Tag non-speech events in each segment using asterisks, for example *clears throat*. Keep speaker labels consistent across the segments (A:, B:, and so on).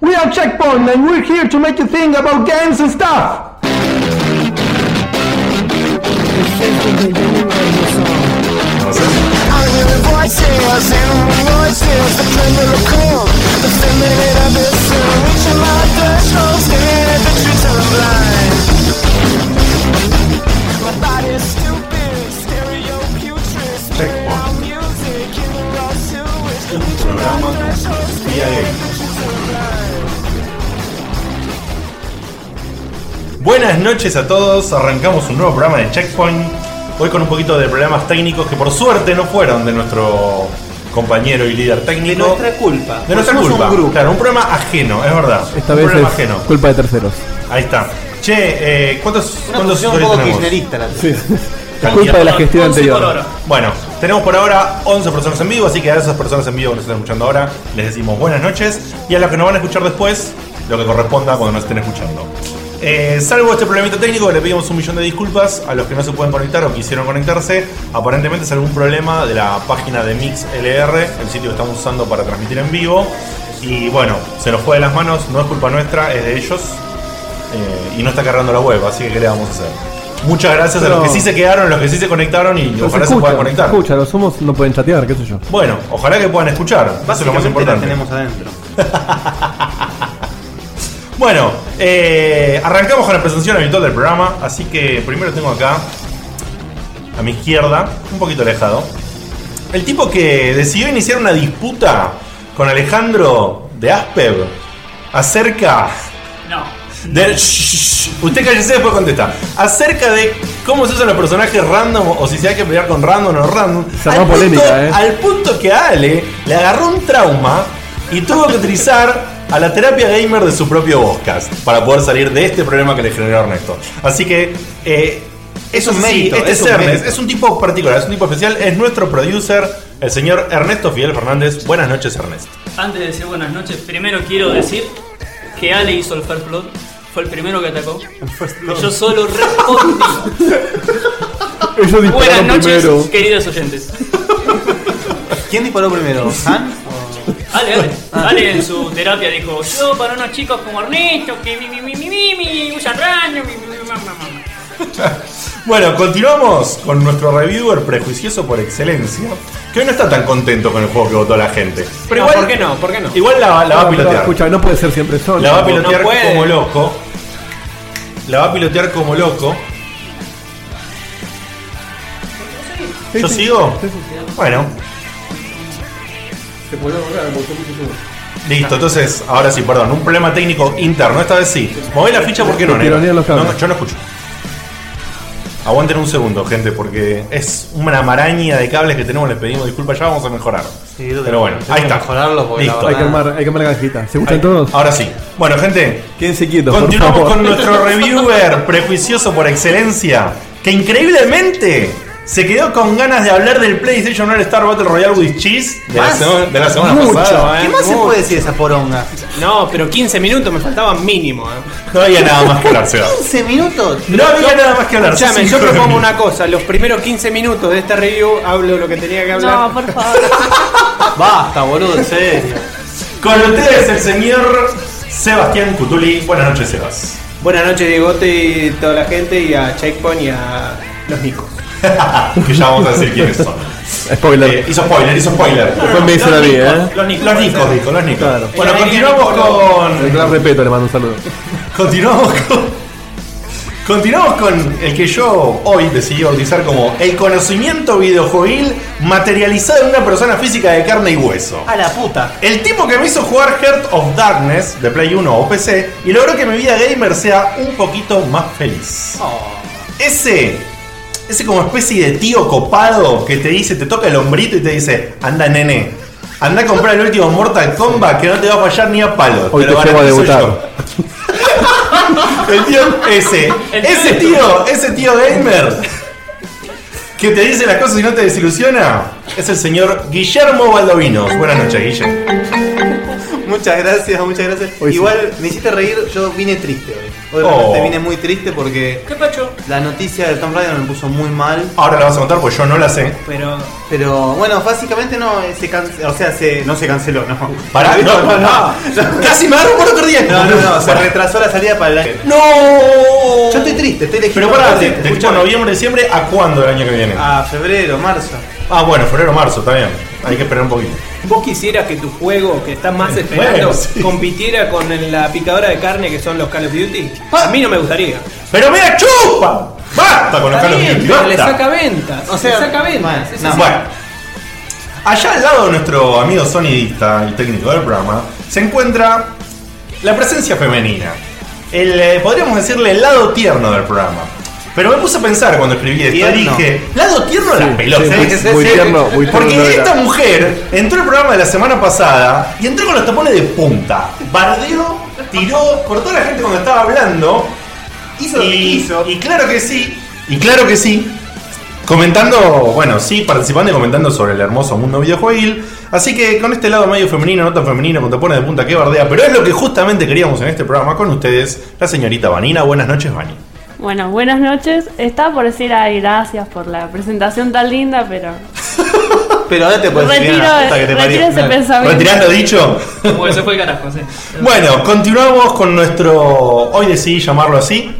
A: We are Checkpoint and we're here to make you think about games and stuff!
B: I hear the voices, animal noises, the tremble of cold, the feminine abyss, and reaching my threshold, staring at the truth till I'm blind. My body's stupid, stereo putrid, spitting out music in the raw sewage, reaching my threshold, staring at the truth till I'm blind.
C: Buenas noches a todos, arrancamos un nuevo programa de Checkpoint. Hoy con un poquito de problemas técnicos que por suerte no fueron de nuestro compañero y líder
D: De
C: técnico.
D: nuestra culpa.
C: De nuestra
D: Somos
C: culpa.
D: Un grupo.
C: Claro, un problema ajeno, es verdad.
E: Esta
C: un
E: vez es
C: problema ajeno.
E: culpa de terceros.
C: Ahí está. Che, eh, ¿cuántos,
D: Una
C: cuántos
D: posición un
C: usuarios
D: poco
C: tenemos?
D: kirchnerista la tuya.
E: Es *laughs* culpa de la gestión
F: 11 por
E: anterior.
F: hora.
C: Bueno, tenemos por ahora 11 personas en vivo, así que a esas personas en vivo que nos están escuchando ahora les decimos buenas noches y a los que nos van a escuchar después, lo que corresponda cuando nos estén escuchando. Eh, salvo este problemita técnico, le pedimos un millón de disculpas a los que no se pueden conectar o quisieron conectarse. Aparentemente es algún problema de la página de MixLR, el sitio que estamos usando para transmitir en vivo. Y bueno, se nos fue de las manos, no es culpa nuestra, es de ellos. Eh, y no está cargando la web, así que ¿qué le vamos a hacer? Muchas gracias a
E: Pero-
C: los que sí se quedaron, los que sí se conectaron y
E: Pero se
C: ojalá se puedan
E: escuchan, se
C: conectar.
E: escuchan, los somos no pueden chatear, qué sé yo.
C: Bueno, ojalá que puedan escuchar. Eso es lo más
D: Básicamente la
C: importante.
D: tenemos adentro.
C: *laughs* Bueno, eh, arrancamos con la presentación habitual del programa. Así que primero tengo acá, a mi izquierda, un poquito alejado, el tipo que decidió iniciar una disputa con Alejandro de Aspev acerca
F: No.
C: de. Shh, shh, shh. usted cállese después contesta. Acerca de cómo se usan los personajes random o si se hay que pelear con random o no random.
E: Se armó
C: punto-
E: polémica, eh.
C: Al punto que a Ale le agarró un trauma y tuvo que utilizar. A la terapia gamer de su propio podcast para poder salir de este problema que le generó Ernesto. Así que eh,
D: Es
C: eso
D: un
C: sí,
D: mérito,
C: este
D: es un
C: Cernes
D: mérito.
C: es un tipo particular, es un tipo especial, es nuestro producer, el señor Ernesto Fidel Fernández. Buenas noches, Ernesto.
F: Antes de decir buenas noches, primero quiero decir que Ale hizo el first blood. Fue el primero que atacó. Y yo solo respondí.
E: Ellos
F: buenas
E: dispararon
F: noches,
E: primero.
F: queridos oyentes.
D: ¿Quién disparó primero? ¿Han?
F: *laughs*
D: o-
F: Ale, Ale, Ale en su terapia dijo, yo para unos chicos como Ernesto, que mi, mi, mi, mi, mi, mi, usan random, mi, mi, mi, mi, mi, mi".
C: Bueno, continuamos con nuestro reviewer prejuicioso por excelencia, que hoy no está tan contento con el juego que votó la gente. Pero
F: No,
C: igual,
F: ¿por qué no? ¿Por qué no?
C: Igual la, la va a
E: Ah, pero
C: pilotear.
E: Escucha, no puede ser siempre son.
C: La va a
E: tampoco.
C: pilotear
D: No puede.
C: como loco. La va a pilotear como loco.
E: Sí,
C: ¿Yo
E: sí.
C: sigo?
E: Sí, sí.
C: Bueno, listo, entonces, ahora sí, perdón, un problema técnico interno, esta vez sí. Moví la ficha porque no,
E: Te
C: negro.
E: tironean los
C: no,
E: cables.
C: no, yo no escucho. Aguanten un segundo, gente, porque es una maraña de cables que tenemos, les pedimos disculpas, ya vamos a mejorar.
D: Sí, lo
C: Pero bueno,
D: tenemos
C: ahí
D: que
C: está.
D: mejorarlo porque la
C: Listo.
E: Hay que armar, hay que armar granjita. ¿Se gustan todos?
C: Ahora sí. Bueno, gente,
E: Quédense quietos, por
C: continuamos
E: favor.
C: con nuestro reviewer prejuicioso por excelencia, que increíblemente se quedó con ganas de hablar del PlayStation All Star Battle Royale with Cheese de, la,
D: ¿Más?
C: sema- de la semana
E: Mucho.
C: pasada.
D: ¿Qué
C: ¿eh?
D: más se puede decir de esa poronga?
G: No, pero 15 minutos me faltaban mínimo. eh.
C: No había nada más que hablar, Seba.
D: 15 minutos.
C: No había nada más que hablar.
G: Escuchame,
C: sos
G: yo
C: un
G: propongo
C: genio.
G: una cosa. Los primeros 15 minutos de esta review hablo lo que tenía que hablar.
H: No, por
C: *laughs*
H: favor.
D: Basta, boludo, en serio.
C: Con ustedes el señor Sebastián Cutuli. Buenas noches, Sebas.
G: Buenas noches, Diegote y toda la gente, y a Checkpoint y a los Nicos.
C: que ya vamos a decir quiénes son. Eh,
E: Spoiler.
C: hizo spoiler, hizo spoiler.
E: Después me dice la vida, ¿eh?
C: Los Nicos, los Nicos, dijo, los Nicos.
E: Claro.
C: Bueno, continuamos con.
E: El gran respeto le mando un saludo.
C: Continuamos con. Continuamos con el que yo hoy decidí bautizar como el conocimiento videojueguil materializado en una persona física de carne y hueso.
D: A la puta.
C: El tipo que me hizo jugar Heart of Darkness de Play 1 o PC y logró que mi vida gamer sea un poquito más feliz. Ese, ese como especie de tío copado que te dice, te toca el hombrito y te dice, anda nene, anda a comprar el último Mortal Kombat que no te va a fallar ni a palo.
E: Hoy te llevo a
C: garantizo
E: debutar.
C: yo". El tío ese,
F: El
C: ese
F: tío.
C: tío, ese tío gamer que te dice las cosas y no te desilusiona. es el señor Guillermo Baldovinos. Buenas noches, Guille.
D: Muchas gracias, muchas gracias.
E: Hoy sí.
D: Igual me hiciste reír, yo vine triste hoy. Hoy
C: Oh.
D: realmente vine muy triste porque
F: ¿Qué pacho?
D: la noticia del Tomb Raider me puso muy mal.
C: Ahora la vas a contar porque yo no la sé.
G: Pero
D: Pero bueno, básicamente no eh, se canceló. O sea, se, no se canceló, no. *laughs*
C: Pará, no, no, no. Casi me agarro por otro día.
D: No, no, no, se retrasó la salida para el año.
C: No.
D: Yo estoy triste, estoy
C: Pero
D: legislando
C: pará, de,
D: triste,
C: de tipo
D: escuchame.
C: noviembre, diciembre, ¿a cuándo el año que viene? Ah,
D: A febrero, marzo.
C: bueno, febrero, marzo, está bien. Hay que esperar un poquito.
G: vos quisieras que tu juego que estás más esperando
C: Bueno, sí.
G: compitiera con el- la picadora de carne que son los Call of Duty. A mí no me gustaría.
C: ¡Pero mira, chupa! ¡Basta con
G: Está
C: los Call of
G: bien,
C: Duty,
G: pero le
C: basta!
G: saca ventas.
D: O sea,
G: le saca
D: bueno,
G: ventas. es
D: no,
G: así.
C: Bueno, allá al lado de nuestro amigo sonidista y técnico del programa se encuentra la presencia femenina. El, eh, podríamos decirle el lado tierno del programa. Pero me puse a pensar cuando escribí esto
D: Tierno.
C: dije, lado tierno de las
E: Sí,
C: pelotas.
E: sí, muy-
C: ¿eh?
E: muy tierno, muy tierno no
C: Porque
E: era.
C: esta mujer entró al programa de la semana pasada y entró con los tapones de punta. Bardeó, tiró, cortó a la gente cuando estaba hablando.
D: Hizo lo que quiso.
C: Y claro que sí. Y claro que sí. Comentando, bueno, sí, participando y comentando sobre el hermoso mundo videojueguil. Así que con este lado medio femenino, no tan femenino, con tapones de punta que bardea, pero es lo que justamente queríamos en este programa con ustedes, la señorita Vanina. Buenas noches, Vani.
H: Bueno, buenas noches. Estaba por decir, ay, gracias por la presentación tan linda, pero
D: Pero ahora te puedes
H: retiro,
D: tirar a la puta que te parió.
H: retiro ese pensamiento.
C: Retirando dicho.
F: Como que se fue el carajo, sí.
C: Bueno, continuamos con nuestro. Hoy decidí llamarlo así.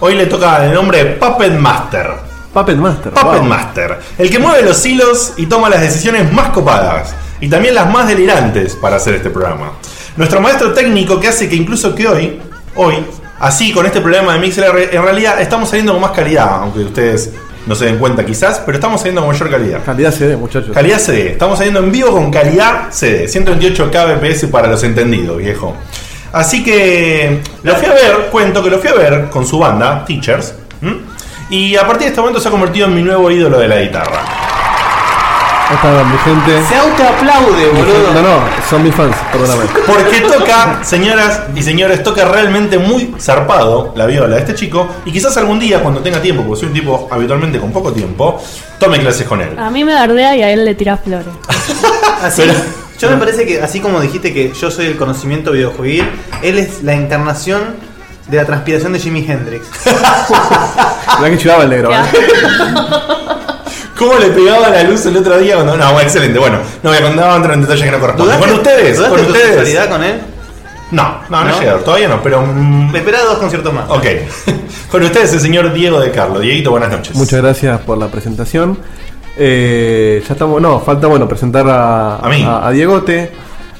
C: Hoy le toca el nombre Puppet Master.
E: Puppet Master.
C: *laughs* Puppet
E: wow.
C: Master, el que mueve los hilos y toma las decisiones más copadas y también las más delirantes para hacer este programa. Nuestro maestro técnico que hace que incluso que hoy, hoy, así con este problema de MixLR, en realidad estamos saliendo con más calidad, aunque ustedes no se den cuenta quizás, pero estamos saliendo con mayor calidad.
E: Calidad CD, muchachos.
C: Calidad CD. Estamos saliendo en vivo con calidad CD. 128 kbps para los entendidos, viejo. Así que lo fui a ver, cuento que lo fui a ver con su banda, Teachers. ¿m? Y a partir de este momento se ha convertido en mi nuevo ídolo de la guitarra.
E: Esta es mi gente.
D: Se autoaplaude,
E: Mi
D: boludo.
E: gente- No, no, son mis fans, perdóname.
C: Porque toca, señoras y señores, toca realmente muy zarpado la viola de este chico. Y quizás algún día, cuando tenga tiempo, porque soy un tipo habitualmente con poco tiempo, tome clases con él.
H: A mí me bardea y a él le tira flores.
D: Así,
C: Pero-
D: Ah, yo me parece que, así como dijiste que yo soy el conocimiento videojueguil, él es la encarnación de la transpiración de Jimi Hendrix.
E: La que chivaba el negro,
D: *laughs*
E: ¿eh?
C: ¿Cómo le pegaba la luz el otro día? cuando- No, bueno, excelente. Bueno, no voy a contar no voy a entrar en detalles que no corresponden. Con ustedes,
D: ¿Dudaste
C: con
D: de tu
C: ustedes.
D: sexualidad con él?
C: No, no, no,
D: ¿No?
C: he llegado, todavía no, pero. mm,
D: Me esperaba dos conciertos más.
C: ok. *laughs* Con ustedes el señor Diego de Carlos. Dieguito, buenas noches.
E: Muchas gracias por la presentación. Eh, ya estamos, no, falta bueno presentar a,
C: A mí.
E: a, Diegote.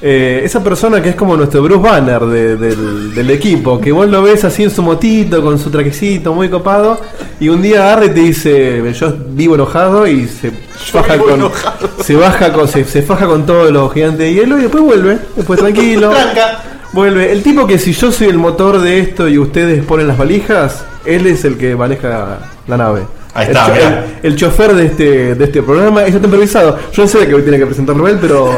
E: Eh, esa persona que es como nuestro Bruce Banner de- del, del equipo, que vos lo ves así en su motito, con su traquecito muy copado, y un día agarra y te dice, yo vivo enojado y se baja con. Se baja con. Se, se faja con todos los gigantes de hielo y después vuelve. Después tranquilo.
D: Tranca.
E: Vuelve. El tipo que si yo soy el motor de esto y ustedes ponen las valijas, él es el que maneja la nave.
C: Ahí está,
E: el,
C: mirá.
E: el- el chofer de este, de este programa está improvisado. Yo no sé que hoy tiene que presentarlo él,
C: *laughs*
E: pero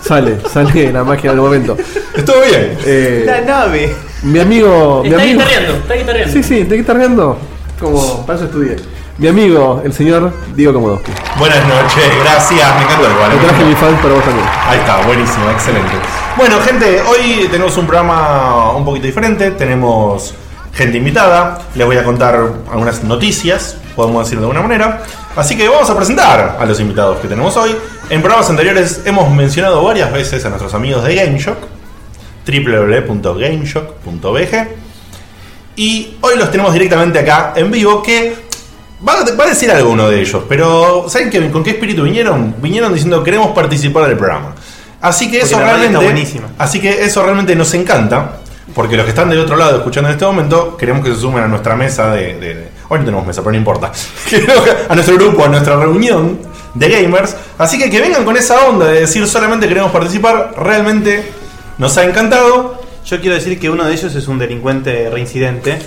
E: sale, sale la magia del momento.
C: Estuvo bien.
E: Eh,
D: La nave.
E: mi amigo. Mi
F: Está
E: amigo
F: guitarreando, está guitarreando.
E: sí, sí, ¿de qué cargando? Como para eso estudié. Mi amigo, el señor Diego Komodowski.
C: Buenas noches, gracias. Me encantó el eh.
E: Te traje mis fans para vos también.
C: Ahí está, buenísimo, excelente. Bueno, gente, hoy tenemos un programa un poquito diferente. Tenemos gente invitada. Les voy a contar algunas noticias, podemos decirlo de alguna manera. Así que vamos a presentar a los invitados que tenemos hoy. En programas anteriores hemos mencionado varias veces a nuestros amigos de GameShock, www.gameshock.bg. Y hoy los tenemos directamente acá en vivo que va a, va a decir alguno de ellos, pero ¿saben qué- con qué espíritu vinieron? Vinieron diciendo queremos participar del programa. Así que
D: Porque
C: eso
D: la radio está
C: realmente
D: buenísima.
C: así que eso realmente nos encanta, porque los que están del otro lado escuchando en este momento queremos que se sumen a nuestra mesa de, de- de- hoy no tenemos mesa, pero no importa. *laughs* a nuestro grupo, a nuestra reunión de gamers, así que que vengan con esa onda de decir solamente queremos participar, realmente nos ha encantado.
D: Yo quiero decir que uno de ellos *laughs* es un delincuente reincidente.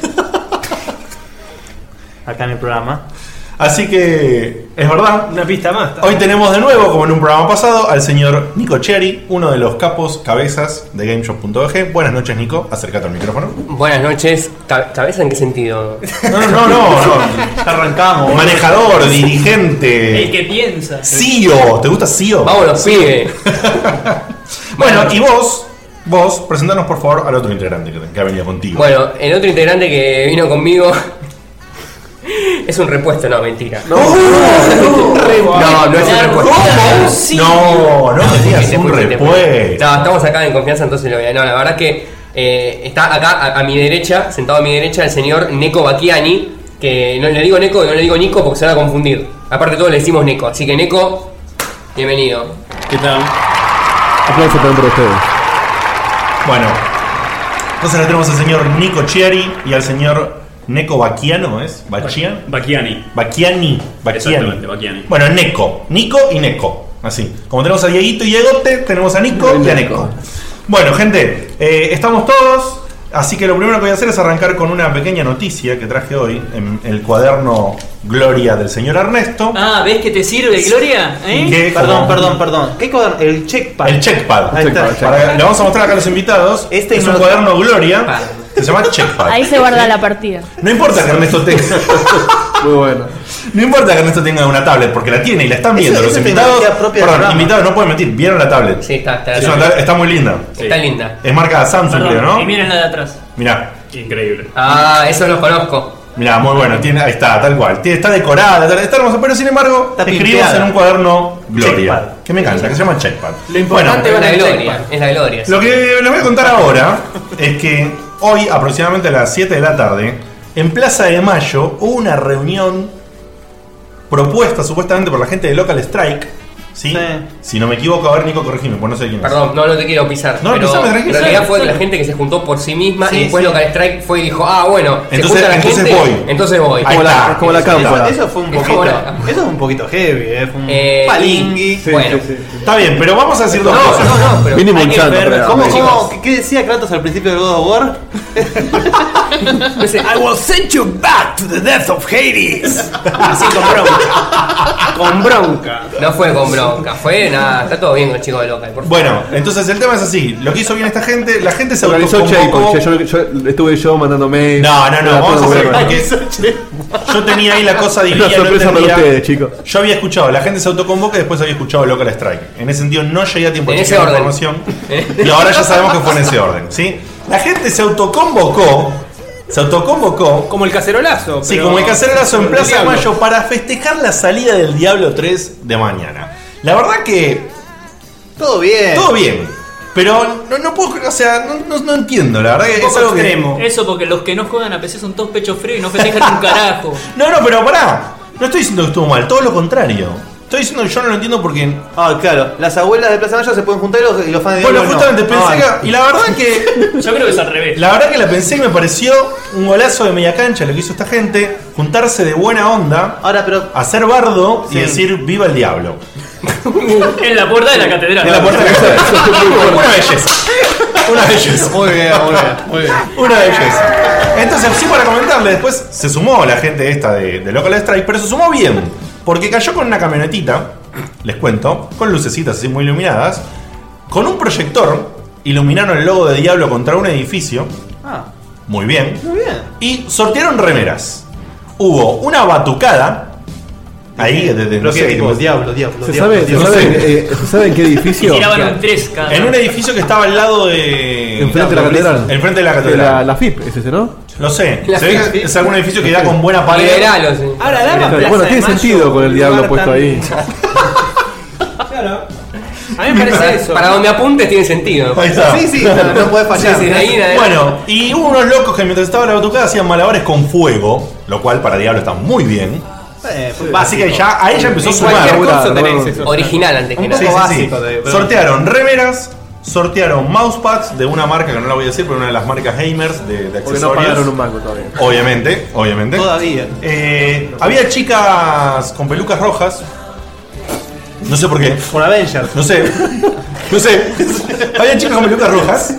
D: Acá en el programa.
C: Así que es verdad.
G: Una pista *laughs* más.
C: Hoy tenemos de nuevo, como en un programa pasado, al señor Nico Cherry, uno de los capos cabezas de GameShop.org. Buenas noches, Nico. Acércate al micrófono.
I: Buenas noches. Ca- ¿Cabeza en qué sentido?
C: No, no, no, no.
F: *laughs*
C: Arrancamos. Manejador,
F: El
C: dirigente,
F: que piensa.
C: CEO. ¿Te gusta CEO?
I: Vámonos, pibe.
C: *laughs* Bueno, y vos, vos, presentanos por favor al otro integrante que, que ha venido contigo.
I: Bueno, el otro integrante que vino conmigo es un repuesto, no, mentira. No, no, no es un repuesto.
C: No, no me digas
I: Te
C: un
I: fuiste, te fuiste.
C: repuesto.
I: No, estamos acá en confianza, entonces lo voy a. No, la verdad que eh, está acá a, a mi derecha, sentado a mi derecha, el señor Neko Bacchiani. Que no le digo Neko, no le digo Nico porque se van a confundir. Aparte, todos le decimos Neko. Así que, Neko, bienvenido.
G: ¿Qué tal?
E: Aplausos también para ustedes.
C: Bueno, entonces ahora tenemos al señor Nico Chiari y al señor Neko Bacchiano, ¿es? ¿Bacchian?
J: Bakiani.
C: Bacchiani. Bacchiani.
J: Exactamente, Bacchiani.
C: Bueno, Neko. Nico y Neko. Así. Como tenemos a Dieguito y Diegote, tenemos a Nico y a Neko. Bueno, gente, eh, estamos todos. Así que lo primero que voy a hacer es arrancar con una pequeña noticia que traje hoy en el cuaderno Gloria del señor Ernesto.
F: Ah, ¿ves que te sirve, Gloria? ¿Eh?
C: que-
D: Perdón, perdón, perdón. ¿Qué cuaderno? El checkpad.
C: El checkpad.
D: Ahí está.
C: Para- le vamos a mostrar acá a los invitados.
D: Este
C: es
D: no- Ah.
C: un cuaderno Gloria. Se llama checkpad.
H: Ahí se guarda la partida.
C: No importa que Ernesto
D: *laughs*
C: tenga.
E: Muy bueno.
C: No importa que Ernesto tenga una tablet, porque la tiene y la están viendo
D: Eso-
C: los
D: eso es
C: invitados.
D: tecnología propia del
C: Perdón,
D: programa.
C: invitados no pueden mentir, vieron la tablet.
I: Sí, está, está,
C: Es
I: está,
C: una tablet- está muy linda.
I: está linda.
C: Es marca Samsung,
F: Perdón,
C: creo,
F: Y
C: ¿no?
F: miren la de atrás.
C: Mirá,
J: Increíble.
I: Ah, eso los conozco.
C: mirá, muy bueno. Tiene, ahí está, tal cual. Tiene- está decorada, tal- está hermosa, pero sin embargo,
D: Está
C: escribimos
D: pinteada.
C: en un cuaderno Gloria.
D: Checkpad.
C: Que me encanta, que se llama Checkpad.
G: Lo importante
I: Es
G: Bueno,
I: la
G: el
I: gloria, es la gloria. sí.
C: Lo que les voy a contar ahora es que hoy, aproximadamente a las 7 de la tarde, en Plaza de Mayo hubo una reunión propuesta supuestamente por la gente de Local Strike. ¿sí?
D: Sí.
C: Si no me equivoco, a ver, Nico, corregime, pues no sé quién es.
I: Perdón, no, no te quiero pisar.
C: No,
I: pero
C: pisame, tranquilo.
I: en realidad fue
C: Pisame.
I: la gente que se juntó por sí misma
D: Sí,
I: y después
D: sí.
I: Local Strike fue y dijo, ah, bueno, se
C: Entonces,
I: junta la
C: entonces
I: gente,
C: voy.
I: entonces voy.
C: Ahí
E: Como la-
C: está.
E: es como la
C: Eso-
E: cámpora.
D: Eso, eso fue un
I: Es
D: poquito.
I: ahora.
D: Eso fue un poquito heavy, eh. Fue un
I: Eh,
D: palingui.
I: sí, bueno.
C: Está bien, pero vamos a decir
I: No,
C: dos cosas.
I: no, no, pero
E: Mínimo un chanta,
D: Pero,
E: pero-
D: ¿Cómo,
E: América.
D: cómo, ¿Qué- ¿Qué decía Kratos al principio del God of War?
I: ese-
G: I will send you back to the death of *laughs* Hades. Así con bronca. Con bronca.
I: no fue con bronca, fue nada, está todo bien con el chico de Local, por favor.
C: Bueno, entonces el tema es así. Lo que hizo bien esta gente, la gente se
E: Organizó
C: autoconvocó.
E: Checkpoint. Yo, yo- estuve yo mandando mail.
C: No, no, no,
E: Era
C: vamos a
E: todo
C: hacer
E: bueno.
C: porque Yo tenía ahí la cosa dividida.
E: Una
C: no
E: sorpresa para
C: entendía.
E: ustedes, chicos.
C: Yo había escuchado, la gente se autoconvoca y después había escuchado Local Strike. En ese sentido no llegué a tiempo de
I: En ese
C: chequear la
I: orden.
C: información. Y ahora ya sabemos que fue en ese orden, ¿sí? La gente se autoconvocó. Se autoconvocó.
G: Como el cacerolazo.
C: Sí,
G: pero-
C: como el cacerolazo en
G: pero
C: Plaza
G: diablo.
C: Mayo para festejar la salida del Diablo 3 de mañana. La verdad que
D: Todo bien.
C: todo bien. Pero no, no puedo, o sea, no, no- no entiendo, la verdad que es
G: poco
C: algo que-
G: extremo.
F: Eso porque los que no juegan a PC son todos pechos fríos y no festejan un carajo.
C: No, no, pero pará. No estoy diciendo que estuvo mal, todo lo contrario. Estoy diciendo que yo no lo entiendo porque.
D: Ah, claro. Las abuelas de Plaza Mayo se pueden juntar y los, y los fans de
C: Ah, Bueno,
D: Diablo no.
C: justamente pensé
D: Ay.
C: que. Y la verdad que.
F: Yo creo que es al revés.
C: La verdad que la pensé y me pareció un golazo de media cancha lo que hizo esta gente. Juntarse de buena onda,
D: Ahora, pero.
C: hacer bardo y
D: Sí.
C: decir viva el diablo.
F: *laughs* En la puerta de la catedral.
C: En la puerta de la *laughs* catedral. Una belleza. Una belleza.
D: Muy bien, muy bien. Muy bien.
C: Una belleza. Entonces, sí, para comentarle, después se sumó la gente esta de, de Local Strike, pero se sumó bien. Porque cayó con una camionetita, les cuento, con lucecitas así muy iluminadas, con un proyector, iluminaron el logo de Diablo contra un edificio,
D: Ah,
C: muy bien,
D: muy bien.
C: y sortearon remeras. Hubo una batucada, ahí, de, de- no
D: Pero qué
C: sé,
D: tipo,
C: tipo,
D: diablo, diablo.
E: ¿Se
D: diablo,
E: sabe,
D: diablo.
E: se,
C: no *laughs*
E: sabe, eh, ¿Se sabe en qué
F: Y
E: edificio?
F: tiraban un 3 cada
C: en un edificio que estaba al lado de.
E: Enfrente de la catedral.
C: Enfrente de la
E: De la,
C: catedral.
E: la FIP, es ese, ¿no?
C: No sé,
I: La
C: se ve que
I: FIP.
C: es algún edificio que da con buena pared.
I: Liberalo, sí.
G: Ahora daba
E: Claro,
G: Plaza
E: bueno,
G: de
E: tiene
G: Mayo,
E: sentido con el
G: un
E: diablo
G: lugar
E: puesto
G: tan-
E: ahí.
G: Claro. A mí me
C: *laughs*
G: parece eso.
I: Para donde apuntes tiene sentido.
C: Ahí está.
D: Sí, sí, no, no puede fallar.
I: Sí, sí, de ahí en adelante.
C: Bueno, y hubo unos locos que mientras estaba la batucada hacían malabares con fuego, lo cual para Diablo está muy bien.
D: Eh, fue
C: Así
D: básico.
C: que ya ahí ya empezó a
G: En
C: sumar.
G: cualquier
E: sumar,
G: cosa
E: boludo.
G: tenés eso.
I: Original antes que
D: Un
I: nada.
C: Sí, sí,
D: poco
C: sí.
D: básico de- pero-
C: Sortearon remeras, sortearon mousepads de una marca que no la voy a decir, pero una de las marcas Gamers de, de
E: Porque no
C: accesorios.
E: pagaron un banco todavía.
C: Obviamente, obviamente.
D: Todavía.
C: Eh, había chicas con pelucas rojas. No sé por qué.
D: Por Avengers. *laughs*
C: No sé. No sé. había chicas con pelucas rojas.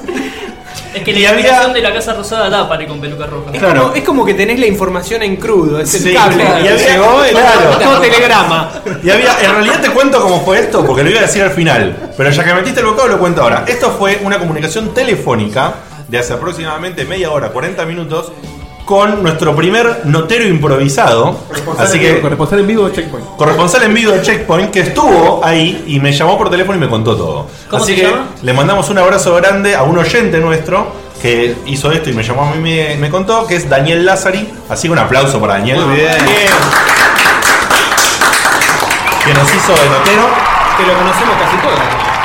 F: Es que la
C: Y había-
F: iluminación de la Casa Rosada da para ir con peluca roja.
G: Es como- Es como que tenés la información en crudo, es el
C: Sí,
G: cable.
C: claro. Y había-
G: Llegó el-
C: claro.
G: todo telegrama.
C: Y había, eh, en realidad te cuento cómo fue esto, porque lo iba a decir al final. Pero ya que metiste el bocado, lo cuento ahora. Esto fue una comunicación telefónica de hace aproximadamente media hora, 40 minutos, con nuestro primer notero improvisado. Así que,
E: Corresponsal en vivo de Checkpoint.
C: corresponsal en vivo de Checkpoint, que estuvo ahí y me llamó por teléfono y me contó todo.
F: ¿Cómo
C: Así
F: se
C: que
F: llama?
C: le mandamos un abrazo grande a un oyente nuestro que hizo esto y me llamó a mí y me, me contó, que es Daniel Lazari. Así que un aplauso para Daniel.
D: Muy bien.
C: Que nos hizo de notero.
G: Que lo conocemos casi todos.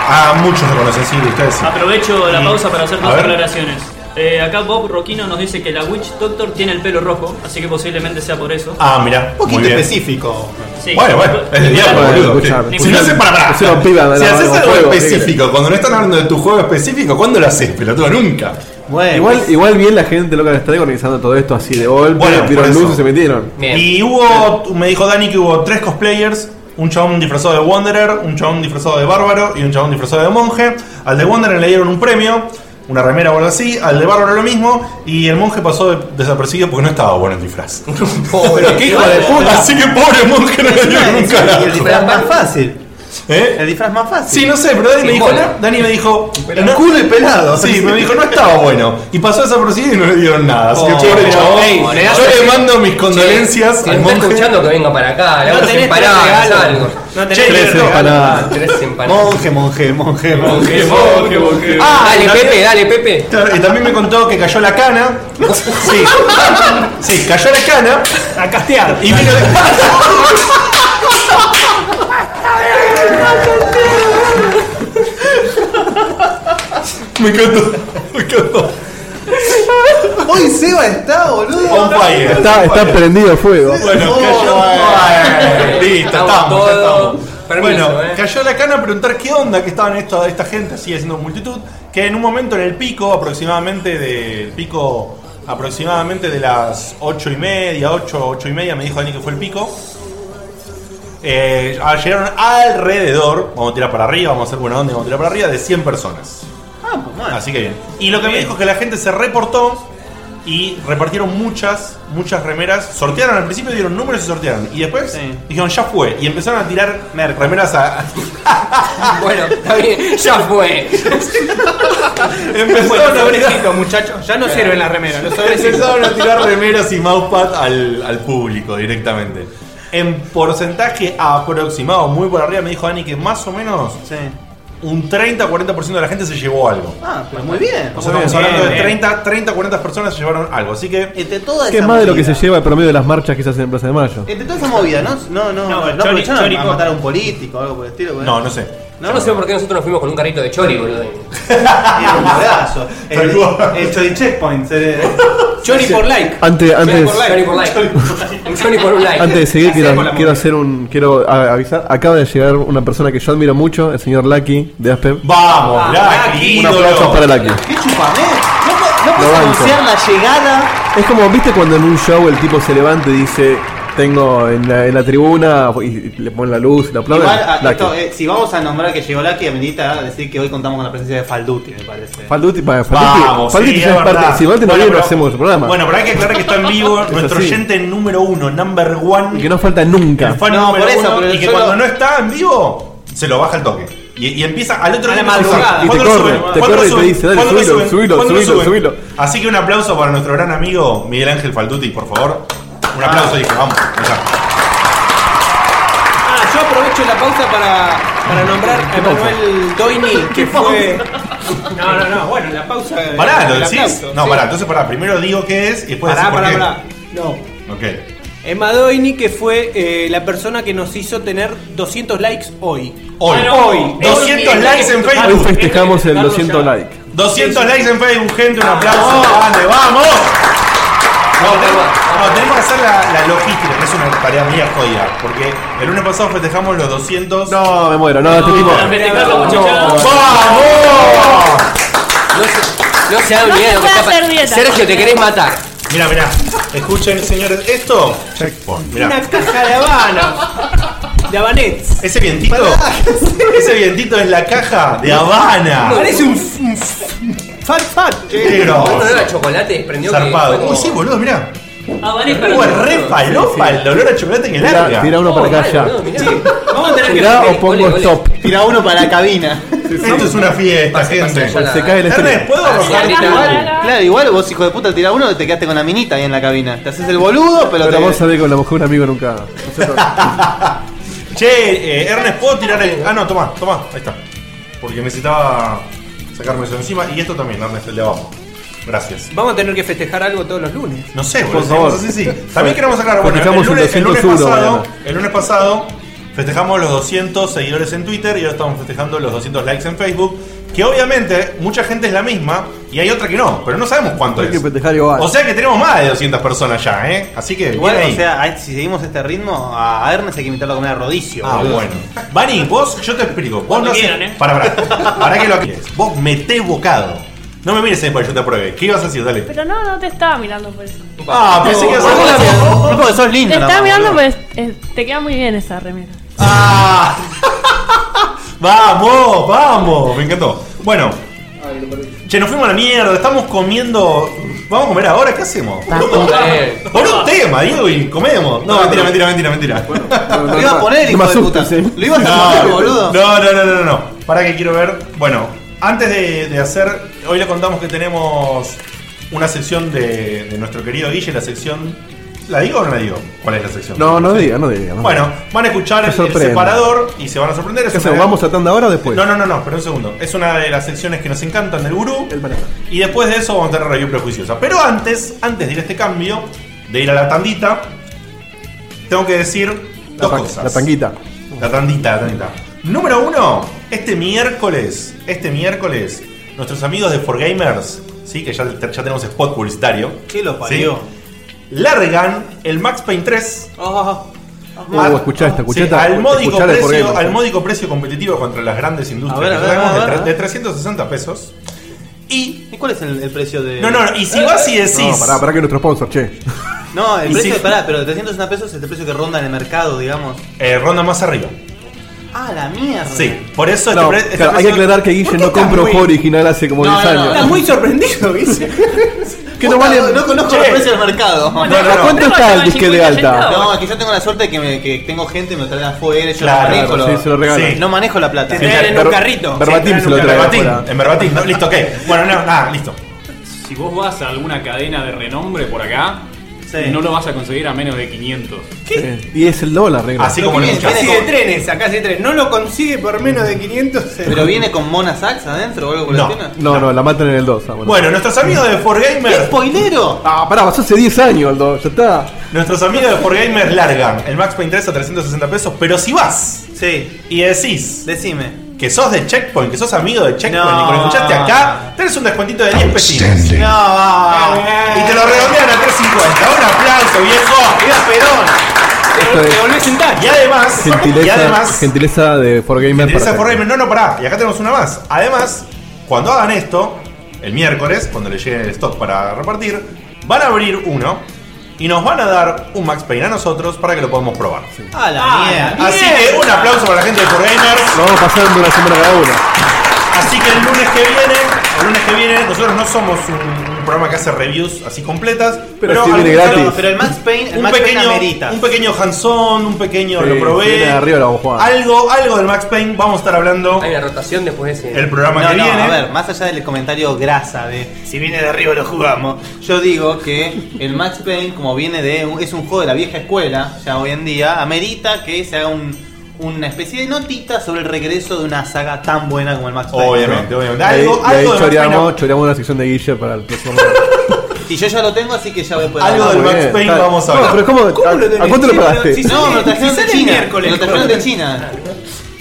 C: A muchos lo conocen, sí, ustedes sí.
F: Aprovecho la
C: Y-
F: pausa para hacer
C: Mm. a
F: dos
C: ver.
F: aclaraciones. Eh, acá Bob Roquino nos dice que la Witch Doctor tiene el pelo rojo, así que posiblemente sea por eso.
C: Ah, mirá.
D: Un
C: muy
D: poquito
C: bien.
D: específico.
F: Sí.
C: Bueno, bueno, es el diablo,
E: Bueno,
C: boludo.
E: escuchame.
C: Si no haces para para.
E: Es una piba de
C: si
E: la-
C: haces
E: de
C: algo
E: juego,
C: específico, cuando no están hablando de tu juego específico, ¿cuándo lo haces, pelotudo? Nunca.
D: Bueno,
E: Igual, igual bien la gente loca que está organizando todo esto así de golpe,
C: Bueno, por
E: vieron
C: eso.
E: luces y se metieron.
I: Bien.
C: Y hubo, me dijo Dani que hubo tres cosplayers, un chabón disfrazado de Wanderer, un chabón disfrazado de bárbaro y un chabón disfrazado de monje. Al de Wanderer le dieron un premio, una remera o algo así, al de bárbaro lo mismo, y el monje pasó de- desapercibido porque no estaba bueno el
D: *laughs*
C: disfraz.
I: Pobre.
D: ¿Qué hijo de puta?
C: Así que pobre monje no le dio
D: Encima-
C: nunca.
D: encima que El disfraz más fácil.
C: ¿Eh?
D: El disfraz más fácil.
C: Sí, no sé, pero Dani me
I: Sin
C: dijo,
I: bola.
C: no, Dani me dijo, no-
D: Culo y pelado.
C: Sí, me dijo, no estaba bueno. Y pasó esa procedida y no le dieron nada. Así que
I: Oh,
C: pobre
I: che,
C: chabón.
I: ey, le das
C: yo
I: así-
C: le mando mis condolencias
I: Si
C: al
I: me está
C: monje.
I: escuchando que venga para acá,
G: No
I: le hago
G: tenés tres
I: empanadas, algo.
G: regalos. No tenés
C: Che,
G: tres
C: tres
G: regalos.
E: Para-
I: Tres empanadas.
D: Monje, monje, monje, monje.
I: Ah, dale,
C: no,
I: Pepe, dale, Pepe.
C: Claro, Y también me contó que cayó la cana. Sí. Sí, cayó la cana.
G: A castear.
C: Y vino de... Me encantó. Me encantó.
D: Hoy Seba está, boludo. Ah,
C: On fire.
E: Está, está prendido fuego.
C: Bueno, cayó.
I: bueno.
C: Listo,
I: Oh, Estamos
C: estamos, ya
I: todos.
C: estamos.
I: Permiso,
C: bueno,
I: eh.
C: cayó la cana a preguntar qué onda que estaban esto, esta gente así haciendo multitud. Que en un momento en el pico, aproximadamente del pico, aproximadamente de las ocho y media, ocho, ocho y media, me dijo Dani que fue el pico. Eh, ah, llegaron alrededor, vamos a tirar para arriba, vamos a hacer buena onda, y vamos a tirar para arriba, de 100 personas.
D: Ah, pues,
I: Ah.
C: Así que bien. Y lo que me dijo es que la gente se reportó y repartieron muchas, muchas remeras. Sortearon al principio, dieron números y sortearon. Y después dijeron, ya fue. Y empezaron a tirar remeras a.
I: Bueno, *laughs* está bien, ya fue. *laughs*
C: *laughs*
G: Bueno,
C: empezaron, a abrir-
G: sobrecitos, muchachos. Ya no sirven las remeras, los sobrecitos.
C: empezaron a tirar remeras y mousepad al, al público directamente. En porcentaje aproximado, muy por arriba, me dijo Dani que más o menos
D: Sí.
C: un 30-40% de la gente se llevó algo.
D: Ah, pero muy bien.
C: O sea, estamos
G: bien,
C: hablando de
G: bien.
C: 30, 30, 40 personas se llevaron algo. Así que
D: Entre toda
E: Que
D: esa
E: es más de lo que se
D: movida-
E: lleva el promedio de las marchas que se hacen en Plaza de Mayo.
D: Entre toda esa movida, ¿no? No, no,
G: No,
D: no,
G: el
D: aprovecharon
G: chori-
D: a
G: chorico.
D: matar a un *laughs* político o algo por el estilo.
C: No, no sé.
I: Yo no sé por qué nosotros nos fuimos con un carrito de chori, boludo.
D: Era Ah, un pedazo. El,
C: Tal cual.
D: Eh, el chori checkpoint. eh. se-
G: Chori por like.
E: Antes, antes,
I: Chori por like. Un chori por un like.
E: antes de seguir, quiero,
G: Hacemos la
E: quiero
G: movida.
E: hacer un. Quiero a- avisar. Acaba de llegar una persona que yo admiro mucho, el señor Lucky de Aspen.
C: Vamos, Lucky,
E: Un
C: ídolo.
E: aplauso para Lucky.
D: ¡Qué chupamé! No, po- no puedes
E: banco.
D: anunciar la llegada.
E: Es como, viste, cuando en un show el tipo se levanta y dice: Tengo en la, en la tribuna y, y le ponen la luz y le aplauden.
D: Igual, a-
E: Lucky.
D: esto, eh, si vamos a nombrar que llegó Lucky, medita decir que hoy contamos con la presencia de Falduti, me parece.
E: Falduti, para, Falduti,
C: Vamos,
E: Falduti
C: sí,
E: ya
C: es
E: es parte.
C: verdad.
E: Si Falduti no
C: Bueno,
E: viene, no
C: pero-
E: hacemos el programa.
C: Bueno, pero hay que aclarar que está en vivo nuestro
E: así.
C: oyente número uno, number one.
E: y que no falta nunca.
C: el fan
D: No,
C: número
D: por eso,
C: uno,
D: pero
C: y que
D: yo
C: cuando
D: lo-
C: no está en vivo, se lo baja el toque. Y, y empieza al otro
G: A la
C: empieza a
G: madrugada.
C: usar.
E: Y te
C: ¿Cuándo lo
E: corre,
C: suben?
E: te
C: ¿Cuándo
E: corre y
C: lo
E: te
C: suben?
E: dice, dale,
C: ¿Cuándo lo
E: subilo,
C: suben?
E: subilo,
C: ¿Cuándo lo
E: subilo,
C: suben?
E: subilo.
C: Así que un aplauso para nuestro gran amigo Miguel Ángel Falduti, por favor. Un aplauso, dije, vamos. allá.
G: Ah, yo aprovecho la pausa para, para nombrar a Manuel Doini, que fue. No, no, no, bueno, la pausa.
C: Pará, ¿lo
G: el
C: decís?
G: aplauso,
C: No,
G: sí.
C: pará, entonces pará, primero digo qué es y después
G: Pará,
C: decís por
G: pará,
C: qué.
G: pará. No.
C: Ok.
G: Emma Doini, Eh, que fue eh, la persona que nos hizo tener 200 likes hoy.
C: Hoy. Ah,
F: Bueno,
G: hoy.
C: 200
F: hoy.
C: likes en
E: Hoy
C: Facebook.
E: festejamos el
F: Carlos
E: 200
F: ya.
E: likes.
C: 200 likes en Facebook, gente. Un aplauso. Grande, ¡Vamos! Ah, No, tenemos, no, tenemos que hacer la, la logística, que es una tarea mía jodida. Porque el lunes pasado festejamos los 200.
E: No, me muero, no, este tipo.
F: Para festejar la muchachada.
C: ¡Vamos!
I: No se, no se dan
H: No
I: idea de lo que
H: se puede
I: está pa-
H: hacer dieta.
I: Sergio, te querés matar.
C: Mirá, mirá. Escuchen, señores, esto. Checkpoint. Mirá.
G: Una caja de habana. de Habanets.
C: Ese vientito. Ese vientito es la caja de Habana.
G: Parece un. f- un f- Fat fat.
C: Qué grosso.
I: olor a chocolate desprendió que fue
C: Zarpado.
I: como-
C: Uy, sí, boludo, mirá.
F: Ah, vale, para
C: Uy, re falopa el olor a chocolate que
E: Tira,
C: larga.
E: tira uno para
I: Oh,
E: acá
I: mal,
E: ya.
I: boludo, mirá.
G: Vamos a tener que.
E: Tira
I: ole,
E: o pongo
I: ole.
E: stop.
D: Tira uno para la cabina.
C: Esto es una fiesta,
I: Pase, pase,
C: gente.
I: ya la-
E: Se cae el
C: Ernest,
E: estrés.
C: ¿puedo
I: Ah, sí,
C: arrojar?
I: ahorita.
D: Claro, igual vos, hijo de puta, tira uno y te quedaste con la minita ahí en la cabina. Te haces el boludo, pero,
E: Pero
D: te
E: vos sabés con la mujer un amigo nunca.
C: Che, eh, Ernest, ¿puedo tirar el.? Ah, no, toma, toma, ahí está. Porque necesitaba sacarme eso encima. Y esto también, Ernest, el de abajo. Gracias.
G: Vamos a tener que festejar algo todos los lunes.
C: No sé,
E: Por
C: por
E: favor.
C: favor. Sí, sí. También queremos sacar. Bueno, el
E: Festejamos el
C: lunes, el lunes
E: 201
C: pasado,
E: mañana.
C: el lunes pasado festejamos los 200 seguidores en Twitter y ahora estamos festejando los 200 likes en Facebook. Que obviamente mucha gente es la misma y hay otra que no, pero no sabemos cuánto
E: Hay
C: es.
E: que festejar igual.
C: O sea que tenemos más de 200 personas ya, ¿eh? Así que.
D: Igual,
C: bien ahí.
D: o sea, a- si seguimos este ritmo, a Ernest hay que invitarlo a comer a rodicio.
C: Ah,
D: boludo.
C: bueno. Bani, vos, yo te explico. Vos
F: Cuando
C: no
F: quieran, ¿eh?
C: Para,
D: *laughs*
C: para. Para que lo aclines. Vos metés bocado. No me mires ahí para que yo te apruebe. ¿Qué ibas a decir? Dale.
H: Pero no, no te estaba mirando por eso.
C: Ah, pensé que ibas a hacer.
D: No, porque sos
H: Te
D: lindo. nada
H: estaba
D: más,
H: mirando,
D: boludo.
H: pues eh, te queda muy bien esa remera.
C: ¡Ah! ¡Vamos! ¡Vamos! Me encantó. Bueno. Che, nos fuimos a la mierda, estamos comiendo. ¿Vamos a comer ahora? ¿Qué hacemos?
I: Eh,
C: Por un tema, Diego, y comemos. No, mentira, mentira, mentira, mentira.
D: Lo iba a poner,
E: No me
D: hijo de puta.
E: asustes, eh.
D: Lo ibas a poner, boludo.
C: No, no, no, no, no, no. Para que quiero ver. Bueno, antes de, de hacer. Hoy le contamos que tenemos una sección de, de nuestro querido Guille, la sección. ¿La digo o no la digo? ¿Cuál es la sección?
E: No, no diga, no diga. no.
C: Bueno, van a escuchar
E: Que
C: el, el
E: sorprenda.
C: separador y se van a sorprender. Es
E: ¿Qué hacemos?
C: una-
E: ¿Vamos a tanda ahora o después?
C: No, no, no, no, espera un segundo. Es una de las secciones que nos encantan del gurú.
E: El barato.
C: Y después de eso vamos a tener review prejuiciosa. Pero antes, antes de ir a este cambio, de ir a la tandita, tengo que decir
E: La
C: dos
E: pa-
C: cosas.
E: La tanguita.
C: La tandita, la tandita. Número uno, este miércoles, este miércoles, nuestros amigos de 4Gamers, ¿sí? que ya, ya tenemos spot publicitario,
D: ¿Qué lo parió?
C: largan el Max Payne 3
G: Oh,
E: Uh, escuchá esta, escuchá
C: Sí,
E: esta.
C: al, módico
E: escuchá la por
C: precio,
E: Gamer.
C: al módico precio competitivo contra las grandes industrias
D: A ver, a
C: que
D: ver,
C: tenemos
D: a ver,
C: de,
D: a
C: tre-
D: ver.
C: de 360 pesos. Y.
D: ¿Y cuál es el, el precio de.?
C: No, no, y si vas y decís.
E: No, pará, pará que nuestro sponsor, che.
D: No, el
C: Y
D: precio,
C: si-
D: pará, pero 301 pesos es el precio que ronda en el mercado, digamos.
C: eh, ronda más arriba.
D: Ah, la mierda.
C: Sí, por eso este
E: No,
C: pre- este
E: claro, hay que
C: precio-
E: aclarar que Guille no compra un juego original hace como 10 años.
G: Estás muy sorprendido, dice.
E: Que no vale.
D: No conozco
C: Che.
D: los precios del mercado.
C: No, no,
E: ¿A
C: no.
E: cuánto está el disque de alta?
D: No, es que yo tengo la suerte de que, me- que tengo gente y me lo traen afuera. Yo
C: Claro,
D: no manejo,
E: Claro,
D: lo-
E: sí, se lo regalan.
C: Sí.
D: no manejo la plata.
G: Te traen en un
E: pero-
G: carrito.
E: pero- Verbatim
C: Sí,
E: se lo
C: en
E: trae
C: Verbatim,
E: afuera.
C: en Verbatim, no, listo, ok. Bueno, no, nada, listo.
J: Si vos vas a alguna cadena de renombre por acá,
D: Sí.
J: no lo vas a conseguir a menos de 500.
E: Sí. Y es el dólar, regla.
C: Así como lo
D: Viene-
C: escuchás.
G: Casi
D: viene
G: de trenes, acá sí de trenes. No lo consigue por menos de 500 euros.
D: Pero viene con Mona Sax adentro o algo por
C: No.
D: el estilo.
E: No, no, la matan en el 2. Ah, bueno.
C: Bueno, nuestros amigos de 4Gamers.
D: ¡Spoilero!
E: Ah, pará, pasó hace 10 años el 2, ya está.
C: Nuestros amigos de 4Gamers largan el Max Payne 3 a 360 pesos. Pero si vas
D: Sí,
C: y decís.
D: decime.
C: Que sos de Checkpoint, que sos amigo de Checkpoint
D: No.
C: y que lo escuchaste acá, tenés un descuentito de 10 pesitos.
D: No,
C: Y te lo redondean a 350. Un aplauso, viejo.
D: ¡Viva Perón!
E: Esto
G: Te
E: es
G: volvés a sentar.
C: Y además, y
E: gentileza,
C: además,
E: gentileza de 4Gamer.
C: gentileza
E: para-
C: por Gamer. No, no, pará. Y acá tenemos una más. Además, cuando hagan esto, el miércoles, cuando le llegue el stock para repartir, van a abrir uno y nos van a dar un Max Payne a nosotros para que lo podamos probar.
D: ¡A la
G: Ah,
D: mierda!
C: Ah, Así que un aplauso para la gente de For Gamers.
E: Lo vamos pasando una semana cada uno.
C: Así que el lunes que viene, el lunes que viene, nosotros no somos un, un programa que hace reviews así completas, pero,
E: sí viene
C: algún-
E: gratis.
D: Pero el Max Payne, el
C: un
D: Max
C: pequeño,
D: Payne amerita.
C: un pequeño hands-on, un pequeño
E: Sí,
C: lo probé.
E: viene de arriba, lo vamos a jugar.
C: Algo, algo del Max Payne, vamos a estar hablando
I: Hay una rotación después de ese.
C: el programa
D: No,
C: que
D: no,
C: viene.
D: a ver, más allá del comentario grasa de si viene de arriba lo jugamos, yo digo que el Max Payne, como viene de. un- es un juego de la vieja escuela, ya hoy en día, amerita que se haga un- una especie de notita sobre el regreso de una saga tan buena como el Max Payne.
C: Obviamente,
D: ¿no?
C: obviamente.
E: Y ahí-
C: Algo,
E: y ahí
C: algo del Max
E: choreamos,
C: Payne,
E: choreamos una sección de Guille para el próximo.
D: Y yo ya lo tengo, así que ya voy a poder
C: Algo
D: hablar.
C: del
E: Ah, Muy
C: Max
E: bien,
C: Payne
E: está-
C: vamos a
E: No,
C: hablar.
E: pero ¿cómo, ¿A, a cuánto lo pagaste?
G: Sí,
D: No, me lo
G: Sí,
D: trajeron
G: sale
D: de
G: el
D: China.
G: miércoles,
D: Me lo trajeron de
G: joder.
D: China.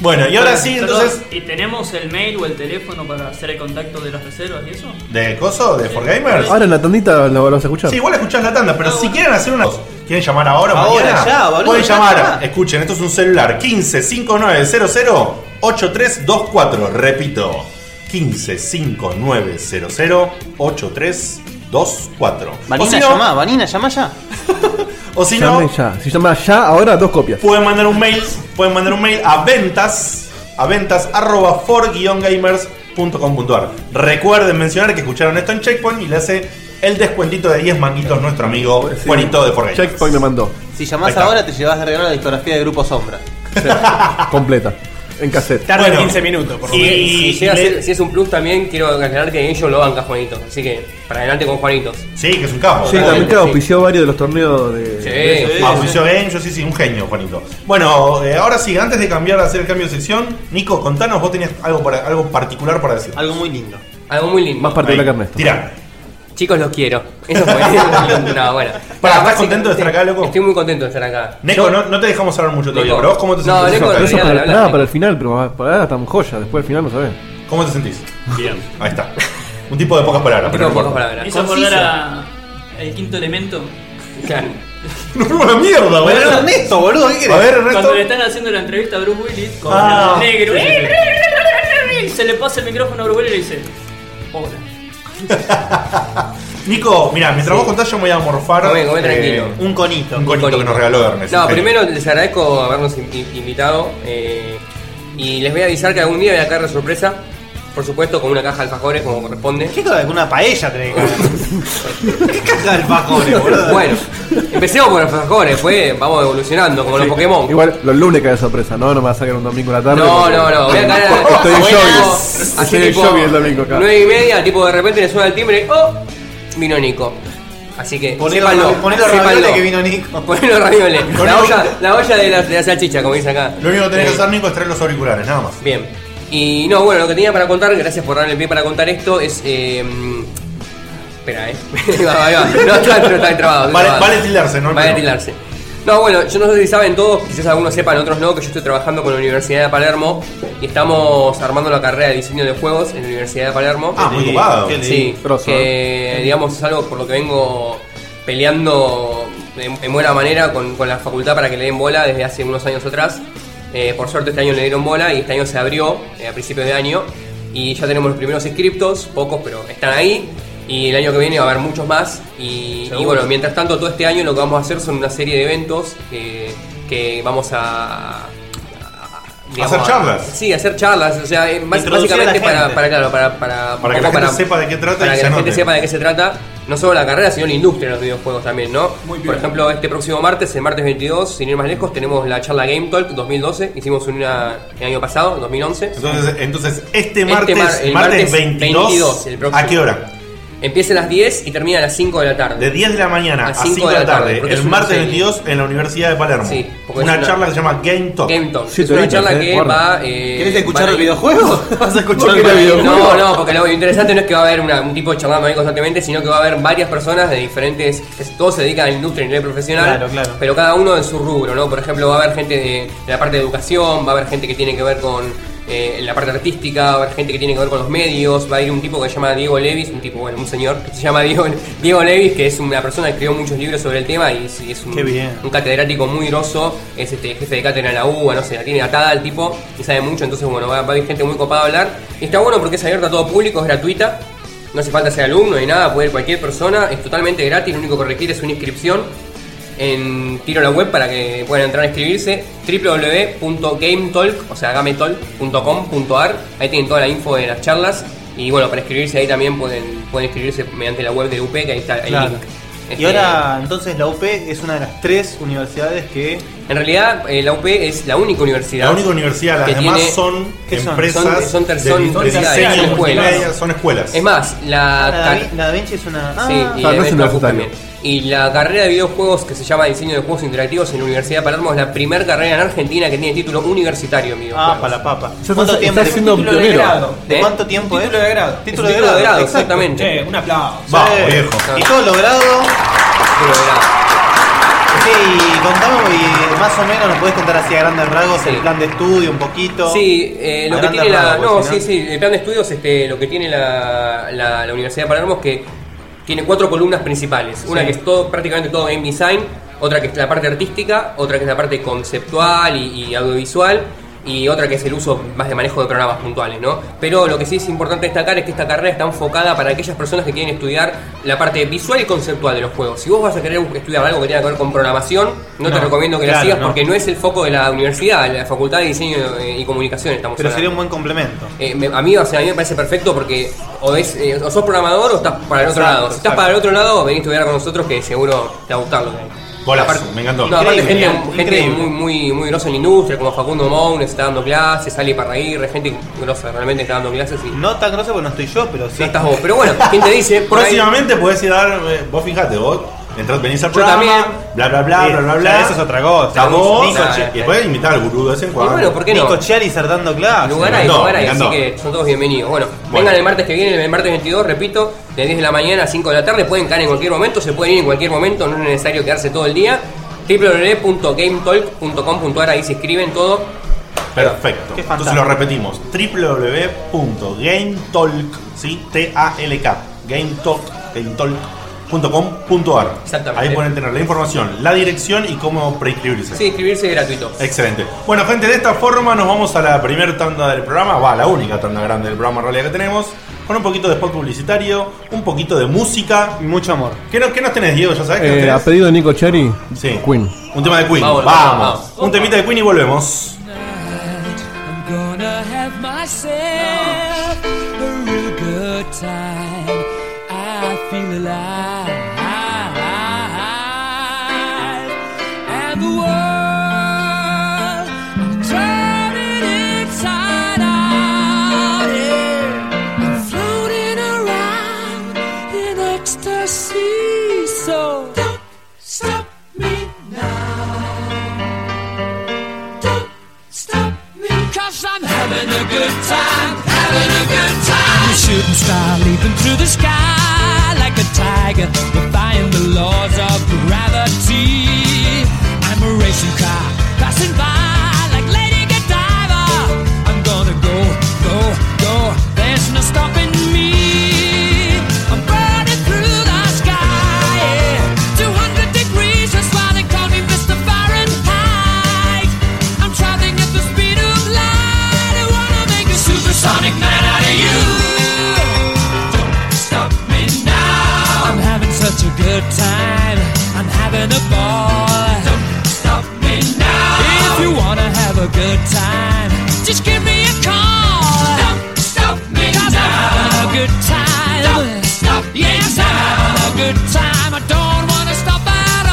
C: Bueno, y ahora sí, entonces.
F: ¿Y tenemos el mail o el teléfono para hacer el contacto de las reservas y eso?
C: ¿De coso? ¿De For Gamers?
E: Ahora en la tandita lo, lo vas a escuchar.
C: Sí, igual escuchás la tanda, pero si quieren hacer una. ¿Quieren llamar ahora o
D: Ah, Ahora,
C: mañana?
D: ya, boludo,
C: Pueden
D: ya
C: llamar.
D: está.
C: Escuchen, esto es un celular. 15 5900 8324. Repito. 15 5900 8324. 2-4.
D: Vanina,
C: O si no-
D: llamá, Ah, Vanina, llamá ya.
C: O si
E: Llame
C: no,
E: ya. Si llama ya, ahora dos copias.
C: pueden mandar un mail, pueden mandar un mail a ventas a ventas arroba for gamerscomar Recuerden mencionar que escucharon esto en Checkpoint y le hace el descuentito de 10 manguitos nuestro amigo Juanito de Forgame.
E: Checkpoint me mandó.
D: Si
C: Ahí
D: llamás
C: está.
D: ahora, te llevas de regalo la discografía de Grupo Sombra.
C: *laughs*
E: Completa. En cassette.
G: Tarda 15 minutos, por lo menos.
I: si, llega a ser- si es un plus también, quiero aclarar que ellos lo banca Juanito. Así que, para adelante con Juanitos.
C: Sí, que es un capo.
E: Sí, también que auspició varios de los torneos de.
I: Sí,
E: de-
I: sí.
C: Ah, oficio game, yo sí, sí, un genio, Juanito. Bueno, eh, ahora sí, antes de cambiar a hacer el cambio de sección, Nico, contanos, vos tenías algo, para, algo particular para decir.
D: Algo muy lindo.
I: Algo muy lindo.
E: Más particular que Ernesto.
C: Tirá.
I: Chicos, los quiero. Eso fue. *laughs* no, bueno.
C: Pará, ¿estás
I: básicamente-
C: contento de estar acá, loco?
I: Estoy muy contento de estar acá.
C: Neko,
I: Yo-
C: no, no te dejamos hablar mucho todavía,
I: Neko.
C: pero vos cómo te
I: No,
C: sentís.
I: Neko,
E: Pero eso
I: Dale,
E: para,
I: dale,
E: nada,
I: dale.
E: para el final, pero para ahora estamos joya. Después del final no sabés.
C: ¿Cómo te sentís?
J: Bien.
C: Ahí está. *laughs* Un tipo de pocas palabras.
I: Tipo
C: pero no
I: pocas
C: importa.
I: palabras.
F: Me hizo acordar a. El quinto elemento.
C: *laughs*
I: Claro.
C: ¡Una mierda, boludo!
D: Ernesto, boludo, ¿qué
C: A ver, Ernesto.
F: Cuando le están haciendo la entrevista a Bruce Willis con
C: Ah.
F: el negro. *laughs* Y se le pasa el micrófono a Bruce Willis y le dice. Hola.
C: Nico, mira, mientras vos contás, yo me voy a morfar.
I: Come, come
C: eh,
I: tranquilo.
D: Un conito.
C: Un conito que nos regaló Ernesto.
I: No,
C: Un genio.
I: primero les agradezco habernos in- in- invitado. eh, y les voy a avisar que algún día voy a caer de sorpresa. Por supuesto, con una caja de alfajores, como corresponde.
D: ¿Qué cosa? Una paella tenés
I: *laughs*
D: que ¿Qué caja de alfajores, boludo?
I: Bueno, empecemos por los alfajores, pues vamos evolucionando, como los Pokémon.
E: Igual los lunes cae sorpresa, ¿no? No me vas a sacar un domingo a la tarde.
I: No,
E: porque-
I: no, no, voy a
D: *laughs*
I: caer a
E: Estoy en shopping.
I: Así
E: Estoy en
I: tipo,
E: shopping el domingo acá.
I: 9 y media, tipo de repente le suena el timbre, ¡oh! Vino Nico. Así que,
D: Ponelo
I: sépanlo,
D: ponelo
I: sépanlo.
D: ravioles que vino Nico.
I: Ponelo ravioles. La olla, la olla de, la, de la salchicha, como dice acá.
C: Lo único que tenés que
I: Eh,
C: hacer, Nico, es traer los auriculares, nada más.
I: Bien. Y no, bueno, lo que tenía para contar, gracias por darle el pie para contar esto, es... eh, espera, eh. *laughs* va, va, va. No, está, está, está trabado. está
C: Vale,
I: trabado.
C: vale tildarse, ¿no?
I: Vale
C: Pero-
I: tildarse. No, bueno, yo no sé si saben todos, quizás algunos sepan, otros no, que yo estoy trabajando con la Universidad de Palermo y estamos armando la carrera de diseño de juegos en la Universidad de Palermo.
C: Ah, muy copado.
D: Qué lindo.
I: Sí,
E: grosso,
I: que digamos es algo por lo que vengo peleando de- en, buena manera con, con la facultad para que le den bola desde hace unos años atrás. Eh, por suerte este año le dieron bola y este año se abrió eh, a principios de año y ya tenemos los primeros inscriptos, pocos pero están ahí y el año que viene va a haber muchos más y, y bueno, mientras tanto todo este año lo que vamos a hacer son una serie de eventos eh, que vamos a... a- digamos,
C: Hacer charlas.
I: sí, hacer charlas, o sea, eh, bas-
D: Introducir a la
I: básicamente para,
D: gente.
I: para, claro, para, para,
C: Para que
I: un
C: la
I: poco
C: gente sepa de qué trata
I: para
C: y
I: que
C: se
I: la gente
C: anote.
I: sepa de qué se trata no solo la carrera sino la industria de los videojuegos también no por ejemplo este próximo martes el martes 22 sin ir más lejos tenemos la charla Game Talk 2012 hicimos una el año pasado en 2011
C: Entonces, entonces este
I: Este
C: martes,
I: mar- el
C: martes
I: martes
C: 22,
I: 22, el próximo.
C: ¿a qué hora?
I: empieza a las 10 y termina a las 5 de la tarde
C: De 10 de la mañana a 5 de la tarde,
I: porque es
C: el
I: una
C: martes
I: serie.
C: 22 en la Universidad de Palermo.
I: Sí, porque
C: una,
I: es una-
C: charla que se llama Game Talk.
I: Game Talk
E: Sí,
I: es una
E: todavía,
I: charla
E: eh,
I: que
E: guarda.
I: va eh,
D: ¿Querés escuchar
I: va-
D: los
I: *laughs*
D: videojuegos? Vas a escuchar
E: ¿Vos querés videojuegos?
I: No, no, porque lo interesante no es que va a haber una- un tipo charlando ahí constantemente, sino que va a haber varias personas de diferentes. que todos se dedican a la industria a nivel profesional.
D: Claro, claro.
I: Pero cada uno en su rubro, ¿no? Por ejemplo, va a haber gente de, de la parte de educación, va a haber gente que tiene que ver con eh, la parte artística, va a haber gente que tiene que ver con los medios, va a ir un tipo que se llama Diego Levis, un tipo, bueno, un señor que se llama Diego, *laughs* Diego Levis, que es una persona que escribió muchos libros sobre el tema y es, y es un,
D: Qué bien.
I: un catedrático muy grosso, es este jefe de cátedra en la UBA, no sé, la tiene atada al tipo y sabe mucho, entonces bueno, va, va a haber gente muy copada a hablar. Y está bueno porque es abierta a todo público, es gratuita, no hace falta ser alumno ni nada, puede ir cualquier persona, es totalmente gratis, lo único que requiere es una inscripción. En tiro la web para que puedan entrar a inscribirse www.gametalk, o sea, gametalk.com.ar, ahí tienen toda la info de las charlas y bueno, para inscribirse ahí también pueden, pueden inscribirse mediante la web de UP, que ahí está el
D: Claro.
I: link.
D: Y
I: Este,
D: ahora, entonces, la UP es una de las tres universidades que.
I: en realidad, eh, la UP es la única universidad.
C: La única universidad, las
I: Que
C: demás
I: tiene-
C: son
D: ¿qué son?
C: empresas
I: Son- son ter-
C: de-
I: son
C: de
I: universidades,
C: diseño,
I: son escuelas.
C: multimedia, son escuelas.
I: Es más, la.
D: Ah, La,
I: car-
D: Da, la Da Vinci es una.
I: Sí,
D: Ah,
I: y
E: Ah,
I: de
E: no es
I: Bell
E: una
I: Campus
E: facultad.
I: también. Y la carrera de videojuegos que se llama Diseño de Juegos Interactivos en la Universidad de Palermo es la primera carrera en Argentina que tiene título universitario, amigo.
D: ah, para la papa.
E: estás-
D: ¿Cuánto tiempo?
E: estás siendo
D: ¿Título de
E: pionero.
D: grado? ¿De
I: ¿Eh?
D: cuánto tiempo es? Título de grado. Título de
I: título
D: grado,
I: de grado,
D: exacto.
I: exactamente.
G: Che, un aplauso. Ah.
C: Vamos,
D: Sí.
C: viejo.
D: Y todo logrado.
I: Título de grado.
D: Sí, y contamos y más o menos nos podés contar así a grandes rasgos
I: Sí.
D: el plan de estudio un poquito.
I: Sí, eh,
D: A
I: lo que
D: grandes
I: tiene la.
D: rasgos,
I: No,
D: si
I: sí, sí, el plan de estudios, este, lo que tiene la, la, la Universidad de Palermo es que tiene cuatro columnas principales. Una
D: Sí.
I: que es todo, prácticamente todo game design, otra que es la parte artística, otra que es la parte conceptual y, y audiovisual. y otra que es el uso más de manejo de programas puntuales, ¿no? Pero lo que sí es importante destacar es que esta carrera está enfocada para aquellas personas que quieren estudiar la parte visual y conceptual de los juegos. Si vos vas a querer estudiar algo que tenga que ver con programación, no, te
D: No,
I: recomiendo que la
D: claro,
I: sigas
D: no.
I: porque no es el foco de la universidad, la Facultad de Diseño eh, y Comunicación estamos
D: Pero
I: hablando.
D: sería un buen complemento.
I: Eh, me- a, mí, o sea, a mí me parece perfecto porque o, es, eh, o sos programador o estás para el otro
D: Exacto,
I: lado. Si estás
D: exacto.
I: para el otro lado, venís a estudiar con nosotros que seguro te va a gustar lo que hay.
C: Golazo,
I: Aparte-
C: me encantó.
I: No, aparte gente,
C: Increíble.
I: gente muy, muy, muy grosa en la industria, como Facundo Moune está dando clases, Ali Parraguirre, gente grosa realmente está dando clases y
D: No tan grosso porque no estoy yo, pero sí.
I: no estás vos. Pero bueno, ¿quién te
D: *laughs*
I: dice? Por ahí-
C: Próximamente podés ir a dar. eh, Vos fijate, vos entras, venís al
I: Yo
C: programa.
I: también.
C: Bla, bla, bla,
D: Sí,
C: bla, bla,
D: ya,
C: bla.
D: eso es otra cosa.
C: Está vos,
D: Nico
C: Nico,
I: Che-
C: y después invitar al gurú de vez en
I: Y
C: cuando.
I: bueno, ¿por qué no?
D: Nico Chiarizar dando clases.
I: Lugar hay,
C: encantó,
I: lugar hay,
C: Ah, me
I: así
C: encantó.
I: que son todos bienvenidos. Bueno,
C: Bueno.
I: vengan el martes que viene, el martes 22, repito, de 10 de la mañana a 5 de la tarde. Pueden caer en cualquier momento, se pueden ir en cualquier momento, no es necesario quedarse todo el día. www.gametalk.com.ar, ahí se inscriben todo.
C: Perfecto.
D: Qué
C: Entonces
D: fantasma.
C: lo repetimos: www.gametalk, ¿sí? T-A-L-K, gametalk, gametalk.com.ar.
I: Exactamente.
C: Ahí pueden tener la información, la dirección y cómo preinscribirse.
I: Sí, inscribirse es gratuito.
C: Excelente. Bueno, gente, de esta forma nos vamos a la primera tanda del programa, va, la única tanda grande del programa en realidad que tenemos, con un poquito de spot publicitario, un poquito de música.
D: Y mucho amor.
C: ¿Qué, no- qué nos tenés, Diego? ¿Ya sabes qué
E: Eh, a
C: nos tenés?
E: pedido de Nico Cherry,
C: Sí.
E: Queen.
C: Un tema de Queen.
I: Vamos,
C: Vamos.
I: vamos,
C: Un temita de Queen y volvemos.
B: I'm gonna have myself a real good time. I feel alive. And the world, I'm turning inside out. Yeah. I'm floating around in ecstasy. So don't stop me now. Don't stop me, cause I'm having a good time, having a good time. I'm a shooting star leaping through the sky like a tiger, defying the laws of gravity. I'm a racing car passing by like Lady Godiva. I'm gonna go, go, go, there's no stopping me. I'm burning through the sky, yeah. 200 degrees, that's why they call me Mr. Fahrenheit. I'm traveling at the speed of light. I wanna make a supersonic man out of you. Don't stop me now. I'm having such a good time. I'm having a ball. Don't stop me now. If you wanna have a good time, just give me a call. Don't stop me Cause now. I'm having a good time. Don't stop me yes, now. I'm having a good time. I don't wanna stop at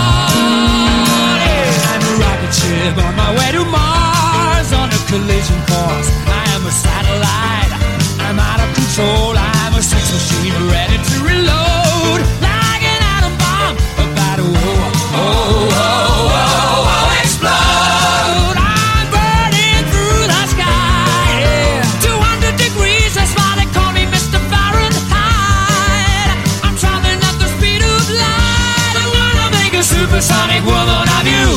B: all. Yeah. I'm a rocket ship on my way to Mars on a collision course. I am a satellite. I'm out of control. I'm a sex machine ready to reload. Like an atom bomb about to oh, oh, oh, oh, oh, explode. I'm burning through the sky. Yeah. 200 degrees, that's why they call me Mr. Fahrenheit. I'm traveling at the speed of light. I wanna make a supersonic woman of you.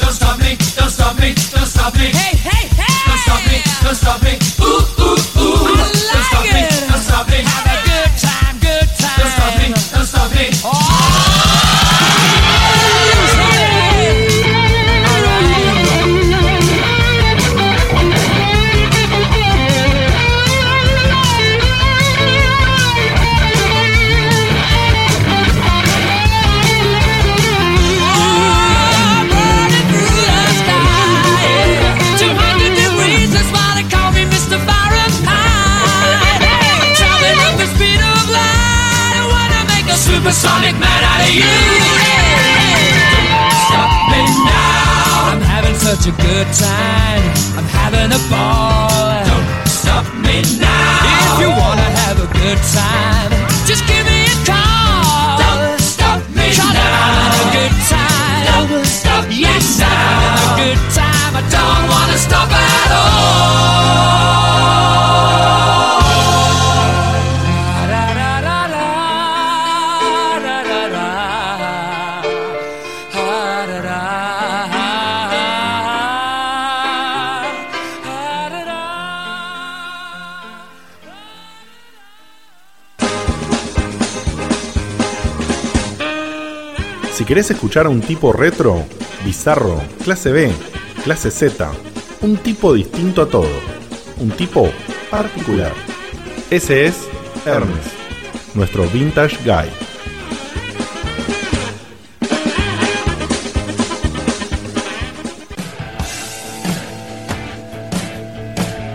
B: Don't stop me, don't stop me, don't stop me. Hey, hey, hey! Don't stop me, don't stop me. Ooh, ooh, ooh. I like don't stop it. me, don't stop me. Have a good time, good time. Don't stop me, don't stop me. Oh. Supersonic man out of you. Don't stop me now. I'm having such a good time. I'm having a ball. Don't stop me now. If you wanna have a good time, just give me a call. Don't stop me Cause now. I'm having a good time. Don't stop yes, me now. I'm having a good time. I don't wanna stop at all.
C: Si querés escuchar a un tipo retro,
K: Bizarro, clase B, clase Z, un tipo distinto a todo, un tipo particular. Ese es Hermes, nuestro vintage guy.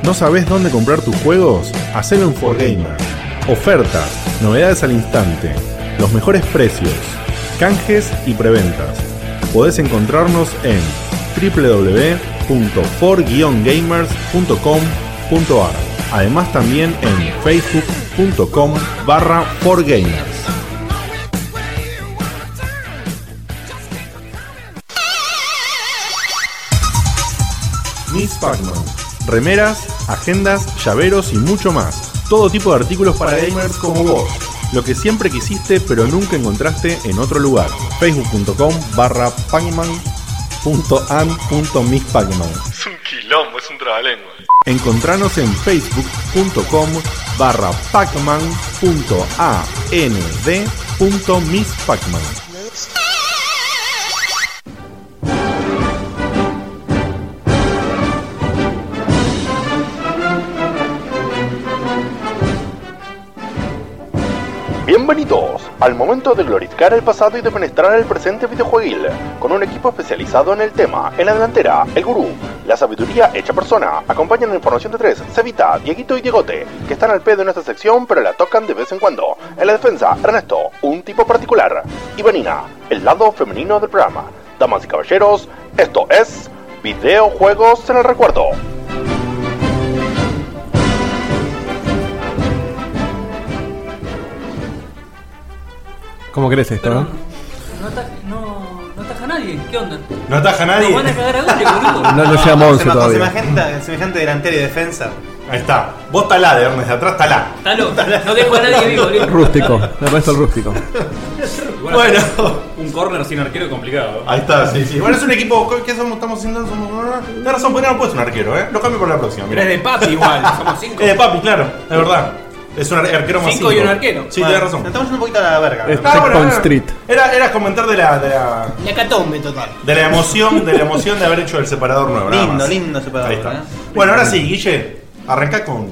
K: ¿No sabes dónde comprar tus juegos? Hacelo en 4Gamer. Ofertas, novedades al instante, los mejores precios, canjes y preventas. Podés encontrarnos en www.for-gamers.com.ar. Además también en facebook.com barra 4gamers. Miss Pac-Man. Remeras, agendas, llaveros y mucho más. Todo tipo de artículos para gamers como vos. Lo que siempre quisiste pero nunca encontraste en otro lugar. Facebook.com barra pacman.an.misspacman.
L: Es un quilombo, es un trabalengua.
K: Encontranos en facebook.com barra pacman.and.misspacman.
M: Bienvenidos al momento de glorificar el pasado y de penetrar el presente videojueguil, con un equipo especializado en el tema. En la delantera, el gurú, la sabiduría hecha persona, acompañan en Información de Tres, Cevita, Dieguito y Diegote, que están al pedo en esta sección pero la tocan de vez en cuando. En la defensa, Ernesto, un tipo particular, y Vanina, el lado femenino del programa. Damas y caballeros, esto es Videojuegos en el Recuerdo.
E: ¿Cómo crees esto, eh? no?
F: No ataja, no, no ataja a nadie, ¿qué onda?
C: No ataja nadie.
F: Nos van a cagar a
E: *laughs*
C: *laughs*
F: goles, boludo.
E: No, no llegamos a once
D: sema- con
E: todavía.
D: Ah, semejante- semejante delantero y defensa.
C: Ahí está. Vos talá de Hermes, de atrás talá.
F: Talo, no dejo a nadie
C: *laughs*
F: vivo, boludo.
E: Rústico, me parece el rústico.
C: Bueno.
J: Un corner sin arquero es complicado.
C: Ahí está, sí, sí. Bueno, es un equipo. ¿Qué somos? ¿Estamos haciendo? Somos... Tenés razón, porque no han puesto un arquero, ¿eh? Lo cambio por la próxima. Mirá.
J: Pero es de papi
C: *laughs*
J: igual, somos cinco.
C: Es de papi, claro, es verdad. Es un ar- arquero más
J: Cinco y un arquero.
C: Sí,
J: Bueno,
C: tenés razón. Ah,
D: Estamos yendo un poquito a la verga.
C: Es Checkpoint Street. Era, era comentar de la, de la
G: La catombe total.
C: de la emoción, de la emoción de haber hecho el separador nuevo. nada
D: Lindo,
C: más.
D: lindo separador,
C: Ahí está.
D: ¿eh?
C: Bueno, ahora sí, Guille, arranca con,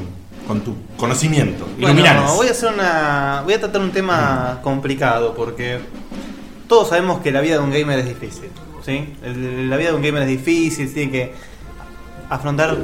C: con tu conocimiento.
D: Bueno,
C: Iluminanos.
D: voy a hacer una. Voy a tratar un tema complicado porque todos sabemos que la vida de un gamer es difícil. ¿sí? El- La vida de un gamer es difícil, tiene que afrontar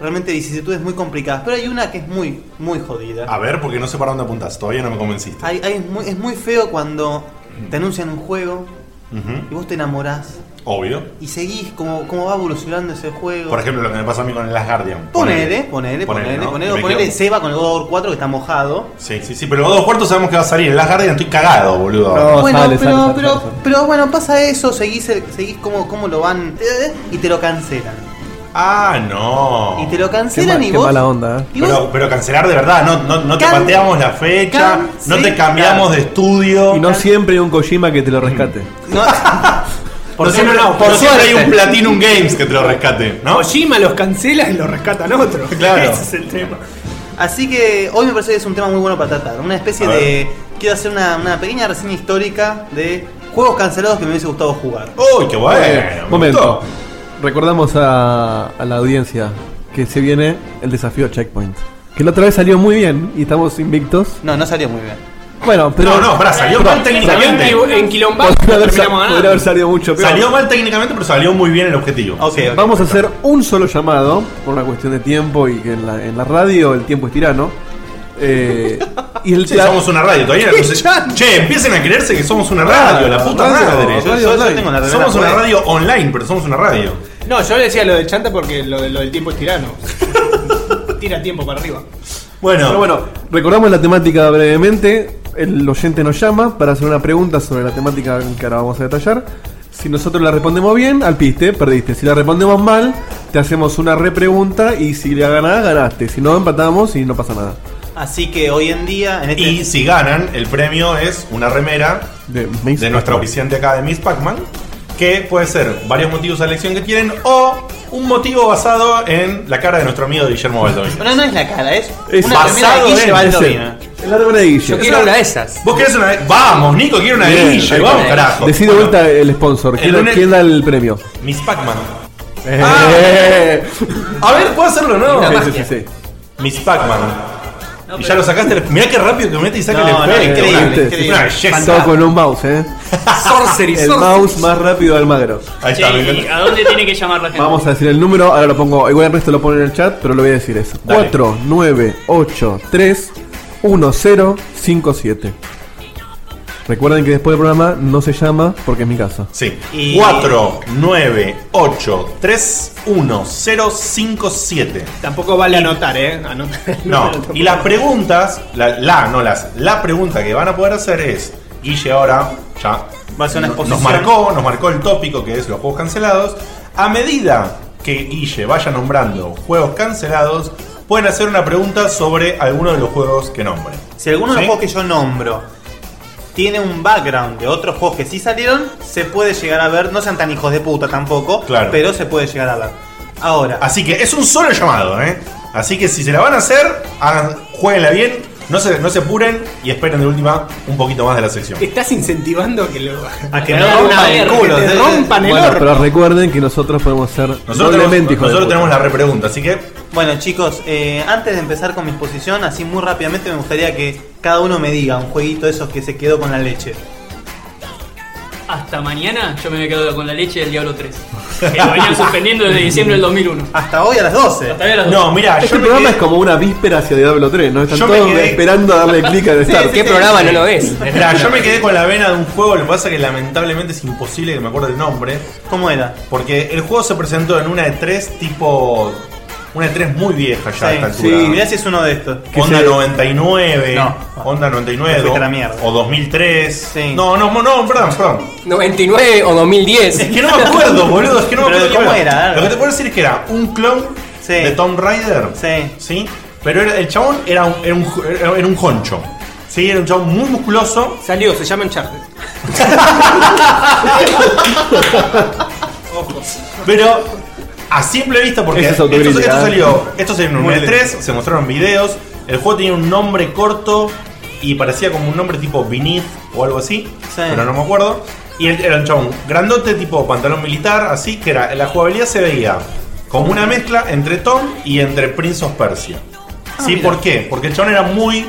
D: realmente vicisitudes muy complicadas. Pero hay una que es muy, muy jodida.
C: A ver, porque no sé para dónde apuntás, todavía no me convenciste.
D: Hay- hay- es, muy, es muy feo cuando te anuncian un juego
C: Ujú.
D: y vos te enamorás
C: Obvio.
D: y seguís como, como va evolucionando ese juego.
C: Por ejemplo, lo que me pasa a mí con el Last Guardian.
D: Ponele, ponele, ponele,
C: ¿no?
D: ponele,
C: Me
D: ponele,
C: quedo-
D: Seba con el God of War 4 que está mojado.
C: Sí, sí, sí, pero los dos cuartos sabemos que va a salir. El Last Guardian estoy cagado, boludo.
D: bueno, pero, pero, pero bueno, pasa eso, seguís, el- seguís como, como lo van eh, y te lo cancelan.
C: Ah, no.
D: Y te lo cancelan
E: Qué
D: y vos.
E: mala onda. eh.
D: y vos-
C: Pero, pero cancelar de verdad, no, no, no te
D: Can-
C: pateamos la fecha, no te
D: cancelar.
C: cambiamos de estudio.
E: Y no siempre hay un Kojima que te lo rescate.
D: No,
C: Por,
E: No,
C: siempre,
E: no, no,
C: por
E: por
C: siempre hay
E: suerte.
C: un Platinum Games que te lo rescate, ¿no?
G: Kojima los cancela y los rescatan otros.
C: *laughs* Claro.
G: Ese es el tema.
D: Así que hoy me parece que es un tema muy bueno para tratar. Una especie
C: A ver.
D: de. Quiero hacer una, una pequeña reseña histórica de juegos cancelados que me hubiese gustado jugar.
C: ¡Uy, qué bueno!
E: Eh,
C: me
E: momento.
C: gustó.
E: Recordamos a, a la audiencia que se viene el desafío Checkpoint. Que la otra vez salió muy bien y estamos invictos.
D: No, no salió muy bien.
E: Bueno, pero.
C: No, no, pará, salió mal técnicamente.
J: Salió en quilomba,
E: *laughs* Podría haber, sa-
J: terminamos ganando.
E: podría haber salido mucho peor.
C: Salió mal técnicamente, pero salió muy bien el objetivo.
D: Ok, ok.
E: Vamos a hacer un solo llamado, por una cuestión de tiempo y que en la, en la radio el tiempo es tirano. Eh, y el
C: Sí,
E: la-
C: somos una radio todavía. no
E: *laughs* Qué
C: sé-
E: chato.
C: che, empiecen a creerse que somos una radio, la puta
E: Radio,
C: madre.
E: radio
D: Yo- yo
E: online.
D: tengo la remera
C: Somos una
D: puesta.
C: radio online, pero somos una radio.
G: No, yo le decía lo del chanta porque lo, de- lo del tiempo es tirano. Tira tiempo para arriba.
E: Pero
C: Bueno,
E: bueno, recordamos la temática brevemente. El oyente nos llama para hacer una pregunta sobre la temática que ahora vamos a detallar. Si nosotros la respondemos bien, al piste, perdiste. Si la respondemos mal, te hacemos una repregunta y si la ganás, ganaste. Si no, empatamos y no pasa nada.
D: Así que hoy en día, en este.
C: y si ganan, el premio es una remera
E: De,
C: de nuestra oficiante acá de Miss Pac-Man, que puede ser varios motivos de elección que tienen o un motivo basado en la cara de nuestro amigo Guillermo Baldovino.
D: No, no es la cara, es.
E: Es
D: una remera de
C: basado
D: Guille
C: en-
D: Baldovino.
E: La de una guille.
I: Yo quiero una de esas.
C: Vos querés una. Vamos, Nico, quiero una
E: Bien,
C: guille.
E: ahí va.
C: Vamos, carajo.
E: Decí de vuelta el sponsor. ¿Quién,
C: el lunes-
E: quién da el premio?
C: Miss Pac-Man. Ah.
E: Eh.
C: A ver, ¿puedo hacerlo, no?
E: Sí, sí, sí, sí.
C: Miss Pac-Man. Y ya lo sacaste. Mirá qué rápido que mete y saca el efecto.
E: Este-
C: Es una belleza.
E: Todo con un mouse, eh.
F: Sorcery,
E: El
F: sorcery.
E: mouse más rápido de Almagro.
C: Ahí
F: Che, ¿y ¿A dónde tiene que llamar la gente?
E: Vamos a decir el número, ahora lo pongo, igual el resto lo pone en el chat, pero lo voy a decir es
F: Dale.
E: 49831057. Recuerden que después del programa no se llama porque es mi casa.
C: Sí.
E: Y-
C: 4, 9, 8, 3, 1, 0, 5, 7.
G: Tampoco vale anotar, ¿eh? Anotar.
C: *laughs* No,
G: *laughs*
C: y las preguntas, la, la, no las, la pregunta que van a poder hacer es, Guille ahora ya
D: Va a ser una
C: no- nos
D: exposición.
C: marcó, nos marcó el tópico que es los juegos cancelados. A medida que Guille vaya nombrando juegos cancelados, pueden hacer una pregunta sobre alguno de los juegos que nombre.
D: Si alguno de
C: ¿Sí?
D: los juegos que yo nombro tiene un background de otros juegos que sí salieron, se puede llegar a ver. No sean tan hijos de puta tampoco,
C: Claro.
D: pero se puede llegar a ver. Ahora.
C: Así que es un solo llamado, ¿eh? Así que si se la van a hacer, hagan, jueguenla bien, no se, no se apuren y esperen de última un poquito más de la sección.
G: Estás incentivando que lo. *laughs*
D: A
C: que me rompan el culo,
G: Te
C: de-
G: rompan el
E: Bueno,
G: orto.
E: pero recuerden que nosotros podemos ser doblemente hijos de puta.
C: repregunta, así que.
D: Bueno, chicos, eh, antes de empezar con mi exposición, así muy rápidamente me gustaría que cada uno me diga un jueguito de esos que se quedó con la leche.
F: Hasta mañana yo me había quedado con la leche del Diablo 3. Que lo venían suspendiendo desde diciembre del 2001.
D: Hasta hoy a las 12.
F: Hasta hoy a las 12.
C: No, mira,
E: Este programa es como una víspera hacia Diablo 3, ¿no? Están
C: Yo me
E: todos
C: quedé-
E: esperando a darle clic al start.
C: Mirá, yo me quedé con la vena de un juego, lo que pasa que lamentablemente es imposible que me acuerde el nombre.
D: ¿Cómo era?
C: Porque el juego se presentó en una de tres tipo. Una de tres muy vieja ya a esta
D: Sí,
C: altura.
D: sí, mirá si es uno de estos.
C: Onda 99,
D: No.
C: Onda 99,
D: Te fuiste a la
C: o 2003. No, no, no, perdón, perdón.
I: 99 o 2010.
C: Es que no me
G: *laughs*
C: acuerdo, boludo. Es que no me
I: Pero
C: acuerdo
I: ¿cómo
C: cuál
I: era?
C: Lo que te puedo decir es que era un clon de Tomb Raider.
D: Sí.
C: Pero era- el chabón era un, era, un, era- era un honcho. Sí, era un chabón muy musculoso.
G: Salió, se llama Uncharted.
C: Pero a simple vista, porque
E: Esa es
C: esto, esto
E: autocrítica, ¿eh?
C: salió, esto salió en un
E: Muy
C: E3,
E: bien.
C: se mostraron videos, el juego tenía un nombre corto y parecía como un nombre tipo Beneath o algo así, pero no me acuerdo. Y él era un chabón grandote, tipo pantalón militar, así que era, la jugabilidad se veía como una mezcla entre Tom y entre Prince of Persia.
D: Ah,
C: ¿Sí? ¿Por qué? Porque el chabón era muy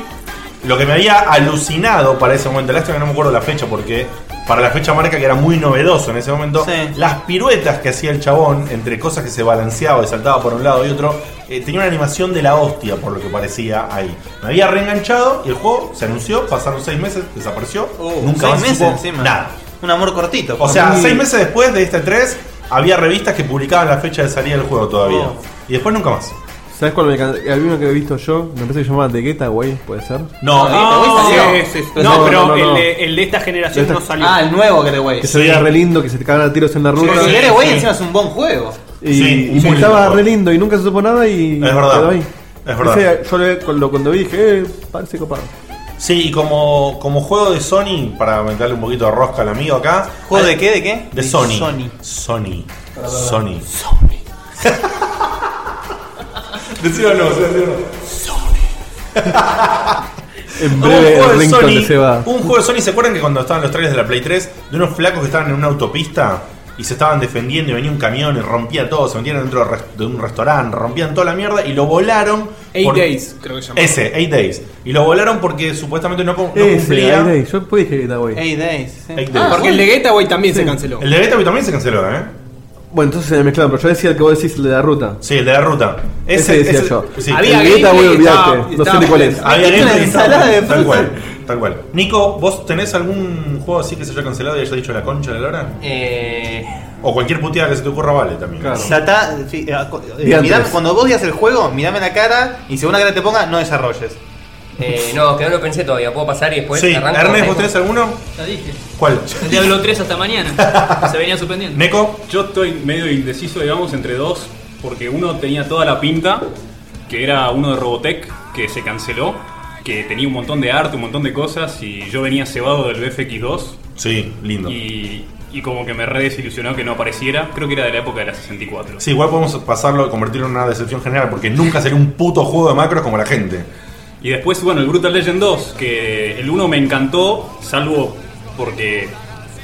C: lo que me había alucinado para ese momento, lástima que no me acuerdo la fecha porque para la fecha marca que era muy novedoso en ese momento, las piruetas que hacía el chabón entre cosas que se balanceaba y saltaba por un lado y otro, eh, tenía una animación de la hostia por lo que parecía ahí. Me había reenganchado y el juego se anunció, pasaron seis meses, desapareció, nunca
D: Uh, seis
C: más
D: meses
C: supo
D: encima.
C: nada.
D: Un amor cortito.
C: O sea, seis meses después de este 3 había revistas que publicaban la fecha de salida del juego todavía.
D: Oh.
C: Y después nunca más.
E: ¿Sabes cuál me can- Había uno que he visto yo, me parece que se llamaba The Getaway, ¿puede ser?
C: No,
E: Ah,
G: No,
E: Getaway
G: sí, sí,
E: salió.
G: sí. No, pero el de- el de esta generación no salió. Ah, el
D: nuevo
E: *laughs*
D: Getaway.
E: Que se veía re lindo, que se te cagan a tiros en la ruta.
D: Porque Getaway encima es un buen juego.
E: Y,
D: Sí,
E: y
D: muy
E: estaba
D: lindo.
E: re lindo y nunca se supo nada y.
C: Es verdad.
E: quedó ahí.
C: Es verdad.
E: Ese, yo le- cuando, cuando vi dije, eh, parece copado.
C: Sí, y como, como juego de Sony, para meterle un poquito de rosca al amigo acá.
D: ¿Juego de qué? ¿De qué?
C: De
D: De
C: Sony.
D: Sony.
C: Sony.
D: Para, para, para.
C: Sony. Decídalo, decídalo.
E: En
C: Hubo
E: breve
C: un,
E: el
C: juego de
E: ringtone
C: Sony,
E: se va.
C: un juego de Sony, ¿se acuerdan que cuando estaban los trailers de la Play 3, de unos flacos que estaban en una autopista y se estaban defendiendo y venía un camión y rompía todo, se metían dentro de res- de un restaurante, rompían toda la mierda y lo volaron.
G: Eight
C: por-
G: Days, creo que se llama.
C: Ese, 8 Days. Y lo volaron porque supuestamente no, cu- no
E: Ese,
C: cumplía.
E: ahí, ahí. Yo pude dije Getaway.
D: Days.
C: Eight Days.
G: Porque el de Gateway también se canceló.
C: El de Gateway también se canceló, ¿eh?
E: Bueno, entonces se me mezclaron, pero yo decía el que vos decís el de la ruta.
C: Sí, el de la ruta.
E: Ese, decía yo.
C: sí.
E: el Getaway, olvidate. No sé ni cuál es.
C: Había gameplay que estaba-
E: ensalada de
C: Tal cual, tal cual. Nico, ¿vos tenés algún juego así que se haya cancelado y haya dicho la concha de la lora?
D: Eh,
C: O cualquier puteada que se te ocurra vale también.
D: Satá- fi- eh, cu- eh,
C: Diantres.
D: mirame- cuando vos digas el juego, mirame la cara y según la cara te ponga, no desarrolles.
I: Eh, no, que no lo pensé todavía. ¿Puedo pasar y después
C: Sí,
I: arranco?
C: Ernest, ¿vos tenés alguno?
F: Ya dije.
C: ¿Cuál?
F: El Diablo 3 hasta
C: *laughs*
F: mañana. Se venía suspendiendo.
C: ¿Neko?
J: Yo estoy medio indeciso, digamos, entre dos, porque uno tenía toda la pinta, que era uno de Robotech, que se canceló, que tenía un montón de arte, un montón de cosas, y yo venía cebado del BFX2.
C: Sí, lindo.
J: Y, y como que me re desilusionó que no apareciera. Creo que era de la época de la 64.
C: Sí, igual podemos pasarlo, convertirlo en una decepción general, porque nunca sería un puto juego de macros como la gente.
J: Y después, bueno, el Brutal Legend 2, que el 1 me encantó, salvo porque.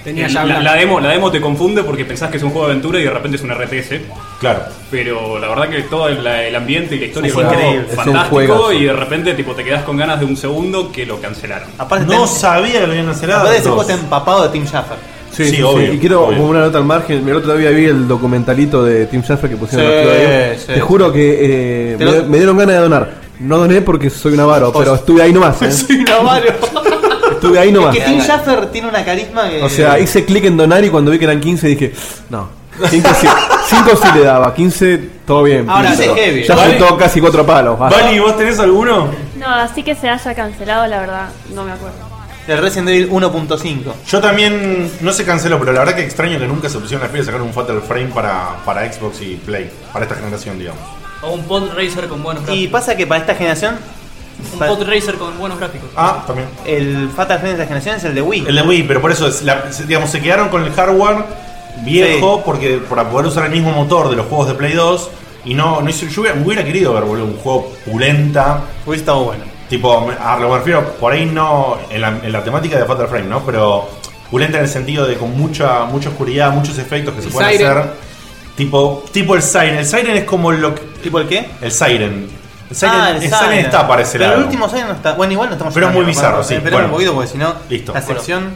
G: Tenía
J: el-
G: ya
J: la,
G: blanco.
J: la demo, la demo te confunde porque pensás que es un juego de aventura y de repente es un RTS.
C: Claro.
J: Pero la verdad que todo el, la- el ambiente y la historia
C: Es
J: del
C: un
J: juego
C: juego, es un
J: fantástico
C: juegazo.
J: y de repente tipo te quedás con ganas de un segundo que lo cancelaron.
C: no sabía que lo habían cancelado.
D: Aparte, ese
J: Dos.
D: juego está empapado de Tim Schafer.
E: Sí, sí, sí. Y quiero como una nota al margen. El otro día vi el documentalito de Tim Schafer que pusieron
D: Sí,
E: en los Claudio.
D: sí,
E: Te juro que eh,
D: Te
E: me,
D: lo-
E: me dieron ganas de donar. No doné porque soy un avaro, pero estuve ahí nomás.
D: *laughs*
E: ¿eh?
D: Sí, no, Mario.
E: Estuve ahí nomás.
D: Es que Tim Schafer tiene una carisma que.
E: O sea, hice clic en donar y cuando vi que eran 15 dije, no. 5 sí, cinco sí le daba, 15 todo bien.
D: Ahora,
E: pinto.
D: sí, heavy.
E: Ya
D: Vale.
E: juntó casi cuatro palos. basta.
C: ¿vos tenés alguno?
H: No, así que se haya cancelado, la verdad, no me acuerdo.
D: El Resident Evil 1.5.
C: Yo también, no se canceló, pero la verdad que extraño que nunca se pusieron las pilas y sacaron un Fatal Frame para, para Xbox y Play, para esta generación, digamos.
F: O un Pod Racer con buenos
D: Y
F: gráficos.
D: pasa que para esta generación.
F: Un Pod Racer con buenos gráficos.
C: Ah, también.
D: El Fatal Frame de esta generación es el de Wii.
C: El de Wii, pero por eso, es la- se- digamos, se quedaron con el hardware viejo porque para poder usar el mismo motor de los juegos de Play 2 y no, no hizo- yo hubiera, hubiera querido ver, boludo, un juego pulenta.
D: Hubiera estado bueno.
C: Tipo, me- a lo que me refiero, por ahí no, en la, en la temática de Fatal Frame, ¿no? Pero pulenta en el sentido de con mucha, mucha oscuridad, muchos efectos que se
G: El
C: pueden
G: Siren.
C: hacer. Tipo, tipo el Siren. El Siren es como lo que...
D: ¿Tipo el qué?
C: El Siren. El Siren,
D: Ah,
C: el
D: el
C: Siren
D: Siren.
C: está para ese
D: Pero
C: lado.
D: el último Siren no está. Bueno, igual no estamos
C: Pero es muy
D: hablando,
C: bizarro,
D: vamos,
C: sí,
D: esperemos
C: bueno.
D: eh, un poquito porque si no.
C: Listo.
D: La
C: Bueno.
D: sección.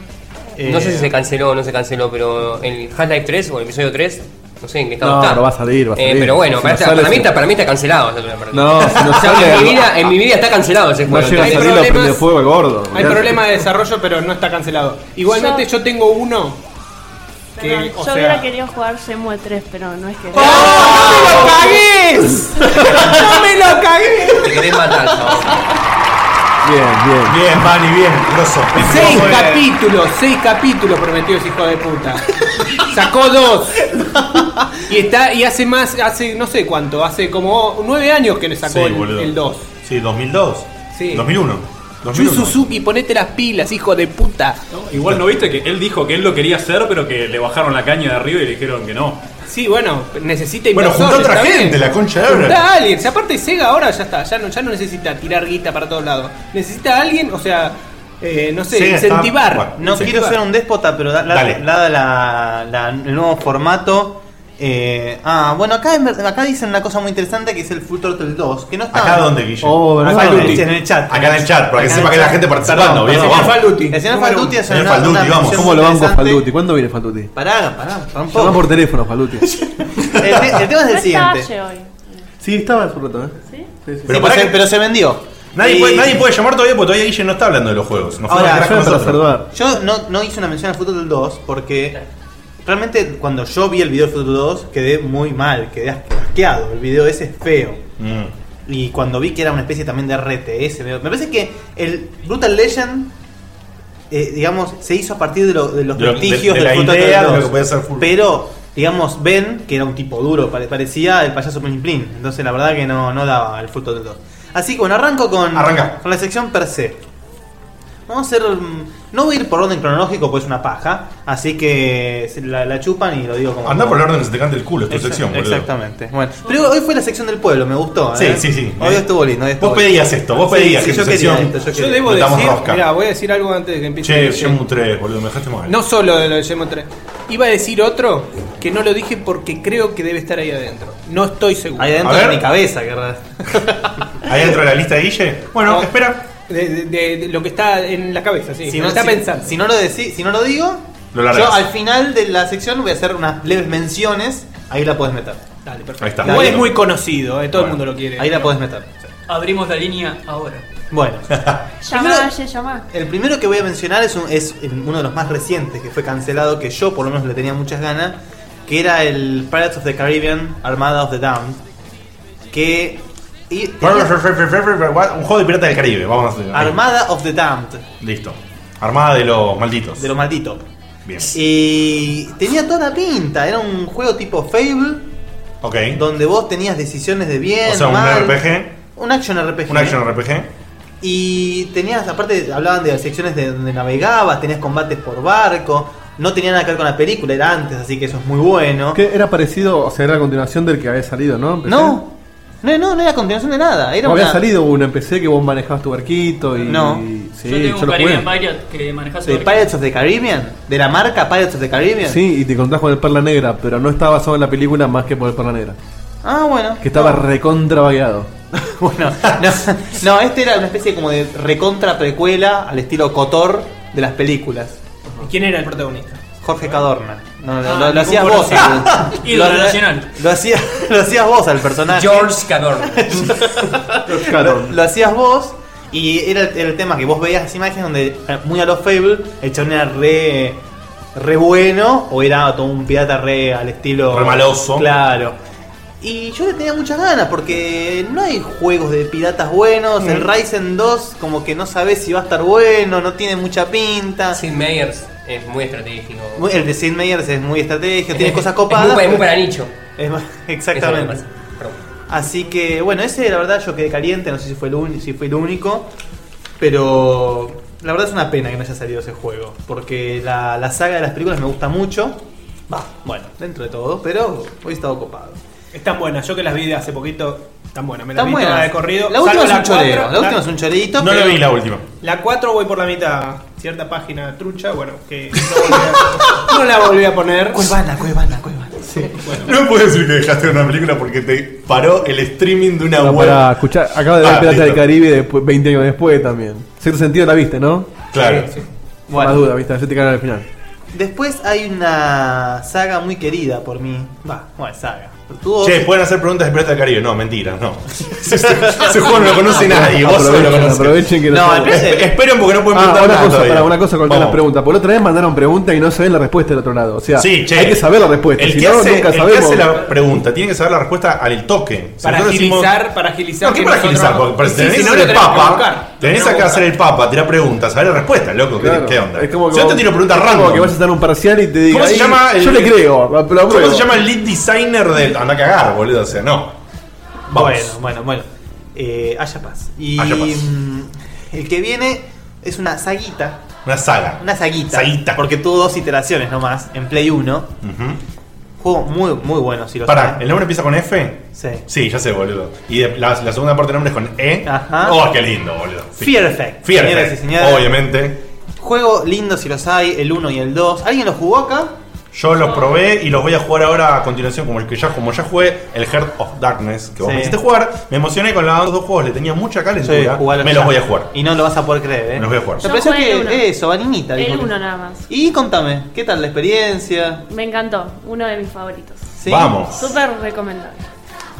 I: No
D: eh,
I: sé si se canceló o no se canceló, pero el Half-Life 3 o el episodio 3, no sé en qué estado
E: No,
I: está.
E: pero va a salir, va a
I: Eh,
E: salir.
I: pero bueno,
E: Si
I: para,
E: no
I: esta-
E: sale,
I: para mí
E: sí.
I: está, para mí está cancelado. esa primera parte.
E: No,
G: *laughs*
E: si no
I: O sea,
E: sale-
I: en, mi vida, en mi vida está cancelado ese
E: No
I: juego.
E: llega a
I: Entonces,
E: salir, lo
G: problemas-
E: prende fuego el gordo.
G: Hay
E: olvidate.
G: problema de desarrollo, pero no está cancelado. Igualmente, yo tengo uno.
H: Perdón,
G: Que,
H: yo
G: o sea- *laughs*
H: hubiera querido jugar Shenmue 3, pero no es que.
G: ¡No
H: *laughs*
G: cagues! ¡No me lo cagué!
I: Te querés matar, chabón.
E: Bien, bien.
C: Bien, Manny, bien, grosso.
G: Seis
C: Muy bien.
G: capítulos, seis capítulos prometió ese hijo de puta. Sacó dos. Y está, y hace más, hace no sé cuánto, hace como nueve años que le sacó
C: Sí,
G: el,
C: boludo.
G: el dos.
C: Sí, 2002.
G: Sí.
C: 2001.
G: Yu
C: 2001.
G: Suzuki, ponete las pilas, hijo de puta.
J: Igual no viste que él dijo que él lo quería hacer, pero que le bajaron la caña de arriba y le dijeron que no.
G: Sí, bueno, necesita
J: Bueno,
G: inversores,
J: juntó otra
G: está bien.
J: gente, la concha de
G: Juntá
J: Ebra.
G: a alguien. O sea, aparte Sega ahora ya está, ya no, ya no necesita tirar guita para todos lados. Necesita a alguien, o sea, eh, no sé,
D: Sega está-
G: incentivar.
D: bueno, no quiero ser un déspota, pero da- la-
G: Dale.
D: dada la- la- el nuevo formato. eh, ah, bueno, acá, en ver- acá dicen una cosa muy interesante que es el Full Turtle 2. Que no está
C: ¿Acá dónde, Guille?
G: Oh,
D: acá eh,
C: Acá
D: en, el,
C: Luti.
D: en el chat.
C: Acá en el chat, para que
D: Acá en
C: sepa
D: el
C: que la
D: chat.
C: gente participando.
D: Perdón,
C: bien,
D: perdón.
C: vamos.
D: El señor Falduti es
C: Señor
D: una-
C: Falduti,
D: una
C: vamos.
D: mención
E: ¿Cómo lo banco a
D: interesante.
E: Falduti? ¿Cuándo viene Falduti?
D: Pará, pará, pará un
E: Llaman
D: poco.
E: por teléfono, Falduti.
D: *laughs* El, te- el tema es el
H: No estaba
D: siguiente.
H: Aye hoy.
E: Sí, estaba hace un rato, ¿eh? Sí,
D: Pero,
C: pará
D: se,
C: que-
D: pero se vendió.
C: Nadie,
D: Y-
C: puede, nadie puede llamar todavía porque todavía Guille no está hablando de los juegos. Nos
D: Ahora,
C: fue a nosotros.
D: Yo no, no hice una mención al Futuro 2 porque realmente cuando yo vi el video del Futuro 2 quedé muy mal, quedé asqueado. El video ese es feo.
C: Mm.
D: Y cuando vi que era una especie también de RTS, me, me parece que el Brutal Legend, eh, digamos, se hizo a partir de, lo- de los
C: De lo-
D: vestigios
C: de- de
D: del
C: la
D: Brutal
C: idea de
D: Legend
C: lo
D: 2.
C: que podía ser Full.
D: Pero, digamos, Ben, que era un tipo duro, pare- parecía el payaso Plin Plin. Entonces, la verdad que no, no daba el Fruto del 2. Así que bueno, arranco con,
C: Arranca.
D: con la sección per se. Vamos a hacer. mm, No voy a ir por orden cronológico, pues es una paja. Así que se la, la chupan y lo digo como.
C: Andá por el orden que se te cante el culo, es tu
D: Exact-
C: sección, boludo.
D: Exactamente. Bueno, pero hoy fue la sección del pueblo, me gustó.
C: Sí,
D: ¿eh?
C: sí, sí.
D: Hoy estuvo lindo. hoy estuvo
C: Vos
D: lindo.
C: pedías esto, vos pedías
D: Sí,
C: que
D: sí, yo
C: tu
D: quería
C: sección.
D: esto, yo
G: Yo
D: quería.
G: debo
C: Le damos
G: decir,
C: rosca.
G: mirá, voy a decir algo antes de que empiece.
C: Che,
G: el-
C: Shenmue 3, boludo, me dejaste mal.
G: No solo de lo de Yemo 3. Iba a decir otro que no lo dije porque creo que debe estar ahí adentro. No estoy seguro.
D: Ahí adentro de mi cabeza, que raro.
C: *laughs* Ahí dentro de la lista de Guille. Bueno, espera.
G: De, de- de- de lo que está eh, en la cabeza, sí.
D: Si
G: lo
D: no,
G: está
D: si-
G: pensando.
D: si no lo decí- si no lo digo,
C: Lo largas.
D: yo al final de la sección voy a hacer unas leves menciones. Ahí la podés meter.
G: Dale, perfecto.
C: Ahí está.
G: Igual es muy conocido, eh, todo el mundo lo quiere.
D: Ahí la podés meter.
F: Abrimos la línea ahora.
C: *laughs*
D: Bueno.
H: Llamá, Aye, llamá.
D: El primero que voy a mencionar es, un- es uno de los más recientes que fue cancelado, que yo por lo menos le tenía muchas ganas, que era el Pirates of the Caribbean Armada of the Down. Que. y-
C: Un juego de pirata del Caribe, vamos a hacer. Ahí.
D: Armada of the Damned,
C: Listo. Armada de los malditos.
D: de lo maldito.
C: Bien.
D: Y tenía toda la pinta, era un juego tipo Fable,
C: Ok.
D: donde vos tenías decisiones de bien,
C: O sea, un
D: mal,
C: RPG.
D: un action RPG.
C: Un action RPG.
D: Y tenías, aparte hablaban de secciones de donde navegabas, tenías combates por barco, no tenía nada que ver con la película, era antes, así que eso es muy bueno.
E: Que era parecido, o sea, era la continuación del que había salido, ¿no?
D: No, No, no, no era continuación de nada. Era
E: Como había
D: una-
E: salido uno, empecé que vos manejabas tu barquito y.
D: No.
E: Sí,
F: Yo tengo
E: yo
F: un
E: lo jugué.
F: Caribbean Pirate que manejas
D: ¿De Pirates of the Caribbean? ¿De la marca Pirates of the Caribbean?
E: Sí, y te contás con el Perla Negra, pero no estaba basado en la película más que por el Perla Negra.
D: Ah, bueno.
E: Que estaba
D: No.
E: recontra vagueado.
D: *laughs* No, no, este era una especie como de recontra precuela al estilo Cotor de las películas.
F: ¿Quién era el protagonista?
D: Jorge Cadorna. No, no,
F: Ah,
D: lo, lo
F: ningún
D: hacías vos.
F: conocido. *laughs*
D: al-
F: Ídolo
D: lo-
F: nacional.
D: Lo hacías, *laughs* lo hacías vos al personaje.
I: George
D: *laughs*
I: Cadorna.
D: lo, lo hacías vos. Y era, era el tema que vos veías las imágenes donde, eh, muy a los Fable, el chabón era re, re bueno o era todo un pirata re al estilo.
C: Re maloso.
D: Claro. Y yo le tenía muchas ganas porque no hay juegos de piratas buenos. El
I: Mm.
D: Ryzen 2, como que no sabes si va a estar bueno, no tiene mucha pinta.
I: Sid Meier's es muy estratégico.
D: Muy- El de Sid Meier's es muy estratégico, tiene cosas
I: Es muy
D: copadas.
I: pa- es muy para nicho.
D: Es *laughs* ma- exactamente.
I: Eso es lo que pasa. Perdón.
D: Así que, bueno, ese la verdad yo quedé caliente, no sé si fue el, uni- si fue el único. Pero la verdad es una pena que no haya salido ese juego. Porque la, la saga de las películas me gusta mucho. Va, bueno, dentro de todo, pero hoy he estado copado.
N: Están buenas, yo que las vi de hace poquito. Están buenas, me las
D: Está
N: vi
D: buena.
N: todas de corrido.
D: La última
N: salvo
D: es un
N: cuatro,
D: choreo. La última es un choreito.
N: No la
D: pero-
N: vi la última. La 4 voy por la mitad. Cierta página trucha, bueno,
D: *laughs*
N: que no, volví a- no la volví a poner.
D: Cuevana, cuevana, cuevana.
C: No puedes decir que dejaste una película porque te paró el streaming de una
E: No,
C: web.
E: para escuchar, acabo de ver
C: Ah,
E: Piratas del
C: listo.
E: Caribe después, 20 años después también. Cierto sentido la viste, ¿no?
C: Claro.
E: Bueno. Más duda, viste, yo te cagaron al final.
D: Después hay una saga muy querida por mí. Va, bueno, saga. Pero tú-
C: Che, pueden hacer preguntas de Pirata del Caribe. No, mentira, no. *laughs* Ese juego no lo conoce nadie. Vos solo lo
E: Aprovechen,
C: conoces.
E: aprovechen que
C: No,
E: saben.
C: esperen- esperen porque no pueden
E: Ah,
C: preguntar
E: una
C: nada
E: cosa,
C: todavía.
E: para una cosa con
C: Vamos.
E: las preguntas. Por otra vez mandaron preguntas y no se ven la respuesta del otro lado. O sea,
C: Sí, che.
E: hay que saber la respuesta.
C: El,
E: si
C: que,
E: no,
C: hace,
E: nunca
C: el que
E: sabemos.
C: hace la pregunta tiene que saber la respuesta al toque. Si
N: Para
C: nosotros decimos-
N: agilizar, para agilizar.
C: No, ¿qué
N: que
C: para
N: nosotros-
C: agilizar? Porque
N: Sí,
C: tenés
N: si
C: que
N: no,
C: hacer
N: lo
C: el
N: tenemos que
C: papa,
N: buscar.
C: tenés
N: Lo tenemos
C: acá
N: que
C: que hacer el papa, tirar preguntas, saber la respuesta, loco. ¿qué-
E: Claro,
C: ¿Qué onda?
E: Es como
C: Si yo
E: que
C: te tiro preguntas
E: es como
C: random.
E: que vas a estar un parcial y te diga.
C: ¿Cómo se
E: "Ey,
C: llama el-
E: Yo le creo. lo- lo
C: ¿Cómo
E: apruebo".
C: se llama el lead designer de.? Anda a cagar, boludo. O sea, no. Vamos.
D: Bueno, bueno, bueno. Eh, haya paz. Y
C: Haya paz.
D: mm, el que viene es una saguita.
C: Una saga.
D: Una saguita.
C: Saguita.
D: Porque tuvo dos iteraciones nomás en Play 1. Juego muy, muy bueno, si lo
C: Pará,
D: saben.
C: ¿el nombre empieza con F?
D: Sí.
C: Sí, ya sé, boludo. Y de- la, la segunda parte del nombre es con E.
D: Ajá.
C: Oh, qué lindo, boludo. Sí.
D: Fear Effect.
C: Fear
D: Señoras
C: Effect,
D: y señores.
C: Obviamente.
D: Juego lindo si los hay, el 1 y el 2. ¿Alguien los jugó acá?
C: Yo los probé y los voy a jugar ahora a continuación, como el que ya, como ya jugué, el Heart of Darkness, que vos
D: Sí.
C: me hiciste jugar. Me emocioné con los dos juegos, le tenía mucha calentura.
D: jugalo
C: me
D: ya.
C: los voy a jugar.
D: Y no lo vas a poder creer, eh.
C: Me los voy a jugar.
D: Me
H: Yo
D: pareció
H: jugué el uno.
D: que eso, vaninita. dijo
H: El
D: que-
H: uno nada más.
D: Y contame, ¿qué tal la experiencia?
H: Me encantó, uno de mis favoritos.
D: ¿Sí?
C: Vamos.
H: Súper recomendable.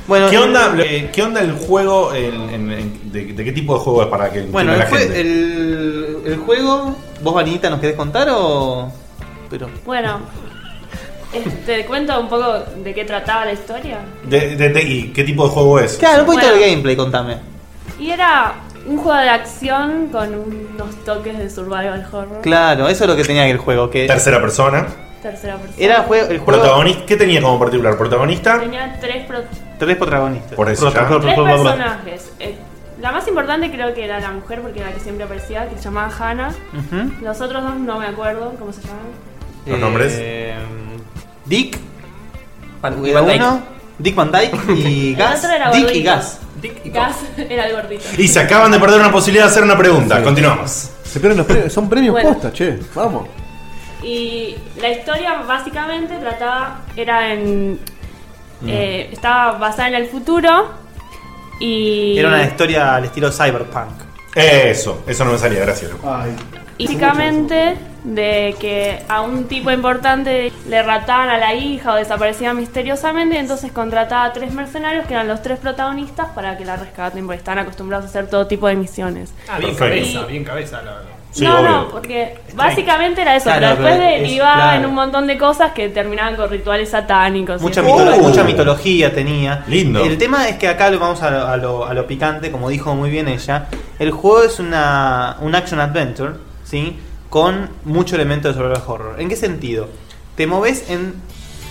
D: Bueno,
C: ¿Qué,
D: y-
C: onda, eh, ¿Qué onda el juego? en- en- en- de, de qué tipo de juego es para que
D: Bueno,
C: entienda la
D: el, jue-
C: gente?
D: el- el juego, ¿vos vaninita nos querés contar o.? Pero.
H: Bueno, eh, te cuento un poco de qué trataba la historia.
C: De- de- de- ¿Y qué tipo de juego es?
D: Claro, un poquito
H: Bueno.
D: del gameplay, contame.
H: Y era un juego de acción con unos toques de survival horror.
D: Claro, eso es lo que tenía el juego. Que
C: Tercera persona.
H: Tercera persona.
D: Era el juego. El juego
C: Protagonista, ¿Qué tenía como particular? ¿Protagonista?
H: Tenía tres, pro-
D: Tres protagonistas.
C: Por eso ya.
H: tres personajes. Eh, la más importante creo que era la mujer, porque era la que siempre aparecía, que se llamaba Hannah.
D: Ujú.
H: Los otros dos no me acuerdo cómo se llaman.
C: ¿Los nombres?
D: Eh, Dick.
I: Van-
D: era
I: Van Dyke.
D: uno. Dick Van Dyke
I: *laughs*
D: y
H: El
D: Gas.
H: otro era
D: Dick y
H: gordito.
D: Gas.
H: Gas *laughs* era el gordito.
C: Y se acaban de perder una posibilidad de hacer una pregunta. Continuamos.
E: Se pierden los premios. Son premios
H: Bueno.
E: posta, che. Vamos.
H: Y la historia básicamente trataba, era en...
D: Mm.
H: eh, estaba basada en el futuro y...
D: Era una historia al estilo cyberpunk.
C: Eso, eso no me salía, gracias.
H: y básicamente de que a un tipo importante le rataban a la hija o desaparecía misteriosamente y entonces contrataba a tres mercenarios que eran los tres protagonistas para que la rescaten porque están acostumbrados a hacer todo tipo de misiones.
N: Ah, bien
H: Perfecto.
N: cabeza, bien cabeza, la verdad.
H: no, no, porque básicamente era eso,
D: Claro,
H: pero después
D: pero es-
H: derivaba
D: claro.
H: en un montón de cosas que terminaban con rituales satánicos. y
D: Mucha,
H: eso.
D: mitolo- mucha mitología tenía.
C: Lindo.
D: El tema es que acá lo vamos a lo, a lo- a lo picante, como dijo muy bien ella. El juego es una, un action adventure, ¿sí? Con mucho elemento de survival horror. ¿En qué sentido? Te moves en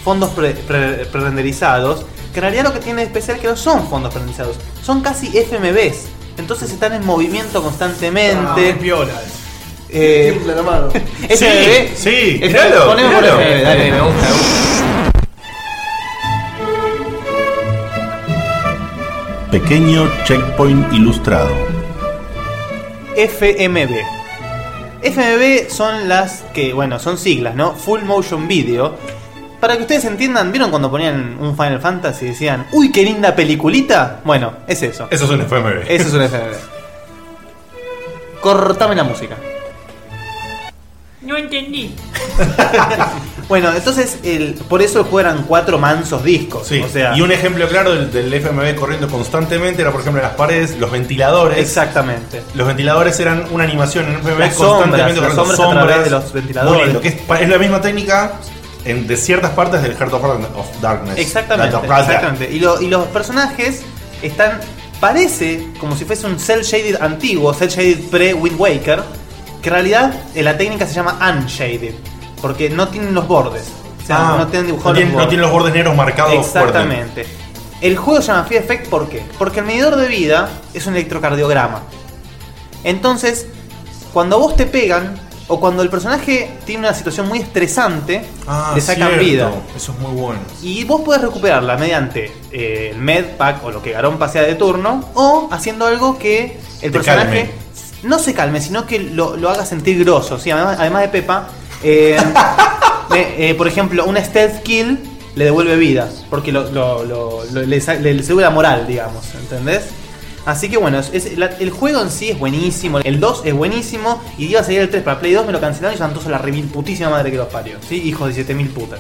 D: fondos pre- pre- pre-renderizados, que en realidad lo que tiene de especial es que no son fondos pre-renderizados, son casi FMVs. Entonces están en movimiento constantemente.
N: Ah, piola.
D: Eh, *laughs*
N: Sí,
D: FMV.
N: sí,
D: F-
N: miralo,
D: ponemos por
N: miralo.
D: FMV, dale.
N: Me gusta, me gusta.
K: Pequeño checkpoint ilustrado.
D: FMB. FMB son las que, bueno, son siglas, ¿no? Full Motion Video. Para que ustedes entiendan, ¿vieron cuando ponían un Final Fantasy y decían, uy, qué linda peliculita? Bueno, es eso.
C: Eso es un FMV.
D: Eso es un FMV. Cortame la música.
F: No entendí.
D: Bueno, entonces, el, por eso el juego eran cuatro mansos discos.
C: Sí,
D: O sea,
C: y un ejemplo claro del, del FMV corriendo constantemente era, por ejemplo, las paredes, los ventiladores.
D: Exactamente.
C: Los ventiladores eran una animación en FMV
D: Las
C: constantemente
D: sombras, las
C: corriendo
D: sombras a través de los ventiladores.
C: Muy lindo, que es, pa- es la misma técnica en, de ciertas partes del Heart of, of Darkness.
D: Exactamente.
C: Heart of Darkness.
D: exactamente. Y, lo- y los personajes están. Parece como si fuese un cel shaded antiguo, cel shaded pre-Wind Waker. Que en realidad eh, la técnica se llama unshaded. Porque no tienen los bordes. O sea,
C: Ah,
D: no tienen dibujados
C: no tienen- no tienen los bordes negros marcados
D: Exactamente. El juego se llama Fear Effect ¿por qué? Porque el medidor de vida es un electrocardiograma. Entonces, cuando a vos te pegan o cuando el personaje tiene una situación muy estresante,
C: Ah,
D: le sacan
C: cierto.
D: vida.
C: Eso es muy bueno.
D: Y vos podés recuperarla mediante eh, el med pack o lo que Garón pasea de turno o haciendo algo que
C: Te
D: el personaje
C: calme.
D: no se calme, sino que lo, lo haga sentir grosso. Sí, además, además de Pepa,
C: *laughs*
D: eh, eh, eh, por ejemplo, una stealth kill le devuelve vida porque lo- lo- lo- lo- le, sa- le- le sube la moral, digamos, ¿entendés? Así que bueno, es- es la- el juego en sí es buenísimo, el 2 es buenísimo y iba a salir el 3 para Play 2, me lo cancelaron y se entonces la remil putísima madre que los parió, ¿sí? Hijos de 7000 putas.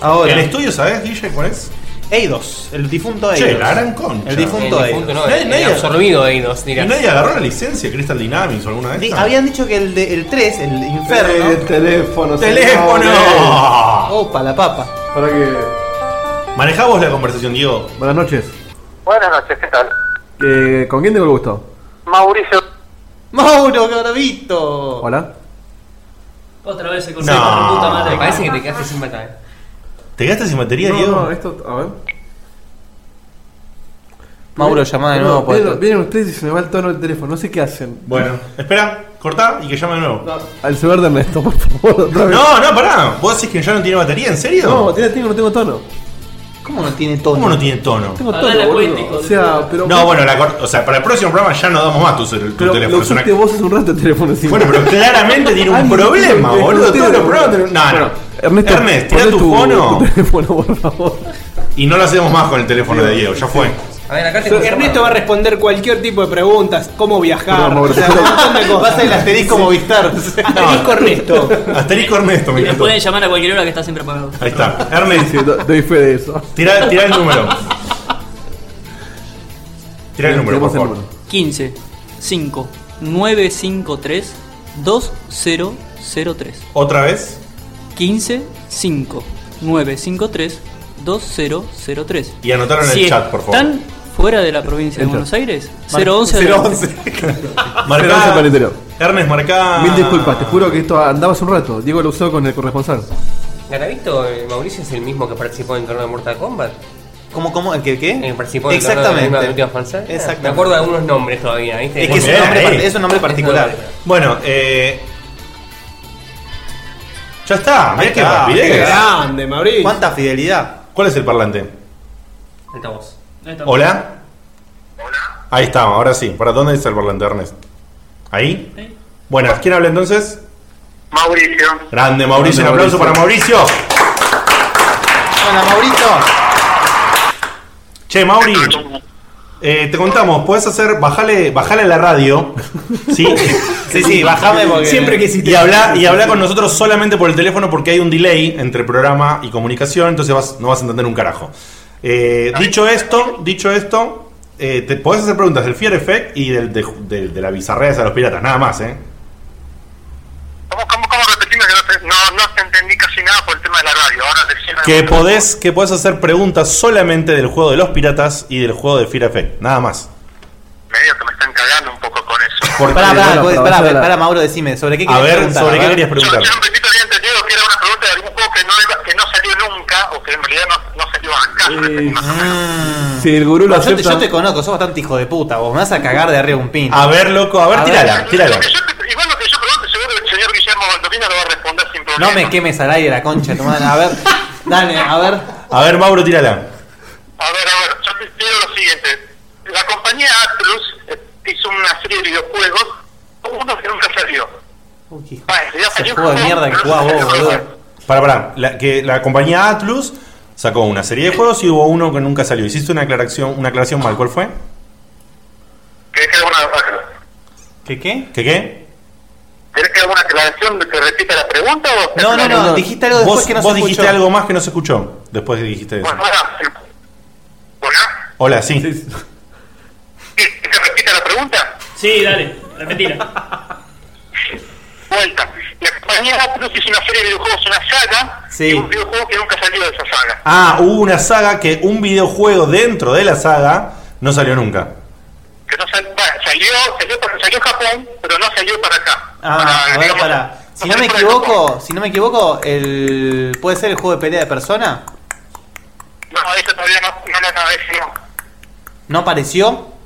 D: Ahora.
C: ¿El estudio sabes, Guille, cuál es?
D: Eidos, el difunto Eidos.
C: Che, la gran concha.
D: El difunto
C: El
D: Eidos.
C: difunto, no, Nadie- el nadie- absorbido Eidos, dirás. ¿Y nadie agarró la licencia Crystal Dynamics o alguna de
D: Di-
C: estas?
D: Habían dicho que el, de- el 3, el Inferno.
E: Eh, teléfono,
D: ¡Teléfono!
E: señores.
D: Opa, la papa.
E: Para que.
C: Manejamos la conversación, Diego.
E: Buenas noches.
O: Buenas noches, ¿qué tal?
E: Eh, ¿Con quién tengo el gusto?
O: Mauricio.
D: ¡Mauro, garbito!
E: Hola.
F: Otra vez se cortó.
C: No.
F: Puta madre.
I: Me parece que te quedaste sin matar.
C: ¿Te quedaste sin batería,
E: No,
C: Diego?
E: no, esto. A ver.
D: Mauro, llamá de
E: No,
D: nuevo, pues.
E: Vienen,
D: poeta.
E: vienen ustedes y se me va el tono del teléfono. No sé qué hacen.
C: Bueno, espera, cortá y que llame de nuevo. No,
E: Al celular de Ernesto, por favor, otra vez.
C: no, pará. ¿Vos decís que ya no tiene batería? ¿En serio?
E: No, tiene- tengo, no tengo tono.
D: ¿Cómo no tiene tono?
C: ¿Cómo no tiene tono?
E: Tengo tono, boludo. O sea, pero.
C: no, bueno, la cor- o sea, para el próximo programa ya no damos más tu, cel- tu
E: Pero
C: teléfono.
E: lo
C: es una-
E: usaste vos hace un rato el teléfono encima. *laughs*
C: Bueno, pero claramente tiene un
E: Ah, ni
C: problema,
E: siquiera
C: boludo.
E: te
C: Todos
E: escuché,
C: los programas tienen- No,
E: Bueno,
C: no.
E: Ernesto,
C: Ernest, tira
E: poné
C: tu fono.
E: tu teléfono, por favor.
C: Y no lo hacemos más con el teléfono de Diego, ya fue.
I: A ver, acá
G: Ernesto va a responder cualquier tipo de preguntas, cómo viajar,
C: Perdón, Mauro,
G: o sea,
C: pero-
G: un montón de cosas.
D: Vas a ir asterisco Movistar.
G: Asterisco Ernesto.
C: Asterisco Ernesto, me
F: Me
C: encantó.
F: pueden llamar a cualquier hora que está siempre apagado.
C: Ahí está. Ernest,
E: doy fe de eso.
C: Tira, el número. Tira el número, por
E: Tenemos el
C: favor.
F: 15 5 953 2003.
C: ¿Otra vez?
F: 15 5 953 2003.
C: Y anotaron en el
F: Si
C: chat, por favor.
F: Están fuera de la provincia de
C: Entra.
F: Buenos Aires.
C: Mar-
F: 011 *laughs*
C: 011. Marcá-
E: Pero no se para el interior.
C: Ernest, marcá.
E: Mil disculpas, te juro que esto andaba hace un rato. Diego lo usó con el corresponsal.
I: Garavito, eh, Mauricio es el mismo que participó en el torneo de Mortal Kombat.
D: ¿Cómo, cómo? ¿El que qué?
I: El que participó en el torneo de
D: Exactamente.
I: la última falsa.
D: Exactamente.
I: Me acuerdo de algunos nombres todavía, ¿viste?
D: Es que es un
I: Eh,
D: nombre,
I: eh.
D: par- es un nombre particular.
C: Bueno, eh. Ya está, mirá qué rapidez.
G: grande, Mauricio.
D: ¿Cuánta fidelidad?
C: ¿Cuál es el parlante?
I: Altavoz.
C: ¿Hola? Ahí está, ahora sí. ¿Para dónde es el parlante, Ernest? ¿Ahí? Buenas, ¿quién habla entonces?
O: Mauricio.
C: Grande, Mauricio, un
E: Grande,
C: aplauso para Mauricio.
D: Hola, Maurito.
C: Che, Mauri, eh, te contamos, puedes hacer, bajale, bajale la radio, *laughs* ¿sí?
D: Sí, sí, bajame porque- Siempre quisiste.
C: Y habla, y habla con nosotros solamente por el teléfono porque hay un delay entre programa y comunicación, entonces vas- no vas a entender un carajo. Eh, dicho esto, dicho esto, eh, te podés hacer preguntas del Fear Effect y del, de, de- de la bizarrea esa de los piratas, nada más, ¿eh? Que podés, que podés hacer preguntas solamente del juego de los piratas y del juego de Fear Effect, nada más. *laughs* Medio que me están cagando un poco con eso.
D: Pará, pará, pará, pará, pará, Mauro, decime, ¿sobre qué
C: A
D: querías
C: ver,
D: preguntar?
C: ¿sobre
D: a
C: qué
D: ver?
C: querías preguntar?
E: Si el gurú lo
D: Yo te-
E: acepta.
D: Yo te conozco, sos bastante hijo de puta, vos me vas a cagar de arriba un pin.
C: A ver, loco, a ver, tírala, tírala.
D: No me quemes al aire la concha, de tu madre. A ver, dale, a ver.
C: A ver, Mauro, tírala.
O: La eh, una serie de videojuegos, uno que nunca salió. Bueno, ya
D: Ese
O: salió
D: juego de mierda que jugás vos, boludo.
C: Para, para, la, que la compañía Atlus sacó una serie de juegos y hubo uno que nunca salió. Hiciste una aclaración, una aclaración mal, ¿cuál fue?
O: ¿Querés que haga una,
D: ¿Qué qué?
C: ¿Qué qué?
O: ¿Querés que haga una aclaración que repita la pregunta? O
C: Vos- Vos dijiste algo más que no se escuchó después que dijiste eso. Hola, sí.
O: ¿Repita la pregunta?
F: Sí, dale, repetila.
O: Vuelta. La compañía Atlus hizo una serie de videojuegos, una saga,
C: Sí.
O: y un videojuego que nunca salió de esa saga.
C: Ah, hubo una saga que un videojuego dentro de la saga no salió nunca.
O: Que no sal- bueno, salió, salió, por- salió en Japón, pero no salió para acá.
D: Ah, a ver,
O: digamos,
D: pará. Si no me equivoco, si no me equivoco, el ¿puede ser el juego de pelea de persona?
O: No, eso todavía no, no lo sabes, no.
D: ¿No apareció?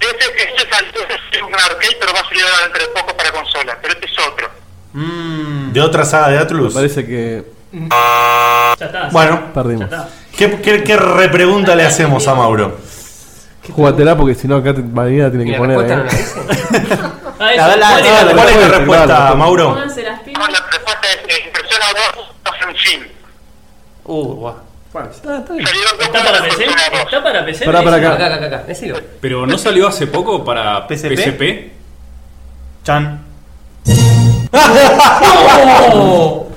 O: Ese, ese salió, ese es un arcade, pero va a salir ahora dentro de poco para consola. Pero este es otro.
D: Mm,
C: De otra saga de Atlus.
E: parece que.
O: Ya está.
C: Bueno,
E: perdimos.
C: ¿Qué, qué, qué repregunta le hacemos a Mauro?
E: Jugátela porque si no acá te- Marina tiene que
C: la
E: poner.
C: respuesta
E: ¿eh?
F: Ah,
E: La verdad,
C: ¿Cuál es
E: no, la
C: la- cuál es la
E: respuesta,
C: respuesta,
E: claro.
C: Mauro?
H: Pónganse las pilas.
O: No, la respuesta es eh, Persona 2 hace un fin.
D: Uh, guau.
F: ¿Está para PC? ¿Está para PC?
J: Pará, pará, acá.
I: Acá, acá, acá, decilo.
J: Pero no salió hace poco para PSP.
D: Chan.
C: *laughs*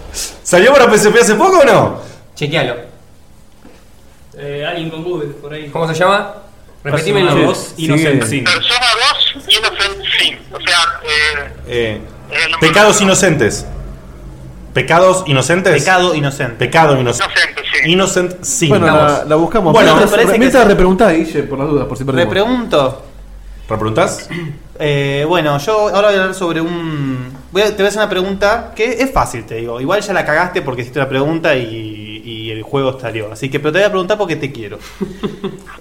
C: ¿Salió para PSP hace poco o no?
I: Chequealo.
F: Eh, alguien con Google, por ahí.
I: ¿Cómo se llama? Repetime
F: Persona
I: el
F: dos Innocent
C: Sin.
O: Persona 2 Innocent Sin. O sea, eh,
C: Eh, pecados inocentes. Pecados inocentes. Pecado
D: inocente.
C: Pecado inocente. Inocent sin.
E: Bueno, la, la buscamos.
C: Bueno,
E: mientras,
C: me parece que
E: mientras
C: sí.
E: repreguntá, Guille, por las dudas, por si
D: Le
E: perdimos.
D: pregunto.
C: ¿Repreguntás?
D: *clears throat* Eh, bueno, yo ahora voy a hablar sobre un. voy a- te voy a hacer una pregunta que es fácil, te digo. Igual ya la cagaste porque hiciste la pregunta y, y el juego salió. Así que, pero te voy a preguntar porque
I: *laughs*
D: te quiero.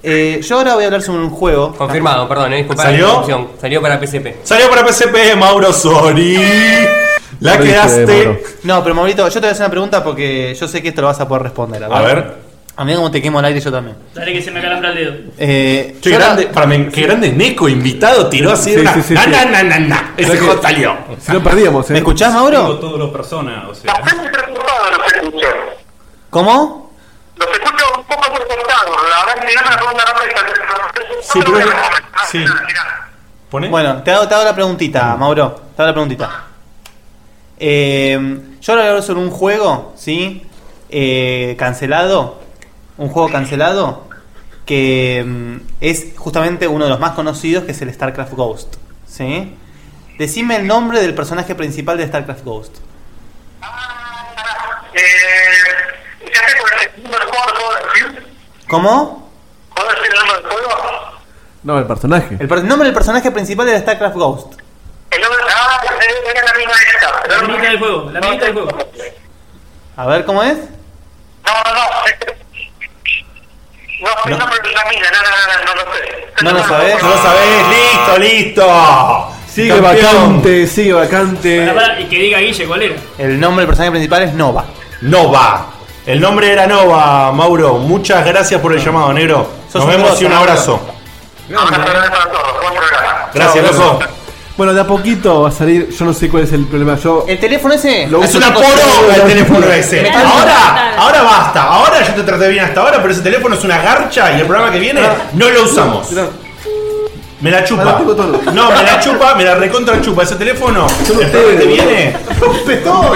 D: Eh, yo ahora voy a hablar sobre un juego.
I: Confirmado, perdón, eh, disculpa la
D: ¿Salió?
I: interrupción. Salió para PSP.
C: Salió para PSP, Mauro Sori. La
D: Lo
C: quedaste.
D: dije, Mauro. No, pero Maurito, yo te voy a hacer una pregunta porque yo sé que esto lo vas a poder responder.
C: A ver.
D: A mí como te quemo el aire yo también.
F: Dale que se me calambra el dedo.
D: Eh,
C: Qué
D: yo ahora-
C: grande, para mí, qué grande Neko invitado tiró así.
E: Sí,
C: una-
E: sí, sí,
C: na,
E: sí.
C: na, na, na, na. Ese
E: Creo que-
C: hot salió.
E: Si no perdíamos, ¿eh?
D: ¿Me escuchás, Mauro?
J: Tengo todos los personas, o sea.
D: ¿Cómo?
O: los escucho un poco por cortado. La verdad, si no me ronda no me
D: Sí, pero. Sí. Bueno, te hago, te hago la preguntita, Mauro. Te hago la preguntita. Eh, yo ahora voy a hablar sobre un juego, ¿sí? Eh, cancelado. Un juego cancelado. Que mm, es justamente uno de los más conocidos, que es el StarCraft Ghost. ¿Sí? Decime el nombre del personaje principal de StarCraft Ghost.
O: ¿Qué hace con el número de juego?
D: ¿Cómo?
O: ¿Cuál es el número de juego?
E: No, el personaje.
D: El per- nombre del personaje principal de StarCraft Ghost.
O: El número. Ah, era la misma de esta. La
F: minita del juego, la minita del juego.
D: A ver cómo es.
O: No, no, no. No, el nombre de la mina, no, no, no, no, no lo sé.
D: No lo sabés.
C: No lo sabés, listo, listo.
E: Sigue
C: Campeón.
E: vacante, sigue vacante.
F: Pará, pará, y que diga Guille cuál era.
D: El nombre del personaje principal es Nova.
C: Nova. El nombre era Nova, Mauro. Muchas gracias por el llamado, negro.
E: Sos
C: Nos
E: un
C: vemos
E: grosso,
C: y un
E: Mauro.
C: abrazo.
O: Ah,
C: Gracias,
E: Chao,
C: loco.
E: Bueno, de a poquito va a salir. Yo no sé cuál es el problema.
D: *laughs*
E: Yo.
D: El teléfono ese.
E: Lo
C: Es
E: uso
C: una
E: para
C: poronga el
E: cosas.
C: teléfono ese.
E: Me están
C: Ahora, ahora basta. Ahora yo te traté bien hasta ahora, pero ese teléfono es una garcha y el programa que viene no lo usamos. Me la
E: Ahora
C: chupa.
E: Ah, tengo todo.
C: No, me la chupa, me la recontra chupa. Ese teléfono, el programa que viene,
E: rompe todo.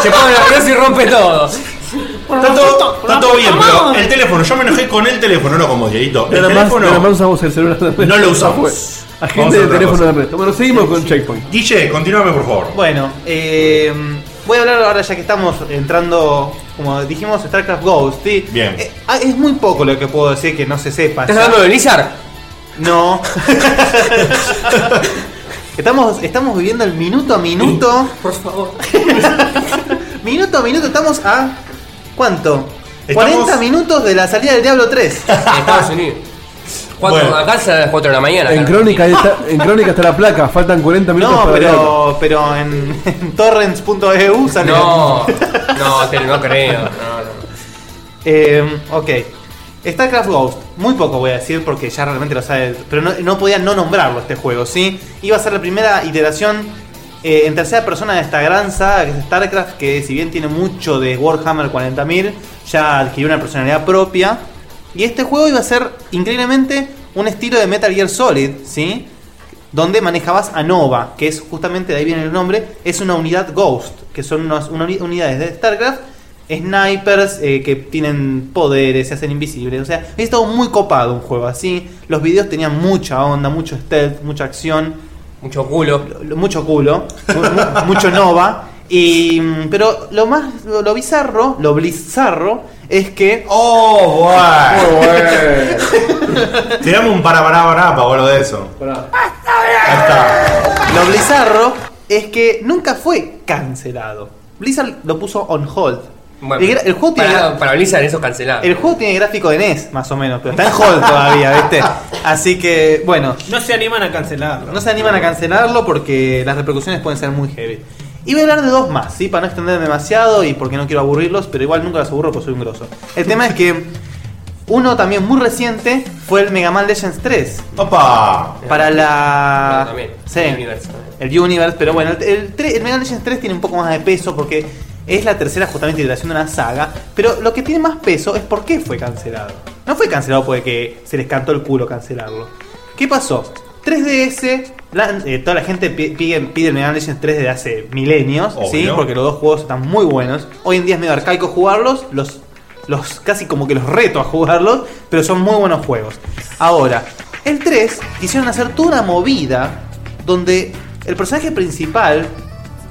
I: Se pone la cruz y rompe todo.
C: está todo, está todo bien, pero el teléfono, yo me enojé con el teléfono, no como Dieguito. El
E: Nada más, nada más
C: teléfono,
E: usamos el celular.
C: No lo usamos. Vamos a
E: Agente de
C: otra
E: teléfono
C: cosa.
E: de red. Bueno, seguimos con Checkpoint.
C: Guille, continúame por favor.
D: Bueno, eh, voy a hablar ahora ya que estamos entrando, como dijimos, StarCraft Ghost. ¿sí?
C: Bien.
D: Eh, ah, es muy poco lo que puedo decir que no se sepa.
I: ¿Estás
D: ya.
I: hablando de Blizzard? *laughs*
D: No. estamos, estamos viviendo el minuto a minuto. Por favor. *laughs* minuto a minuto, estamos a. ¿Cuánto?
I: Estamos-
D: 40 minutos de la salida del Diablo
C: *laughs*
D: 3.
I: En
D: *laughs*
I: Estados Unidos. Cuatro-
D: Bueno.
I: Acá se a las 4 de la mañana.
E: En
I: acá.
E: crónica, ahí está, en crónica está la placa. Faltan 40 minutos
D: No,
E: para el auto.
D: pero, pero en, en E torrents.eu sale.
I: No, no, te- no creo. No, no.
D: Eh, Em, ok. StarCraft Ghost, muy poco voy a decir porque ya realmente lo sabe, pero no, no podía no nombrarlo este juego, ¿sí? Iba a ser la primera iteración eh, en tercera persona de esta gran saga que es StarCraft, que si bien tiene mucho de Warhammer 40.000, ya adquirió una personalidad propia. Y este juego iba a ser increíblemente un estilo de Metal Gear Solid, ¿sí? donde manejabas a Nova, que es justamente de ahí viene el nombre, es una unidad Ghost, que son unas una uni- unidades de StarCraft, snipers eh, que tienen poderes, se hacen invisibles, o sea, es todo muy copado un juego así, los videos tenían mucha onda, mucho stealth, mucha acción,
I: mucho culo,
D: mucho culo, mu- mu- mucho Nova, y mm, pero lo más lo, lo bizarro, lo bizarro es que
C: oh,
D: *laughs*
C: Tirame un para para para para boludo de eso.
D: Lo bizarro es que nunca fue cancelado. Blizzard lo puso on hold.
I: Bueno,
D: el, gra- el juego tiene,
I: para, para Blizzard eso es cancelado.
D: el juego tiene gráfico de NES, más o menos, pero está en hold todavía, ¿viste? Así que, bueno,
N: No se animan a cancelarlo.
D: no se animan a cancelarlo porque las repercusiones pueden ser muy heavy. Y voy a hablar de dos más, ¿sí? Para no extender demasiado y porque no quiero aburrirlos, pero igual nunca los aburro porque soy un grosso. El tema es que uno también muy reciente fue el Mega Man Legends 3.
C: ¡Opa!
D: Para la... Sí.
I: Universo.
D: El Universe, pero bueno, el, el, tre- el Mega Man Legends 3 tiene un poco más de peso porque es la tercera justamente iteración de una saga, pero lo que tiene más peso es por qué fue cancelado. No fue cancelado porque se les cantó el culo cancelarlo. ¿Qué pasó? 3DS, la- eh, toda la gente pi- pide, pide el Mega Man Legends 3 desde hace milenios,
C: Obvio.
D: ¿sí? porque los dos juegos están muy buenos. Hoy en día es medio arcaico jugarlos, los, los casi como que los reto a jugarlos, pero son muy buenos juegos. Ahora, el 3 quisieron hacer toda una movida donde el personaje principal,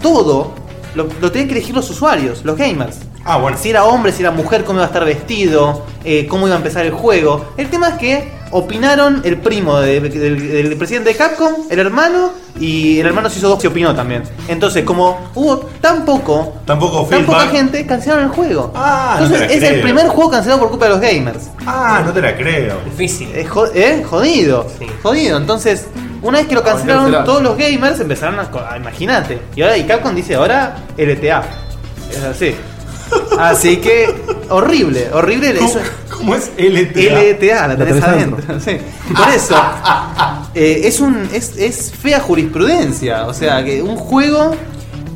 D: todo, lo, lo tenían que elegir los usuarios, los gamers.
C: Ah, bueno.
D: Si era hombre, si era mujer, cómo iba a estar vestido, eh, cómo iba a empezar el juego. El tema es que opinaron el primo de- del, del presidente de Capcom, el hermano, y el hermano se hizo dos que opinó también. Entonces, como hubo tan poco,
C: Tampoco
D: tan poca
C: feedback.
D: gente, cancelaron el juego.
C: Ah, no
D: Entonces,
C: te la
D: es el
C: creo.
D: primer juego cancelado por culpa de los gamers.
C: Ah, no te la creo.
I: Difícil.
D: Es jo- ¿eh? jodido. Jodido. Entonces, una vez que lo cancelaron,
I: cancelaron.
D: todos los gamers empezaron a. co- a- Imagínate. Y ahora y Capcom dice ahora LTA. Es
C: *laughs*
D: así. Así que. Horrible, horrible. ¿Cómo,
C: ¿Cómo es LTA?
D: LTA, la
C: La
D: tenés
C: tenés
D: adentro. Sí. Por eso.
C: *laughs*
D: eh, es un. Es, es fea jurisprudencia. O sea, que un juego.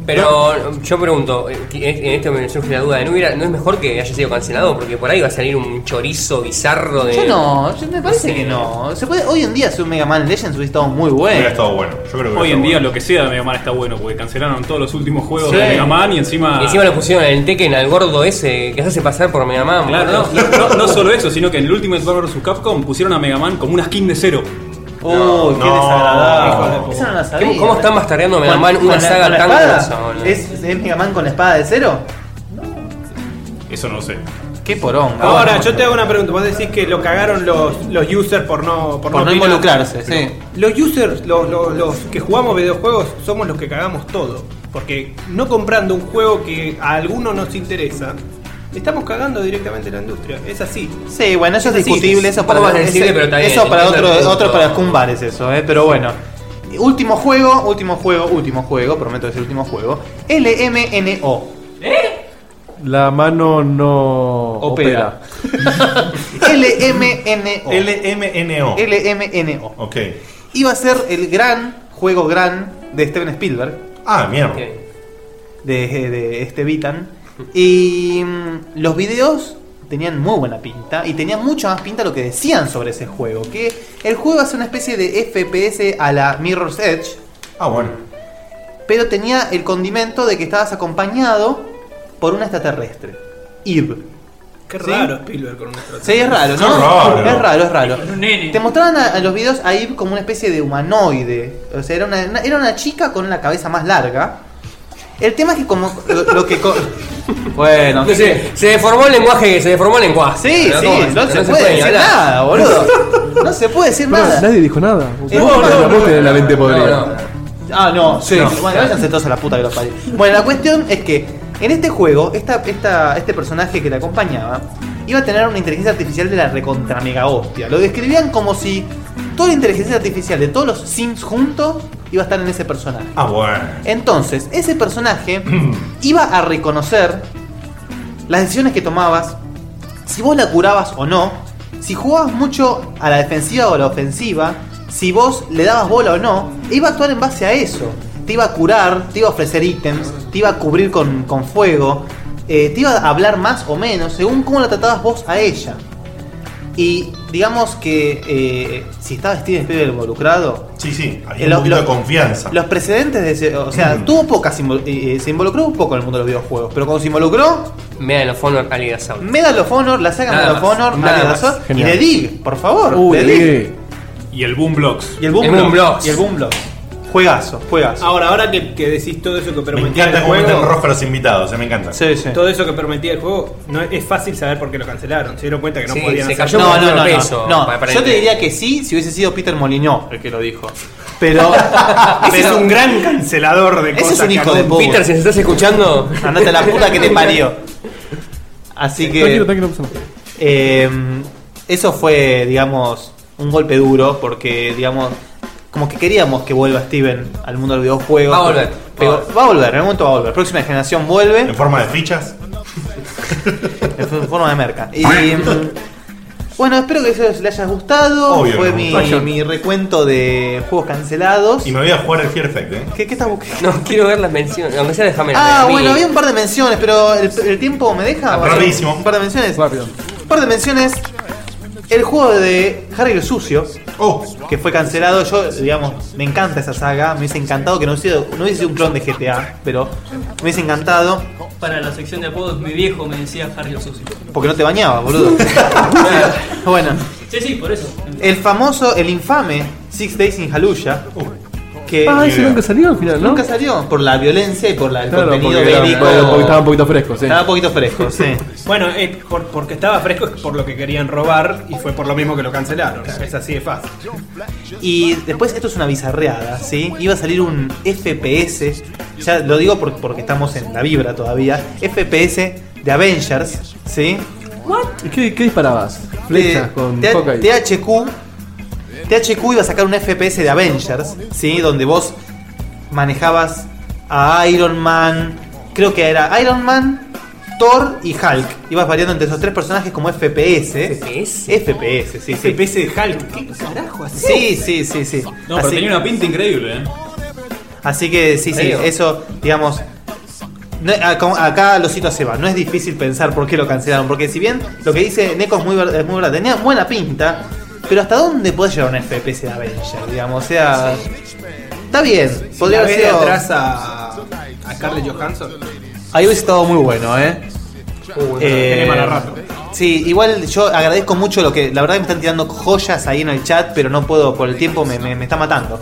I: Pero yo pregunto, eh, en esto me surge la duda, ¿no, hubiera- ¿no es mejor que haya sido cancelado? Porque por ahí va a salir un chorizo bizarro de...
D: Yo no, yo- me parece que no. Se puede, hoy en día si un Mega Man Legends hubiese estado muy bueno.
J: Hubiera
C: estado bueno. Yo creo
J: Hoy en día lo que sea de Mega Man está bueno, porque cancelaron todos los últimos juegos
I: Sí.
J: de Mega Man y encima.
I: Y encima lo pusieron en el Tekken al gordo ese que se hace pasar por Mega Man.
J: Claro,
I: boludo.
J: no, no- no- no solo eso, sino que en el Ultimate Marvel vs. Capcom pusieron a Mega Man como una skin de cero.
D: Oh, qué desagradable. Eso no la sabía.
I: ¿Cómo- cómo están bastardeando Mega
D: ¿Con-
I: Man una
D: con la-
I: saga
D: con la
I: tan
D: espada?
I: grosa, boludo?
D: ¿Es, ¿Es Mega Man con la espada de cero?
J: Eso no lo sé.
D: Qué poronga.
N: Ahora,
D: Bueno.
N: yo te hago una pregunta. Vos decís que lo cagaron los, los users por no,
D: Por no
N: opinar.
D: involucrarse, sí.
N: Los users, los, los- los que jugamos videojuegos, somos los que cagamos todo. Porque no comprando un juego que a alguno nos interesa, estamos cagando directamente la industria. Es así.
D: Sí, bueno, eso es,
N: así.
D: discutible, eso para, ese- eso para otro, otro para Scumbares eso, eh, pero bueno. Último juego, último juego, último juego, prometo decir último juego.
I: *laughs*
D: LMNO.
E: La mano no
D: Opera.
E: opera.
D: LMNO.
C: LMNO.
D: LMNO.
C: Ok.
D: Iba a ser el gran juego gran de Steven Spielberg.
C: Ah, mierda.
D: De, de este Vitan. Y mm, los videos tenían muy buena pinta. Y tenían mucha más pinta lo que decían sobre ese juego. Que el juego hace una especie de FPS a la Mirror's Edge.
C: Ah, bueno.
D: Pero tenía el condimento de que estabas acompañado por un extraterrestre. Eve.
N: Qué
D: ¿Sí?
N: raro Spielberg con nuestro.
D: Sí, es raro, ¿no?
N: Qué raro.
D: Es raro, es raro. Te mostraban a, a los videos a Eve como una especie de humanoide. O sea, era una, una- era una chica con la cabeza más larga. El tema es que como lo, lo *laughs* que... co- bueno.
I: No sé, se deformó el lenguaje, se deformó el lenguaje.
D: Sí,
I: Pero
D: sí,
I: ¿cómo?
D: no, se, puede decir
I: hablar.
D: nada, boludo. No se puede decir
E: Pero
D: nada.
E: Nadie dijo nada. Vos
D: No, no,
E: tenés-
D: no,
E: vos
D: no,
E: tenés la mente
D: no,
E: podrida.
D: Ah, no, sí.
E: No.
D: Bueno, váyanse todos a la puta que los parió. Bueno, la cuestión es que en este juego, esta, esta, este personaje que te acompañaba iba a tener una inteligencia artificial de la recontra mega hostia. Lo describían como si toda la inteligencia artificial de todos los Sims juntos iba a estar en ese personaje.
C: Ah, bueno.
D: Entonces, ese personaje iba a reconocer las decisiones que tomabas, si vos la curabas o no, si jugabas mucho a la defensiva o a la ofensiva, si vos le dabas bola o no, iba a actuar en base a eso. Te iba a curar, te iba a ofrecer ítems, te iba a cubrir con, con fuego, eh, te iba a hablar más o menos según cómo la tratabas vos a ella. Y digamos que eh, si estaba Steven Spielberg involucrado. eh,
C: Sí, sí, había un poquito de confianza.
D: Los precedentes de ese-
C: *clears throat*
D: O sea, tuvo pocas. invol- eh, eh, se involucró un poco en el mundo de los videojuegos, pero cuando se involucró.
I: Medal of Honor, Alidas Out.
D: Medal of Honor, la saga
I: Nada
D: Medal of
I: más,
D: Honor,
I: nada
D: Alien
I: más.
D: Assault, y
I: Genial.
D: de Dig, por favor.
I: Uy,
D: de Dig.
J: Y el Boom Blocks.
D: Y el Boom,
J: El
D: Blocks,
J: Boom Blocks.
D: Y el Boom Blocks. Juegazo, juegazo.
N: Ahora, ahora que, que decís todo eso que
C: Me
N: prometía
C: encanta
N: Ah, el
C: cómo meten
N: juego.
C: rosca a los invitados, eh, me encanta.
D: Sí, sí.
N: Todo eso que prometía el juego, no es fácil saber por qué lo cancelaron. Se dieron cuenta que no
D: Sí,
N: podían
D: se
N: hacer
D: cayó por otro peso, No, para- para yo el- te diría que sí si hubiese sido Peter Molinó el que lo dijo. *laughs*
G: *laughs*
D: Pero.
N: Ese es un gran cancelador de
D: Ese
N: cosas.
D: es un
N: que
D: hijo
N: acabó-
D: de puta.
N: Peter, si nos
D: estás escuchando, andate a la
E: *laughs*
D: puta *laughs* que te parió. Así que.
E: Tranquilo, tranquilo, no pasa nada.
D: Eh, eso fue, digamos, un golpe duro porque, digamos, como que queríamos que vuelva Steven al mundo del videojuego.
I: Va a volver.
D: Pero- va a volver, en algún momento va a volver. Próxima generación vuelve. ¿En
C: forma de fichas?
D: *laughs* en forma de merca.
C: *laughs*
D: Y, mm, bueno, espero que eso le haya gustado.
C: Obvio que
D: fue
C: me
D: mi,
C: gustó.
D: mi recuento de juegos cancelados.
C: Y me voy a jugar el Fear Effect, eh.
D: ¿Qué, qué estás buscando?
I: No, quiero ver las menciones. Aunque sea, déjame
D: Ah, bueno, había un par de menciones, pero el, el tiempo me deja.
I: Rapidísimo.
D: Un par de menciones. Un par de menciones. El juego de Harry el Sucio, que fue cancelado. Yo, digamos, me encanta esa saga. Me hubiese encantado que no hubiese, no hubiese sido un clon de GTA, pero me hubiese encantado
F: Para la sección de apodos, mi viejo me decía Harry o Sucio.
D: porque no te bañaba, boludo. *laughs* bueno,
F: Sí, sí, por eso.
D: el famoso, el infame Six Days in Hallelujah. Que
E: Ah, ese nunca salió al final, ¿no?
D: Nunca salió por la violencia y por la, el
E: Claro,
D: contenido
E: porque era-
D: bélico.
E: era- porque estaba un poquito fresco, sí.
D: Estaba un poquito fresco, sí.
N: *laughs* Bueno, eh, por- porque estaba fresco es por lo que querían robar y fue por lo mismo que lo cancelaron. Es así de fácil.
D: Y después esto es una bizarreada, ¿sí? Iba a salir un FPS, ya lo digo por- porque estamos en la vibra todavía, FPS de Avengers, ¿sí?
E: ¿Y ¿Qué, qué disparabas? Flechas
D: Eh,
E: con
D: T-
E: Hawkeye.
D: THQ THQ iba a sacar un FPS de Avengers, ¿sí? Donde vos manejabas a Iron Man, creo que era Iron Man, Thor y Hulk. Ibas variando entre esos tres personajes como FPS. ¿FPS? FPS, sí, sí.
N: FPS de Hulk, ¿qué carajo así?
D: Sí, sí, sí, sí.
J: No, pero tenía una pinta increíble, eh.
D: Así que sí, sí,
J: Creo.
D: eso, digamos. no- acá, acá lo cito a Seba, no es difícil pensar por qué lo cancelaron. Porque si bien lo que dice Neko es muy, ver- es muy verdad, tenía buena pinta, pero ¿hasta dónde puede llegar un FPS de Avenger? Digamos, o sea. Está bien, podría
N: Podría
D: haber
N: ver
D: sido.
N: atrás a, a Scarlett Johansson.
D: Ahí hubiese estado muy bueno, ¿eh?
N: Tiene para rato.
D: Sí, igual yo agradezco mucho lo que. La verdad que me están tirando joyas ahí en el chat, pero no puedo, por el tiempo me, me- me está matando.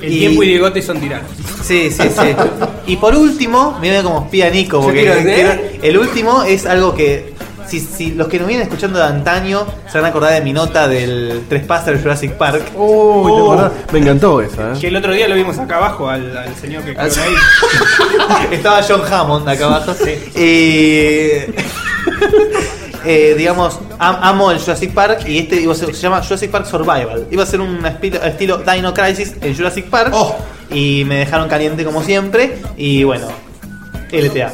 N: El tiempo y Diegote son tiranos.
D: Sí, sí, sí. Y por último, mira como espía Nico, porque
N: quiero
D: el-
E: ¿eh?
N: ver.
D: el último es algo que. Si, si los que nos vienen escuchando de antaño se van a acordar de mi nota del Trespasser Jurassic Park. Uh. Oh.
E: Uy, ¿te acordás? Me encantó esa,
N: Que
E: ¿eh?
N: el otro día lo vimos acá abajo al, al señor que
D: Ah,
N: quedó ahí.
D: *laughs* Estaba John Hammond acá abajo. Eh, eh, digamos, am- amo el Jurassic Park y este iba a ser- se llama Jurassic Park Survival. Iba a ser un espi- estilo Dino Crisis en Jurassic Park. Y me dejaron caliente como siempre. Y bueno, LTA.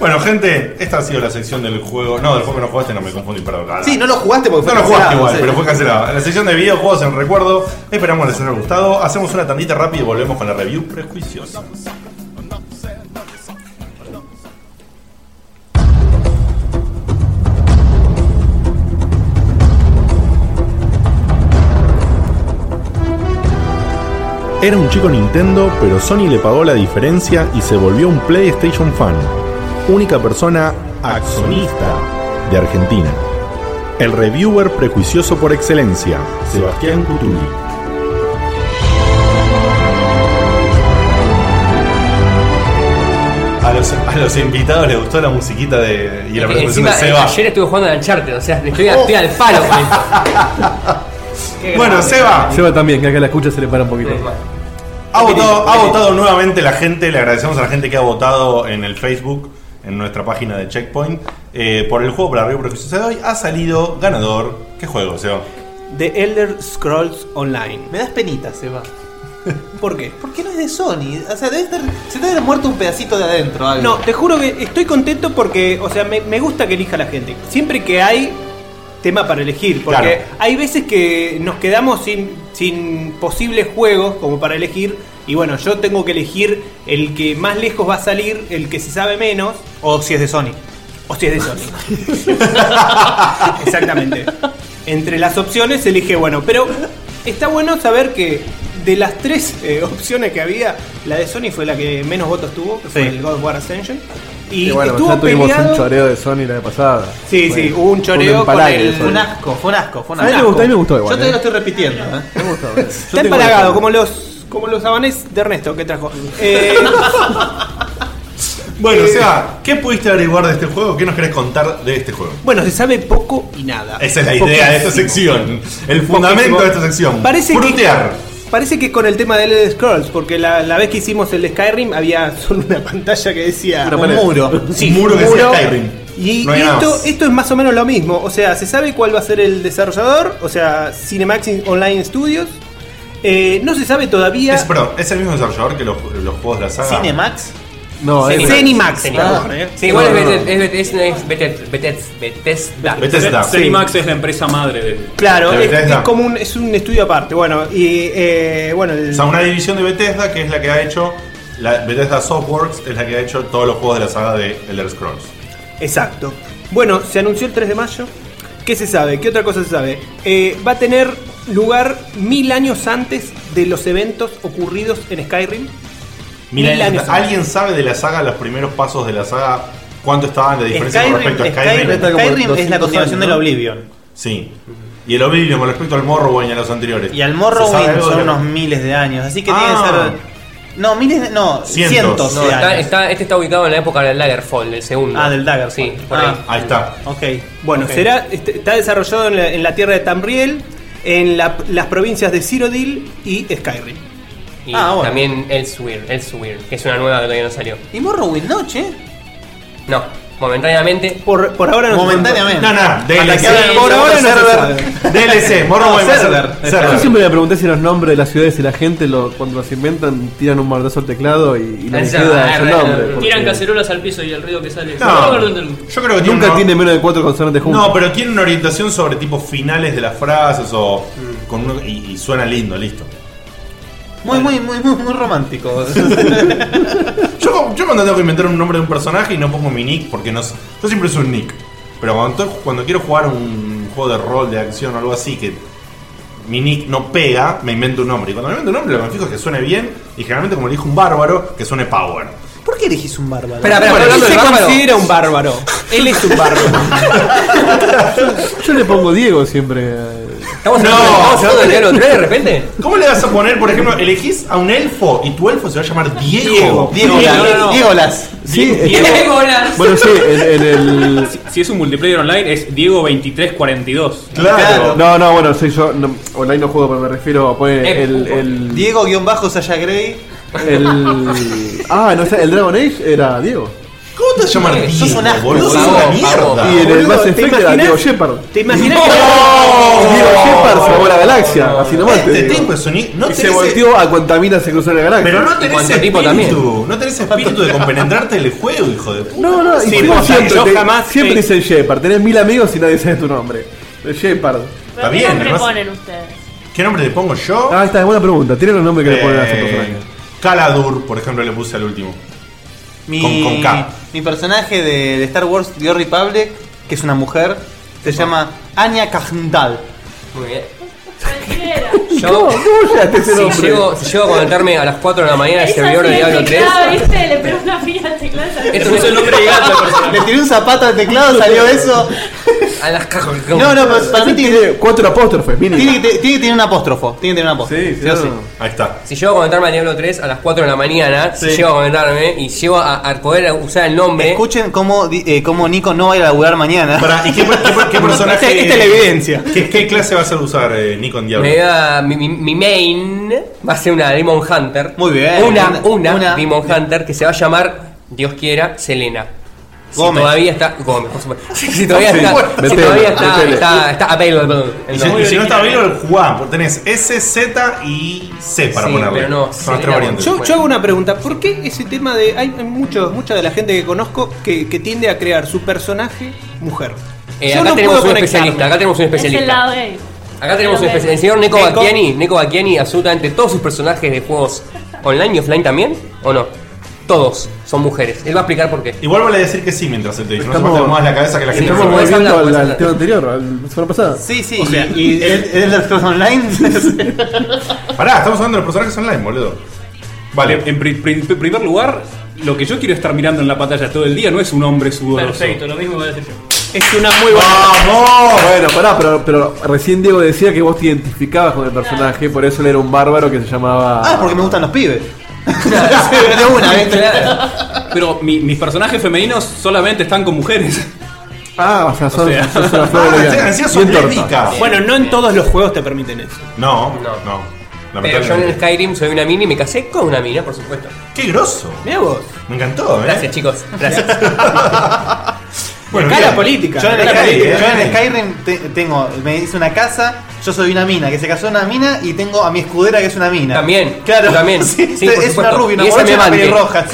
C: Bueno, gente, esta ha sido la sección del juego. No, del juego que no jugaste, no me confundí, perdón. cara.
D: Sí, no lo jugaste porque fue
C: No lo jugaste
D: cancelado,
C: igual,
D: sí.
C: pero fue cancelado. La sección de videojuegos en recuerdo. Esperamos les haya gustado. Hacemos una tandita rápida y volvemos con la review prejuiciosa.
K: Era un chico Nintendo, pero Sony le pagó la diferencia y se volvió un PlayStation fan. Única persona accionista de Argentina. El reviewer prejuicioso por excelencia, Sebastián Cutuli.
C: A los, a los invitados les gustó la musiquita de, y la presentación
I: Encima,
C: de
I: eh,
C: Seba.
I: ayer estuve jugando a Uncharted, o sea, estoy, estoy al
D: Oh.
I: palo con esto.
D: *laughs*
C: Bueno, Seba.
E: Seba también, que acá la escucha se le para un poquito.
I: eh,
C: Ha votado, ha votado nuevamente la gente, le agradecemos a la gente que ha votado en el Facebook, en nuestra página de Checkpoint, eh, por el juego para Río Prejuicioso de hoy. Ha salido ganador. ¿Qué juego, Seba?
N: The Elder Scrolls Online.
D: Me das penita,
G: *laughs*
D: Seba.
N: ¿Por qué?
D: Porque no es de Sony. O sea, debe estar, se debe haber muerto un pedacito de adentro. algo.
N: No, te juro que estoy contento porque, o sea, me, me gusta que elija la gente. Siempre que hay
G: tema para elegir. Porque
P: Claro.
G: hay veces que nos quedamos sin, sin posibles juegos como para elegir. Y bueno, yo tengo que elegir el que más lejos va a salir, el que se sabe menos. O si es de Sony. O si es de Sony.
D: *laughs*
G: *laughs* Exactamente. Entre las opciones elige bueno. Pero está bueno saber que de las tres eh, *laughs* opciones que había, la de Sony fue la que menos votos tuvo, que fue el God of War Ascension. Y,
E: Y bueno,
G: estuvo
E: ya tuvimos
G: peleado-
E: un choreo de Sony la vez pasada.
G: Sí, sí, hubo un choreo
E: un
G: con
E: empalague
G: el-
E: de Sony.
D: Un asco, fue un asco, fue un
E: A mí me
D: asco.
E: gustó, a mí me gustó igual,
D: Yo todavía
E: eh.
D: lo estoy repitiendo, ¿eh?
E: Me gustó.
G: Está empalagado, como los, como los sabanés de Ernesto que trajo. Eh,
E: *laughs*
C: Bueno,
G: Eh,
C: o sea, ¿qué pudiste averiguar de este juego? ¿Qué nos querés contar de este juego?
G: bueno, se sabe poco y nada.
C: Esa es la idea de esta sección. El fundamento de esta sección.
G: Parece
C: Frutear.
G: que, parece que es con el tema de Elder Scrolls, porque la, la vez que hicimos el de Skyrim había *laughs* solo una pantalla que decía
C: Una pared.
G: Sí,
C: Un muro que decía Skyrim.
G: Y,
C: No hay
G: y
C: nada
G: esto,
C: más.
G: esto es más o menos lo mismo. O sea, se sabe cuál va a ser el desarrollador, o sea, Cinemax Online Studios. Eh, no se sabe todavía.
C: Es, perdón, es el mismo desarrollador que los, los juegos de la saga.
G: ¿Cinemax?
C: No, es-
G: Cinemax.
I: Cinemax.
G: perdón, eh.
I: Sí, igual
C: No,
I: es
C: no, no.
I: Betet- es Bet- es- es Betet- Betet- Bethesda.
C: Bethesda.
J: Cinemax es la empresa madre de.
G: Claro,
J: de
G: es, es
J: Bethesda.
G: como un, es un estudio aparte. Bueno, y eh, bueno, el-
C: O sea, una división de Bethesda que es la que ha hecho. La Bethesda Softworks es la que ha hecho todos los juegos de la saga de Elder Scrolls.
G: Exacto. Bueno, se anunció el 3 de mayo. ¿Qué se sabe? ¿Qué otra cosa se sabe? Eh, va a tener lugar mil años antes de los eventos ocurridos en Skyrim.
C: Mira,
G: Mil años antes.
C: ¿alguien sabe de la saga, los primeros pasos de la saga? ¿Cuánto estaban de diferencia con
D: Skyrim-
C: respecto a Skyrim?
D: Skyrim- Skyrim es la continuación del Oblivion.
C: Sí. Y el Oblivion con respecto al Morrowind y a los anteriores.
D: Y al
C: ¿Se sabe
D: Morrowind
C: algo de
D: son
C: la-
D: unos miles de años, así que
C: Ah.
D: tiene que ser. No, miles de. No, cientos,
I: No,
D: de
I: está-
D: años.
I: está- este está ubicado en la época del Daggerfall, del segundo.
D: Ah, del Daggerfall.
I: Sí, por
D: Ah,
I: ahí.
C: Ahí está.
D: Ok.
G: Bueno,
D: Ok.
G: será, este- está desarrollado en la, en la tierra de Tamriel, en la- las provincias de Cyrodiil y Skyrim.
I: Y
G: Ah, bueno.
I: también Elsewhere, Elsewhere, que es una nueva que todavía no salió.
D: ¿Y Morrowind no, che?
I: No, momentáneamente.
G: Por, por ahora
I: no.
D: Momentáneamente.
I: No, no,
D: Hasta
I: DLC.
D: que abra el
I: Por ahora
E: *laughs*
D: server.
C: DLC, Morrowind
D: No,
C: va a
D: server.
C: ser-
E: Yo siempre me pregunté si los nombres de las ciudades y la gente lo- cuando los inventan tiran un martazo al teclado y, y les queda su nombre.
F: Tiran
E: porque
F: cacerolas al piso y el ruido que sale.
C: No, yo creo que tiene
E: Nunca
C: una-
E: tiene menos de cuatro consonantes juntos.
C: No, pero tiene una orientación sobre tipo finales de las frases o con uno- y, y suena lindo, listo.
D: Muy, muy, muy, muy, muy
C: *laughs*
D: romántico.
C: Yo, yo cuando tengo que inventar un nombre de un personaje y no pongo mi nick porque no sé- yo siempre uso un nick. Pero cuando, to- cuando quiero jugar un juego de rol, de acción o algo así que mi nick no pega, me invento un nombre. Y cuando me invento un nombre lo que me fijo es que suene bien y generalmente como elijo un bárbaro, que suene power.
D: ¿Por qué elegís un bárbaro?
C: Espera, espera, pero hablando
G: él
C: de
G: se
C: bárbaro.
G: considera un bárbaro. Él es un bárbaro.
E: Yo le pongo Diego siempre. eh.
I: ¿Estamos hablando de Diablo 3 de repente?
C: ¿Cómo le vas a poner, por ejemplo, elegís a un elfo y tu elfo se va a llamar Diego?
J: Diego, Diego,
C: Las.
J: no, no, no.
E: Sí, es que-
J: Diegolas.
E: Bueno, sí, en, en el.
J: Si, si es un multiplayer online, es Diego 2342.
E: No, no, bueno, soy yo. No, online no juego, pero me refiero a poner Eh,
J: Eh,
E: el. el
D: Diego-Saya Grey.
E: El. Ah, no sé, el Dragon Age era Diego.
C: ¿Cómo te vas a llamar
E: Eh,
C: Diego?
E: sos un asco,
C: boludo?
E: sos
C: Sos
E: una
C: una mierda.
E: Y en el
C: Boludo,
E: Mass
C: ¿te
E: Effect era
C: imaginas?
E: Diego Shepard.
G: ¿Te imaginas
E: que
C: ¡No!
E: Diego Shepard se robó la galaxia? Así nomás te
C: Este
E: digo.
C: tipo es un i- no
E: Y se
C: tenés-
E: volteó a cuanta mina se cruzó la galaxia.
C: Pero no tenés espíritu,
E: tipo
C: no tenés espíritu de compenetrarte el juego, hijo de puta.
E: No, no, y
C: Sí,
E: como
C: porque
E: siempre,
C: yo
E: te-
C: jamás-
E: siempre
C: eh,
E: dicen Shepard. Tenés mil amigos y nadie sabe tu nombre. El Shepard.
H: Pero ¿Qué nombre ponen ustedes?
C: ¿Qué nombre le pongo yo?
E: Ah, esta es buena pregunta. Tiene los nombres que le ponen a esos
C: Eh,
E: personajes.
C: Caladur, por ejemplo, le puse al último.
D: Mi,
C: Con- con K.
D: mi personaje de, de Star Wars The Old Republic, que es una mujer, se llama Anya Kajdal.
I: Muy bien.
D: Yo-
I: Yo,
D: ¿Cómo llegaste a ese
I: si,
D: nombre?
I: llego, si llego a conectarme a las 4 de la mañana al
H: Es
I: servidor de
H: así,
I: Diablo
H: el
I: 3.
H: teclado, ¿viste? Le pegó una fila al teclado.
I: Esto es el nombre de
H: *laughs*
I: gato,
D: Le tiré un zapato al teclado, salió eso.
I: A las cajas.
D: No, no, pero para mí tiene
E: cuatro apóstrofes,
D: tiene, que te- tiene que tener un apóstrofo. Tiene que tener un apóstrofo. Sí, o sí.
C: Ahí está.
I: Si llego a conectarme a Diablo 3 a las 4 de la mañana,
D: Sí.
I: si llego a conectarme y llego a, a poder usar el nombre.
D: Escuchen cómo, di- eh, cómo Nico no va a ir a laburar mañana.
C: ¿Y qué, personaje?
D: Este- esta es la evidencia.
C: ¿Qué, qué clase vas a usar, eh, Nico en Diablo?
I: Me voy a- mi, mi- mi main va a ser una Demon Hunter. Muy
D: bien.
I: Una, una, Demon Hunter que se va a llamar, Dios quiera, Selena. Si
D: Gómez.
I: todavía está. Gómez, por supuesto. *laughs* Si, si todavía
C: Sí,
I: está.
C: bueno,
I: si
C: metele,
I: todavía está,
C: metele.
I: está, está available. el
C: Y si,
I: nombre.
C: y si no está available, jugá. porque Tenés S, Z y C para
I: Sí,
C: ponerle.
I: pero no,
C: Son las
I: Selena
C: tres variantes.
G: Yo, yo hago una pregunta, ¿por qué ese tema de... Hay muchos, mucha de la gente que conozco que, que tiende a crear su personaje mujer?
I: Eh,
Q: Yo
I: acá
Q: no
I: tenemos
Q: puedo
I: un
Q: conectarme.
I: especialista, acá tenemos un
H: Es el
I: especialista.
H: lado gay.
I: Acá tenemos
H: Pero
I: un
H: bueno.
I: especialista. El señor Neko
H: Neko.
I: Bacchiani, Neko Bacchiani, absolutamente todos sus personajes de juegos online y offline también, ¿o no? Todos son mujeres. Él va a explicar por qué.
C: Igual vale decir que sí mientras él te dice. No se mate más la cabeza que la gente.
E: estamos
C: no se
E: volviendo
C: puede
E: al,
C: hablar,
E: al tema anterior, al- la semana pasada.
D: Sí, sí.
C: O sea,
E: *laughs*
D: y el, el Elder Scrolls Online.
C: Pará, estamos hablando de los personajes online, boludo.
J: Vale, en, pri- pri- en primer lugar, lo que yo quiero estar mirando en la pantalla todo el día no es un hombre sudoroso.
F: Perfecto, lo mismo voy a decir yo.
G: Es una muy buena.
E: Bueno, pará, pero, pero recién Diego decía que vos te identificabas con el personaje, por eso él era un bárbaro que se llamaba. Ah,
D: porque me gustan los pibes.
C: *laughs*
J: Pero *laughs* mi- mis personajes femeninos solamente están con mujeres.
E: Ah, o sea, son, son una flor
J: Ah,
E: elegante.
J: en serio son
E: Bien torta.
J: lésbicas.
G: Bueno, no en todos los juegos te permiten eso.
C: No, *laughs* no.
I: Pero yo en
C: Lamentablemente.
I: Skyrim soy una mini y me casé con una mina, por supuesto.
C: ¡Qué grosso!
I: Mira vos.
C: Me encantó, ¿eh?
I: Gracias, chicos. Gracias.
C: *laughs* Bueno,
I: Escala
C: bien.
I: política.
D: Yo en el
C: Escala
D: Skyrim,
C: política,
D: yo en el
C: bien.
D: Skyrim te- tengo, me hice una casa, yo soy una mina, que se casó una mina y tengo a mi escudera que es una mina. También, claro. *laughs* También.
J: Sí, por
D: es una
J: supuesto.
D: rubia, una
J: Y esa
D: morocha,
J: me
D: una
J: mante. *laughs*
D: pelirroja.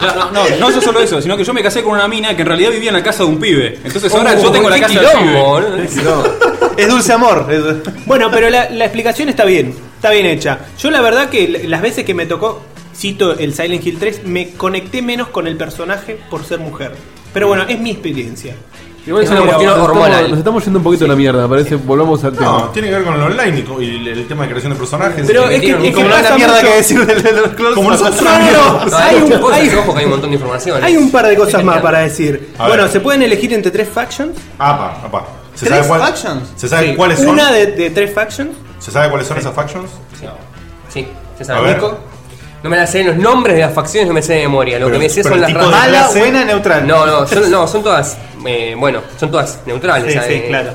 J: No, no, no es solo eso, sino que yo me casé con una mina que en realidad vivía en la casa de un pibe. Entonces ahora
D: Uh,
J: yo tengo la
D: qué
J: casa
D: quilombo,
J: del
D: boludo.
J: pibe.
G: Es dulce amor. Bueno, pero la, la explicación está bien. Está bien hecha. Yo la verdad que l- las veces que me tocó, cito el Silent Hill 3, me conecté menos con el personaje por ser mujer. Pero bueno, es mi experiencia.
E: Igual
G: Es
E: es una
G: una
E: cuestión
G: cuestión
E: hormonal.
G: hormonal.
E: Nos estamos yendo un poquito a la mierda, me parece. Volvamos al tema.
C: No, tiene que ver con lo online y co- y el, el tema de creación de personajes.
G: Pero es que- es que Como no pasa hay la mierda mucho. que decir
D: del
C: Como no somos
G: No, no,
C: amigos.
G: hay un- hay-
I: hay un montón de información.
G: Hay un par de cosas más para decir.
C: A
G: bueno,
C: ver.
G: se pueden elegir entre tres factions.
C: Apa, apa. ¿Se
G: ¿Tres
C: sabe, cuál-
G: factions?
C: ¿Se sabe
G: Sí.
C: cuáles son?
G: Una de, de tres factions.
C: ¿Se sabe cuáles son esas factions?
I: Sí, se
C: A
I: sabe.
C: ver.
I: Nico. No me la sé, los nombres de las facciones no me sé de memoria. Lo
C: Pero-
I: que me sé son
C: pero el
I: las
C: tipo de
I: razas.
C: Mala, clase- buena,
D: neutral.
I: No, no, son, no, son todas. eh, bueno, son todas neutrales.
D: Sí,
I: o sea,
D: sí,
I: eh,
D: claro.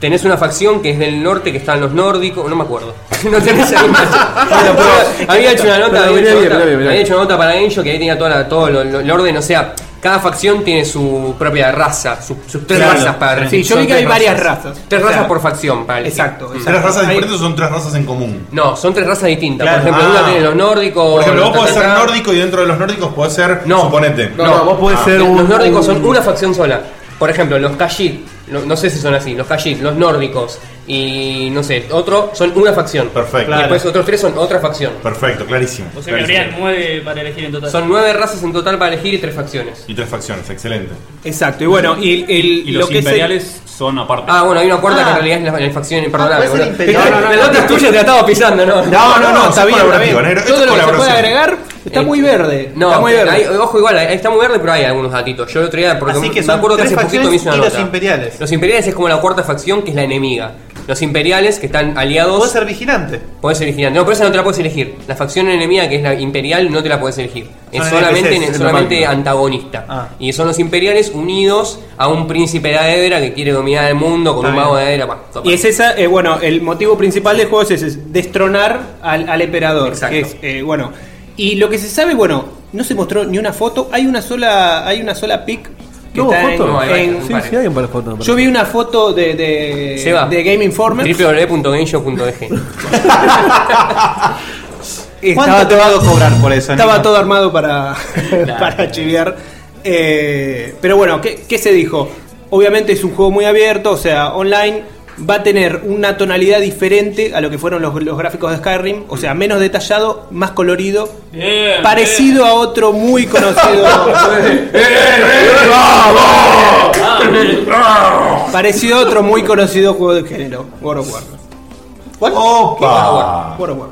I: Tenés una facción que es del norte, que están los nórdicos, no me acuerdo. *laughs* No tenés esa
C: *laughs*
I: imagen. Bueno, pero había hecho una nota,
E: Pero
I: había
E: mirá
I: hecho nota-
E: bien, mirá bien, mirá
I: había
E: bien.
I: hecho una nota para ello que ahí tenía toda la- todo lo- lo- el orden. O sea, cada facción tiene su propia raza, su- sus tres
C: Claro.
I: razas para
C: Sí, yo
I: son
C: vi que
I: tres
C: hay varias razas.
I: Tres
C: O sea,
I: razas por facción, para elegir. Mm.
C: ¿Tres razas diferentes o son tres razas en común?
I: No, son tres razas distintas.
C: Claro.
I: Por ejemplo,
C: Ah.
I: una tiene los nórdicos.
C: Por ejemplo, vos
I: los
C: podés ser
I: tatatá.
C: nórdico y dentro de los nórdicos podés ser. No. Suponete. Ah.
I: Los nórdicos son una facción sola. Por ejemplo, los Khajiit, no, no sé si son así, los Khajiit, los nórdicos y no sé, otro son una facción.
C: Perfecto.
I: Y después otros tres son otra facción.
C: Perfecto, clarísimo.
F: O sea que
C: clarísimo.
F: habría nueve para elegir en total.
I: Son nueve razas en total para elegir y tres facciones.
C: Y tres facciones, excelente.
G: Exacto, y bueno, y, el-
J: Y los
G: lo que es el-
J: imperiales son aparte.
I: Ah, bueno, hay una cuarta
J: Ah.
I: que en realidad es la, la facción, perdóname.
J: puede ser
I: boludo.
J: imperial.
I: *laughs*
J: No, no, no,
I: la
J: no,
I: otra
J: no.
I: es tuya, te la estaba pisando, ¿no?
G: No, no, no, está bien, está bien. Todo lo que se puede agregar está
I: Eh,
G: muy verde.
I: No,
G: está muy verde.
I: hay- ojo igual, hay- está muy verde, pero hay algunos datitos. Yo el otro día, porque
D: Así que
I: me
D: son
I: acuerdo que
D: tres
I: hace poquito
D: facciones
I: me hice una
D: y los
I: nota.
D: imperiales.
I: Los imperiales es como la cuarta facción que es la enemiga. Los imperiales que están aliados. Puedes ser
D: vigilante.
I: Puedes ser vigilante. No, pero esa no te la puedes elegir. La facción enemiga que es la imperial no te la puedes elegir. Es
D: Son
I: solamente,
D: NPCs,
I: es
D: es
I: solamente
D: normal. Ah.
I: antagonista. Y son los imperiales unidos a un príncipe de Aedra que quiere dominar el mundo con
G: Está
I: un
G: bien.
I: mago de Aedra. Bah,
G: Y es esa, eh, bueno, el motivo principal del juego es, ese, es destronar al, al emperador. Que es, eh, bueno. Y lo que se sabe, bueno, no se mostró ni una foto, hay una sola, hay una sola pic que
E: No,
G: está en-
E: foto.
G: en-
E: sí, sí, hay un par de fotos.
G: yo vi una foto de, de,
I: Seba.
G: de Game Informer. *laughs*
I: www.gameshow.dg
G: ¿Cuánto
D: te va a cobrar por eso?
G: Estaba
D: Nico?
G: todo armado para, *laughs* para chiviar. Eh, pero bueno, ¿qué, qué se dijo? Obviamente es un juego muy abierto, o sea, online va a tener una tonalidad diferente a lo que fueron los, los gráficos de Skyrim, o sea, menos detallado, más colorido,
F: Bien,
G: parecido a otro muy conocido. parecido a otro muy conocido juego de género, World of War.
D: ¿Cuál?
C: ¡Opa!
G: World of War.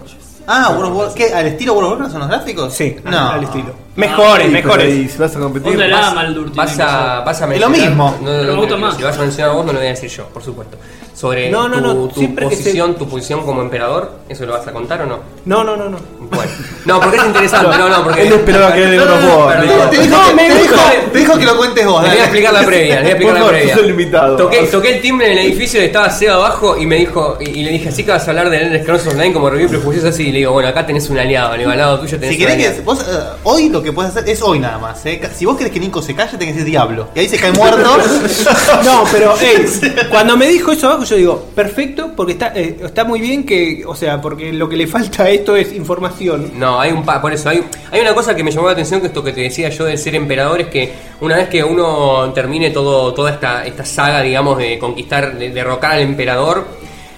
D: Ah, World of War- ¿qué? ¿Al estilo World of Warcraft son los gráficos?
G: Sí,
D: no. Ah,
G: al estilo.
D: Mejores, mejores.
E: Y si vas a competir.
D: Onda la
E: vas-
D: Amaldur tiene
I: Vas
D: que
I: a,
D: ser.
I: vas a
D: Es lo
I: mencionar-
D: mismo.
I: No, no,
D: Pero
I: no,
D: me gusta
I: no,
D: más.
I: Si vas a mencionar vos, no lo voy a decir yo, por supuesto. Sobre
G: No, no,
I: tu,
G: no,
I: tu
G: siempre que
I: posición, tu posición como emperador, ¿eso lo vas a contar o no?
G: No, no, no, no.
I: Bueno. No, porque es interesante. No, no, porque.
E: Él esperaba que él
I: No,
E: era
I: no,
E: unos
I: no,
E: vos.
I: perdón.
E: amigo.
I: No, me dijo-
D: Te dijo que lo cuentes vos.
I: Le voy a
D: dale.
I: explicar la previa, le voy a explicar la
E: Por favor,
I: previa.
E: sos el invitado. *laughs*
I: Toqué, toqué el timbre en el edificio y estaba Seba abajo y me dijo, y, y le dije, así que vas a hablar de Elder Scrolls Online como review prejuicioso así, y le digo, bueno, acá tenés un aliado, le digo, al lado tuyo tenés
D: Si
I: un
D: querés
I: aliado.
D: que. Vos, eh, hoy lo que puedes hacer es hoy nada más. eh. Si vos querés que Nico se calle, tenés que decir diablo. Y ahí se cae muerto.
G: *laughs*
D: *laughs*
G: No, pero ey, cuando me dijo eso abajo, yo digo, perfecto, porque está, eh, está muy bien que, o sea, porque lo que le falta a esto es información.
I: No, hay un pa- por eso hay, hay una cosa que me llamó la atención que esto que te decía yo de ser emperador es que que una vez que uno termine todo, toda esta, esta saga, digamos, de conquistar, de derrocar al emperador,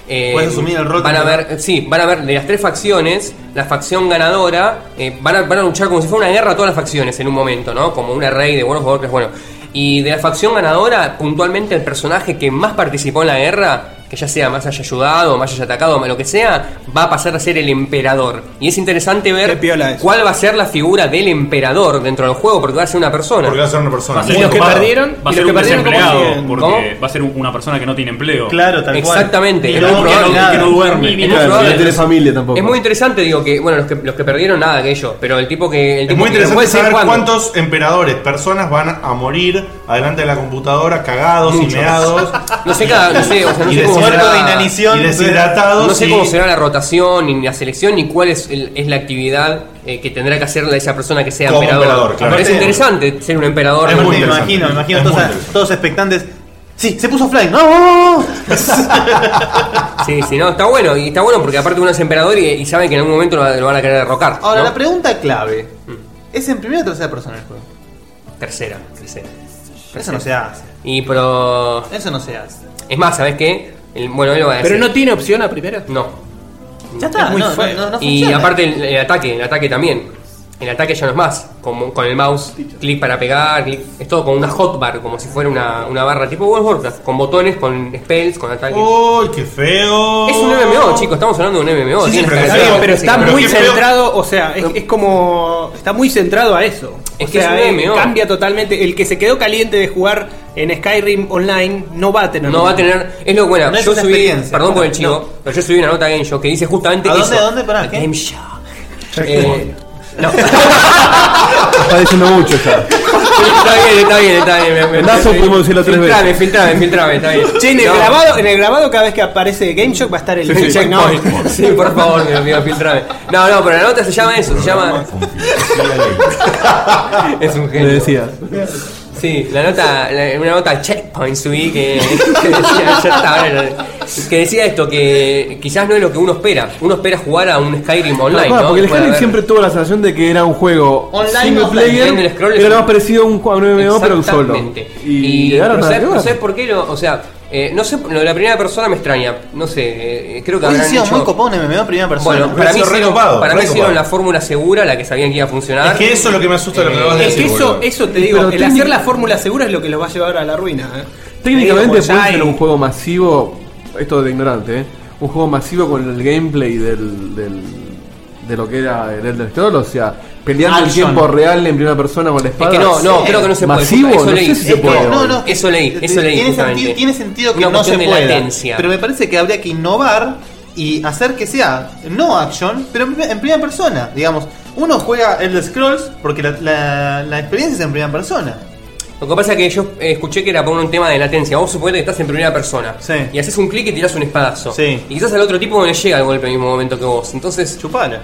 I: eh,
D: Puedes asumir el rol
I: van
D: que
I: a
D: te
I: ver, sí, van a ver de las tres facciones, la facción ganadora, eh, van, a, van a luchar como si fuera una guerra todas las facciones en un momento, ¿no? Como una rey de buenos jugadores, bueno. Y de la facción ganadora, puntualmente el personaje que más participó en la guerra, que ya sea más haya ayudado, más haya atacado, más lo que sea, va a pasar a ser el emperador. Y es interesante ver cuál va a ser la figura del emperador dentro del juego, porque va a ser una persona. Porque
C: va a ser una persona.
J: Va a ser un ocupado. va a ser un desempleado, porque va a ser un- una persona que no tiene empleo.
I: Exactamente.
J: Que no, que no- que no duerme.
I: Es muy probable. Es muy interesante, digo, que, bueno, los que, los que perdieron nada que ellos, pero el tipo que. El
C: Es
I: tipo
C: muy
I: que- no puede
C: interesante
I: decir
C: saber
I: cuándo.
C: cuántos emperadores, personas van a morir adelante de la computadora cagados
I: Muchos.
C: y meados.
I: No sé, cada- no sé, o sea, no
C: Y
I: sé cómo
C: deshidratados.
I: será-
C: Y deshidratados.
I: No sé
C: y-
I: cómo será la rotación, ni la selección, ni cuál es, el- es la actividad eh, que tendrá que hacer esa persona que sea
D: Como
I: emperador.
D: emperador, claro.
I: Es
D: Aparte-
I: interesante ser un emperador.
D: Aparte me imagino, me imagino
I: Es muy
D: todos, todos expectantes. Sí, se puso offline. ¡No! *laughs*
I: Sí, sí, no, está bueno. Y está bueno porque aparte uno es emperador y, y sabe que en algún momento lo, lo van a querer derrocar.
D: Ahora,
I: ¿no?
D: la pregunta clave: ¿es en primera o tercera persona el juego?
I: Tercera, tercera.
D: Eso no se hace.
I: Pues Y pero.
D: Eso no se hace.
I: Es más, ¿sabes qué? El- bueno, él lo va a
G: Pero
I: decir.
G: no tiene opción a primera.
I: No.
D: Ya está,
G: Es muy
D: no, no,
G: feo.
D: no, no
I: y
D: funciona.
I: aparte el, el ataque, el ataque también. El ataque ya no es más. Como con el mouse, clic para pegar, clic. Es todo con una hotbar, como si fuera una, una barra tipo World of Warcraft, Con botones, con spells, con ataques.
C: ¡Uy, qué feo!
I: Es un MMO, chicos, estamos hablando de un MMO.
G: Sí, sí,
I: tiene
G: pero,
I: esta
G: está bien,
I: calidad.
G: pero
I: Sí,
G: está
I: pero
G: muy
I: qué feo.
G: centrado, o sea, es, es como. Está muy centrado a eso.
I: Es
G: o
I: que
G: sea,
I: es un
G: eh,
I: MMO.
G: cambia totalmente. El que se quedó caliente de jugar en Skyrim Online no va a tener.
I: No va a tener. Es lo bueno.
G: No es
I: yo
G: una
I: subí.
G: experiencia.
I: Perdón por el
G: No.
I: chivo, pero yo subí una nota a Game Show que dice justamente.
D: ¿A dónde,
I: eso.
D: a dónde? Pará, ¿qué?
I: Game Show. Eh, no.
E: *laughs* Está diciendo mucho ya.
I: está bien, está bien, está bien. me- me-
E: Lazo
I: me-
E: pudimos decirlo tres veces.
I: Filtrame, filtrame, filtrame, está bien.
G: Che, en el,
I: *laughs* No.
G: grabado, en el grabado, cada vez que aparece Game Shock va a estar el.
I: Sí, checkpoint. Sí, por favor, mi amigo, filtrame. No, no, pero la nota se llama eso, se llama. es un genio.
E: Le decía.
I: Sí, la nota, la- una nota checkpoint subí que, *laughs* que decía, ya está, ahora lo- que decía esto, que quizás no es lo que uno espera. Uno espera jugar a un Skyrim online,
E: Claro,
I: ¿no?
E: porque
I: Puede
E: el Skyrim
I: haber-
E: siempre tuvo la sensación de que era un juego
I: Online,
E: single
I: offline,
E: player,
I: en el scroll
E: era
I: es-
E: lo más parecido a un, ju- a un MMO, pero un solo.
I: Exactamente.
E: Y,
I: Y
E: llegaron
I: no
E: a
I: sé,
E: la
I: no sé por qué, lo- o sea, eh, no sé, lo de la primera persona me extraña. No sé, eh, creo que
D: Hubiese
I: habrán
D: sido
I: hecho-
D: muy copado un MMO en primera persona.
I: Bueno, para
D: Hubiese
I: mí,
D: sido re
I: hicieron,
D: copado,
I: para
D: re
I: mí hicieron
D: copado.
I: la fórmula segura, la que sabían que iba a funcionar.
C: Es que eso es lo que me asusta de lo que acabas de
G: Es que
I: decir,
G: eso,
I: boludo.
G: eso te
I: Y
G: digo,
I: pero
G: el
I: técnic-
G: hacer la fórmula segura es lo que los va a llevar a la ruina. ¿eh? Te
E: Técnicamente
G: digo,
E: puede
G: ya hay-
E: ser un juego masivo, esto de ignorante, ¿eh? un juego masivo con el gameplay del, del- de lo que era el Elder Scrolls, o sea, peleando en
I: Action.
E: tiempo real en primera persona con la
I: Es
E: espada.
I: que no, no, creo que no se puede.
E: masivo,
I: eso
E: no
I: leí.
E: sé si se
I: Es que-
E: puede.
I: no, no, eso leí, eso leí.
D: Tiene
I: justamente.
D: sentido, tiene sentido que
I: Una
D: no se
I: cuestión de
D: pueda.
I: latencia.
D: Pero me parece que habría que innovar y hacer que sea no action, pero en primer- en primera persona. Digamos, uno juega Elder Scrolls porque la, la- la experiencia es en primera persona.
I: Lo que pasa es que yo eh, escuché que era por un tema de latencia. Vos suponés que estás en primera persona. Y haces un clic y tirás un espadazo. Y quizás al otro tipo no le llega el golpe al mismo momento que vos. Entonces.
D: Chupala.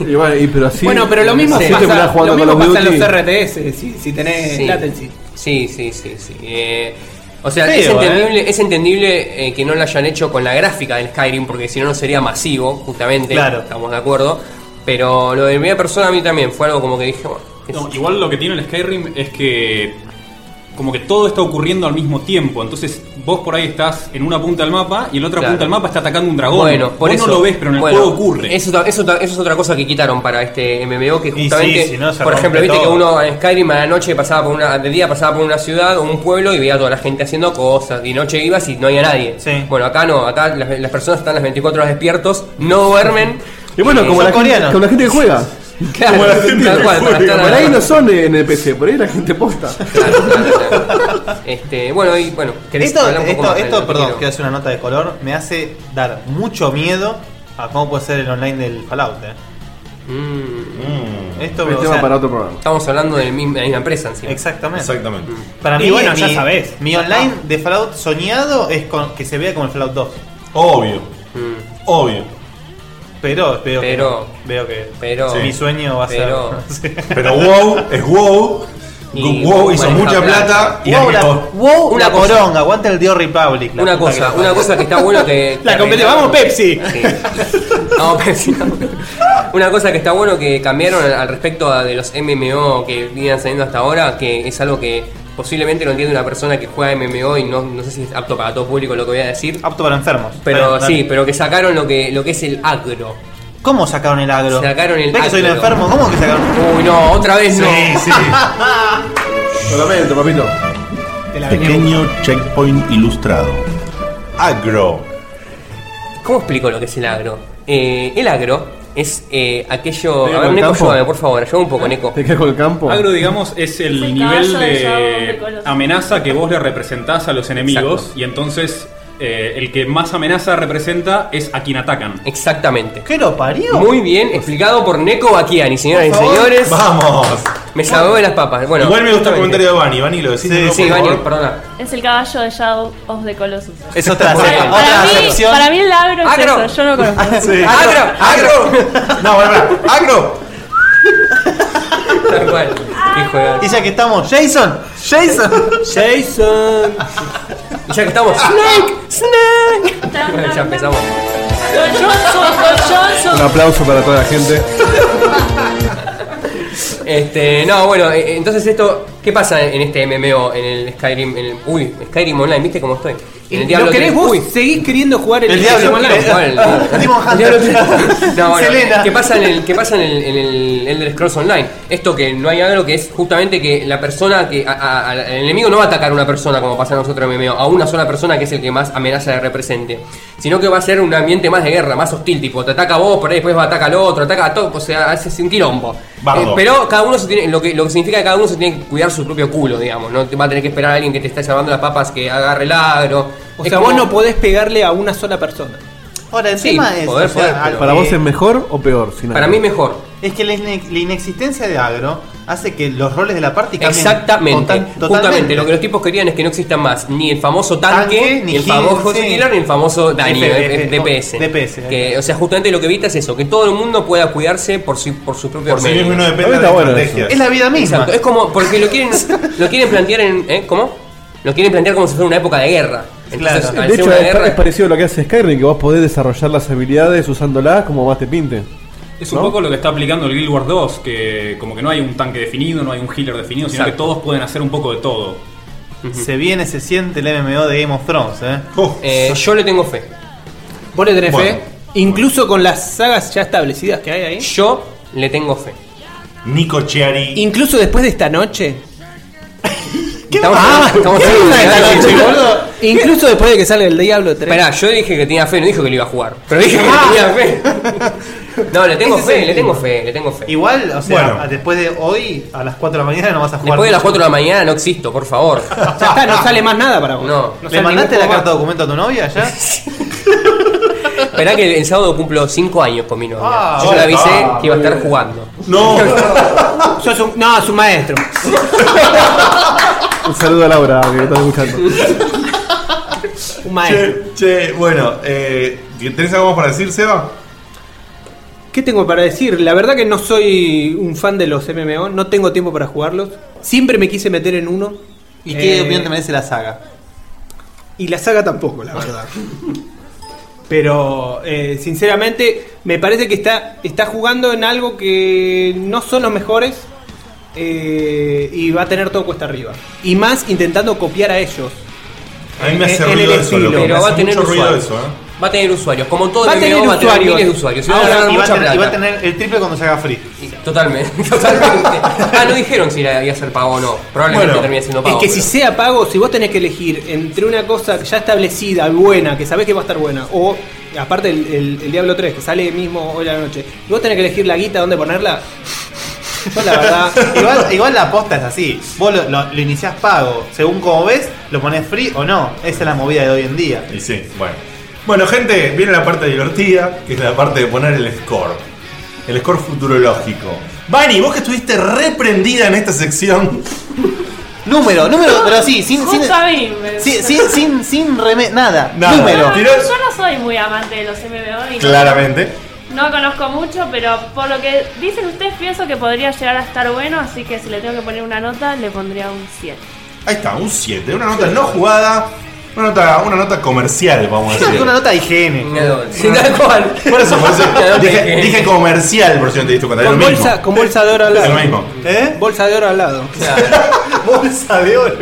E: Y bueno, y- pero así,
G: bueno, pero lo mismo
I: Sí. Siempre
G: pasa,
I: andás jugando
G: lo mismo
I: Call of
G: pasa en los
I: Duty.
G: RTS, si, si tenés
I: Sí.
G: latency.
I: Sí, sí, sí, sí. Eh, o sea,
G: Feo,
I: es entendible, es entendible eh, que no lo hayan hecho con la gráfica del Skyrim, porque si no, no sería masivo, justamente.
J: Claro.
I: Estamos de acuerdo. Pero lo de primera persona a mí también fue algo como que dije, bueno, qué sé
J: No, igual lo que tiene el Skyrim es que como que todo está ocurriendo al mismo tiempo. Entonces vos por ahí estás en una punta del mapa y en la otra
I: Claro.
J: punta del mapa está atacando un dragón.
I: Bueno, por
J: vos
I: eso.
J: no lo ves, pero en el
I: bueno,
J: juego ocurre.
I: Eso, ta- eso, ta- eso es otra cosa que quitaron para este MMO que
J: Y
I: justamente,
J: sí, si no, se
I: por ejemplo,
J: rompe
I: viste que
J: todo.
I: uno en Skyrim a la noche pasaba por una, de día pasaba por una ciudad o un pueblo y veía a toda la gente haciendo cosas. Y noche ibas y no había nadie. Bueno, acá no, acá las, las personas están las 24 horas despiertos, no duermen.
E: Y bueno,
I: Eh,
E: como
I: son
E: la, gente,
I: coreanos.
E: como la gente que juega.
I: Claro,
E: Como la gente
I: tal
E: que
I: cual, para
E: juega.
I: estar-
E: Por ahí no son de NPC, por ahí la gente posta.
I: Este, bueno, y bueno, querés
D: Esto,
I: hablar un poco
D: esto,
I: más de lo
D: esto,
I: que
D: perdón,
I: quiero.
D: quiero hacer una nota de color, me hace dar mucho miedo a cómo puede ser el online del Fallout. eh. Esto
I: Es
D: o
I: tema
D: sea,
I: para otro programa. Mm. estamos hablando de la misma- de la misma empresa encima.
D: Exactamente.
I: Exactamente.
D: Para
I: Y
D: mí,
I: bueno,
D: mi,
I: ya sabés.
D: Mi online de Fallout soñado es con, que se vea como el Fallout 2.
C: Obvio.
I: Mm.
C: Obvio.
D: Mm. Pero, veo
I: Pero-
D: que. Veo que.
I: pero-
D: Mi sueño va a
I: pero-
D: *laughs* ser.
C: Pero WoW es WoW.
D: Y
C: WoW
D: WoW
C: hizo
D: maneja
C: mucha
D: plata.
C: plata, y
D: WoW
C: la
D: la-
C: quemó.
D: WoW
I: Una
D: una
I: cosa-
D: poronga, aguanta el Dios Republic. la
I: Una
D: puta
I: cosa,
D: que
I: una cosa que está bueno que.
D: *laughs* La
I: que *laughs*
D: competi-
I: arreglaron- *laughs*
D: ¡vamos, Pepsi!
I: Sí. Vamos, Pepsi. no. Una cosa que está bueno que cambiaron al- al respecto a- de los MMO que vienen saliendo hasta ahora, que es algo que posiblemente no entiende una persona que juega MMO y no, no sé si es apto para todo público lo que voy a decir.
D: Apto para enfermos.
I: Pero
D: Dale, dale.
I: sí, pero que sacaron lo que, lo que es el agro.
D: ¿Cómo sacaron el agro?
I: Sacaron el
D: ¿Ves que soy un
I: agro.
D: enfermo? ¿Cómo que sacaron?
I: Uy, no, otra vez no.
C: Sí, sí.
E: Lo lamento, papito.
C: Pequeño checkpoint ilustrado. Agro.
I: ¿Cómo explico lo que es el agro? Eh, el agro es eh, aquello.
J: ¿Te
I: A ver,
J: con
I: Neko,
J: campo?
I: ayúdame, por favor, ayúdame un
D: ¿Eh?
I: poco, Neko.
E: ¿Te quedas con el campo?
J: Agro, digamos, es el nivel
I: caballo
J: de,
I: de Shadow de Colossus.
J: amenaza que vos le representás a los enemigos y entonces eh, el que más amenaza representa es a quien atacan.
I: Exactamente.
D: ¿Qué lo parió?
I: Muy bien, explicado por Neko Bakiani, señoras y
J: Por favor.
I: señores.
C: Vamos.
I: Me salvó de las papas. Bueno,
C: Igual me gustó el
I: justamente.
C: comentario de Bani. Bani, lo decís.
I: Sí,
C: ¿no?
I: sí,
C: Por
I: Bani,
C: favor.
I: perdona.
H: Es el caballo de Shadow of the Colossus.
D: Es otra
C: Bueno,
D: sección.
H: Para
D: Otra
H: mí,
D: sección.
H: para mí el agro es
D: Agro.
H: eso, yo no conozco.
D: *laughs*
C: Sí.
I: ¡Agro! ¡Agro!
C: No, pará, pará. ¡Agro!
I: Tal cual. Qué juegazo.
D: Y ya que estamos, Jason, Jason,
G: Jason.
I: Y ya que
E: *laughs*
I: estamos, Snake, Snake. Bueno, ya empezamos.
E: Un aplauso para toda la gente.
I: Este, no, bueno, eh, entonces esto, ¿qué pasa en este MMO, en el Skyrim, en el, uy, Skyrim Online, ¿viste cómo estoy? En el
G: ¿Lo querés
I: tres.
G: vos?
I: Uy,
G: ¿Seguís queriendo jugar el,
I: El Diablo
G: Pokémon *laughs*
I: tres.
G: Live?
I: Igual, el- Demon Hunter.
G: El *laughs* Diablo tres.
I: *laughs* No, bueno,
G: Selena.
I: ¿qué pasa en el, qué pasa en el, en el Elder Scrolls Online? Esto que no hay algo que es justamente que la persona que a- a- a- el enemigo no va a atacar a una persona como pasa en nosotros en MMO, a una sola persona que es el que más amenaza le represente, sino que va a ser un ambiente más de guerra, más hostil, tipo te ataca a vos, por ahí después va a atacar al otro, ataca a todo, o sea, haces un quilombo. Eh,
C: Bardo.
I: pero cada uno se tiene, lo que, lo que significa que cada uno se tiene que cuidar su propio culo, digamos, no te va a tener que esperar a alguien que te está llamando las papas que agarre el agro.
G: O
I: Es
G: sea, vos
I: como-
G: no podés pegarle a una sola persona.
D: Ahora, el
I: Sí,
D: tema es.
I: poder,
D: o sea,
I: poder,
D: agro,
E: ¿Para
D: eh,
E: vos es mejor o peor? sin
I: Para
E: agro?
I: mí mejor.
D: Es que la, ine- la inexistencia de agro hace que los roles de la party cambien.
I: Exactamente.
D: total-
I: Justamente, lo que los tipos querían es que no existan más ni el famoso tanque,
D: Tanque,
I: ni
D: ni
I: el famoso
D: heal, sí.
I: healer, ni el famoso daño,
D: F-
I: eh,
D: F-
I: DPS.
D: DPS, ahí
I: Que, o sea, justamente lo que evita es eso, que todo el mundo pueda cuidarse por su, por su propio
C: Por si mismo no depende
I: Ahí
C: de
I: está
C: la
I: bueno
C: estrategia.
I: eso.
D: Es la vida misma.
I: Exacto, Es como, porque lo
D: *laughs*
I: quieren, lo quieren plantear en. ¿eh? ¿Cómo? Lo quieren plantear como si fuera una época de guerra. Entonces, al
E: De
I: ser
E: hecho,
I: una
E: es,
I: guerra,
E: es parecido a lo que hace Skyrim, que vos podés desarrollar las habilidades usándolas como más te pinte.
J: Es un
E: ¿No?
J: poco lo que está aplicando el Guild Wars 2, que como que no hay un tanque definido, no hay un healer definido, sino
D: Exacto.
J: que todos pueden hacer un poco de todo.
D: Se viene, se siente el MMO de Game of Thrones, eh.
I: eh, yo le tengo fe.
G: ¿Vos le tenés
D: Bueno.
G: fe? Incluso con las sagas ya establecidas que hay ahí.
I: Yo le tengo fe.
C: Nico Chiari.
G: Incluso después de esta noche. Ah,
I: Estamos- Ah, estamos-
G: ¿Qué
I: estamos-
G: onda esta noche, boludo? Incluso después de que salga el Diablo 3.
I: Esperá, yo dije que tenía fe, no dije que lo iba a jugar. Pero dije que
G: Ah.
I: tenía fe. No, le tengo
D: Ese es
I: fe, *laughs*
D: el
I: le tengo
D: tema.
I: fe, le tengo fe.
D: Igual, o sea,
I: Bueno.
D: a- después de hoy, a las 4 de la mañana no vas a jugar.
I: Después de las 4 de la mañana no existo, por
D: *laughs*
I: favor.
G: Ya está, no sale más nada para vos.
I: No.
G: No
D: ¿Le
G: sale
D: mandaste la
G: ningún
D: carta de documento a tu novia ya?
I: *laughs* Esperá que el sábado cumplo 5 años con mi novia.
D: Ah,
I: yo le
D: ah,
I: avisé que iba a estar jugando.
C: No.
I: *laughs*
G: Sos un, no, es un maestro.
E: Un saludo a Laura, que lo estás escuchando.
G: Un maestro.
C: Che, che, bueno, eh, ¿tenés algo más para decir, Seba?
G: ¿Qué tengo para decir? La verdad que no soy un fan de los MMO, no tengo tiempo para jugarlos. Siempre me quise meter en uno.
D: ¿Y qué
G: Eh,
D: opinión te merece la saga?
G: Y la saga tampoco, la verdad. Pero, eh, sinceramente, me parece que está, está jugando en algo que no son los mejores eh, y va a tener todo cuesta arriba. Y más intentando copiar a ellos.
C: A mí me hace
G: Eh, En- en el
C: ruido eso,
G: estilo.
C: loco.
I: Pero
C: me
I: va
C: hace
I: a tener
C: mucho ruido
I: usuarios.
C: eso, ¿eh?
I: Va a tener usuarios. Como todo
G: Va a
I: el
G: tener Ah,
I: MMO va a tener
G: usuarios.
I: miles de usuarios. Y van a
D: Ahora,
I: ganar
D: y, va a
I: mucha
D: tener, y va a
I: plata.
D: tener el triple cuando se haga free. *laughs*
I: Totalmente, totalmente. Ah, no dijeron si era- iba a ser pago o no. Probablemente
C: Bueno,
I: termine siendo
G: Es
I: pago.
G: que
I: pero-
G: si sea pago, si vos tenés que elegir entre una cosa ya establecida, buena, que sabés que va a estar buena, o aparte el, el- el Diablo 3, que sale mismo hoy a la noche, y vos tenés que elegir la guita, dónde ponerla, yo la verdad...
D: igual, igual la aposta es así. Vos lo, lo- lo iniciás pago. Según como ves, lo pones free o no. Esa es la movida de hoy en día.
C: Y sí, bueno. Bueno, gente, viene la parte divertida, que es la parte de poner el score. El score futurológico. Bani, vos que estuviste reprendida en esta sección.
D: Número, número, pero sí, sin, sin,
H: Justo a mí me-
D: sin, sin, sin, sin reme- nada.
C: Nada.
D: Número.
H: No,
C: Tiró-
H: yo no soy muy amante de los MMO y no-
C: Claramente.
H: no conozco mucho, pero por lo que dicen ustedes pienso que podría llegar a estar bueno, así que si le tengo que poner una nota le pondría un 7.
C: Ahí está, un 7. Una nota no jugada. Una nota, una nota comercial, vamos a decir.
D: Una nota de higiene.
I: Sí, tal cual.
C: Por eso,
I: *laughs*
C: por eso dije, dije comercial, por si no te diste cuenta. es
G: Con
C: lo mismo.
G: bolsa, con bolsa de oro al
C: Es
G: lado.
C: lo mismo.
G: ¿Eh? Bolsa de oro al lado.
C: *laughs*
D: bolsa
I: *laughs*
D: de oro.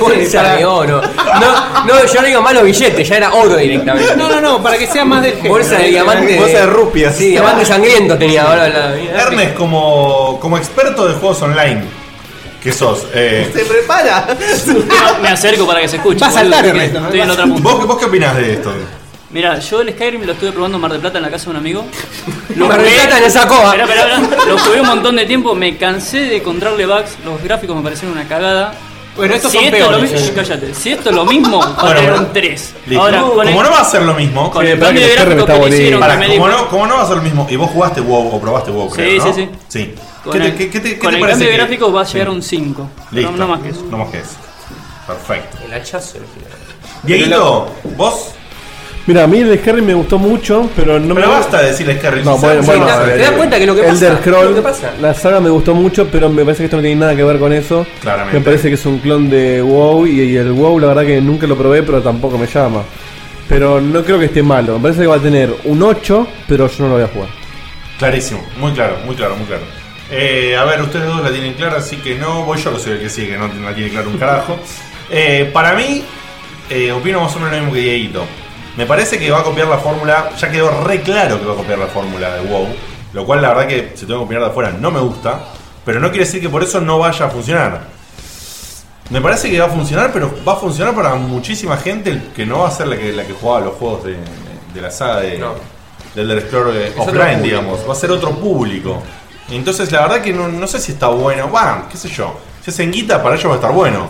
I: bolsa de oro. No, no, yo no digo malos billetes, ya era oro directamente.
G: No, no, no, para que sea más del género.
I: Bolsa de diamante.
C: rupias.
I: Sí, diamante sangriento tenía ahora la-
C: Ernest, como, como experto de juegos online, que sos. Eh,
D: Se prepara.
F: Me acerco para que se escuche.
C: Va a saltar,
F: boludo.
C: Ernesto, ¿no?
F: Estoy en otra punta.
C: ¿Vos, vos qué opinás de esto?
F: Mira, yo el Skyrim lo estuve probando en Mar del Plata en la casa de
I: *laughs*
F: un amigo.
I: Mar del
F: jugué-
I: Plata en esa coba.
F: Esperá, esperá, esperá. Lo jugué un montón de tiempo, me cansé de encontrarle bugs, los gráficos me parecieron una cagada.
G: Bueno, estos
F: si
G: son
F: esto
G: peores,
F: es lo mismo,
G: eh.
F: cállate. Si esto es
I: *laughs*
F: lo mismo, va
C: Bueno,
F: a tener
C: bueno.
F: un 3.
C: Listo.
F: Ahora, con
C: como
F: el-
C: Uh, no va a ser lo mismo.
F: con el Sí, pará que cambio el gráfico
C: Pará,
F: Skerm está que le hicieron, que me
C: Como
F: dijo.
C: no, como no va a ser lo mismo. Y vos jugaste WoW o probaste WoW,
F: Sí,
C: creo,
F: sí,
C: ¿no?
F: sí.
C: Sí.
F: con
C: ¿Qué te,
F: el-
C: qué- qué te- qué
F: con
C: te
F: el
C: parece
F: cambio
C: que-
F: gráfico va a llegar a un 5.
C: Listo.
F: No, no más que eso.
C: No más que eso. Perfecto.
I: El hachazo.
C: Dieguito, vos.
E: Mira, a mí el Skyrim me gustó mucho, pero no me.
C: Pero basta de decir Skyrim.
E: No,
C: Sí,
E: bueno,
C: sí,
E: bueno.
C: sí,
E: a
C: sí.
E: ver,
C: ¿Te das cuenta que lo que
E: Elder
C: pasa?
E: Scroll,
C: Lo que pasa.
E: La saga me gustó mucho, pero me parece que esto no tiene nada que ver con eso.
C: Claramente.
E: Me parece que es un clon de WoW y, y el WoW la verdad que nunca lo probé, pero tampoco me llama. Pero no creo que esté malo. Me parece que va a tener un 8, pero yo no lo voy a jugar.
C: Clarísimo, muy claro, muy claro, muy claro. Eh, a ver, ustedes dos la tienen clara, así que no, voy yo que soy el que sigue, que no la tiene clara un carajo. Eh, para mí, eh, opino más o menos lo mismo que Dieguito. Me parece que va a copiar la fórmula, ya quedó re claro que va a copiar la fórmula de WoW, lo cual la verdad que si tengo que opinar de afuera no me gusta, pero no quiere decir que por eso no vaya a funcionar. Me parece que va a funcionar, pero va a funcionar para muchísima gente que no va a ser la que, la que jugaba los juegos de, de la saga de, del Elder Scrolls eh,
K: otro
C: offline,
K: público.
C: digamos. Va a ser otro público. Entonces, la verdad que no, no sé si está bueno. Va, qué sé yo. Si hacen guita, para ellos va a estar bueno.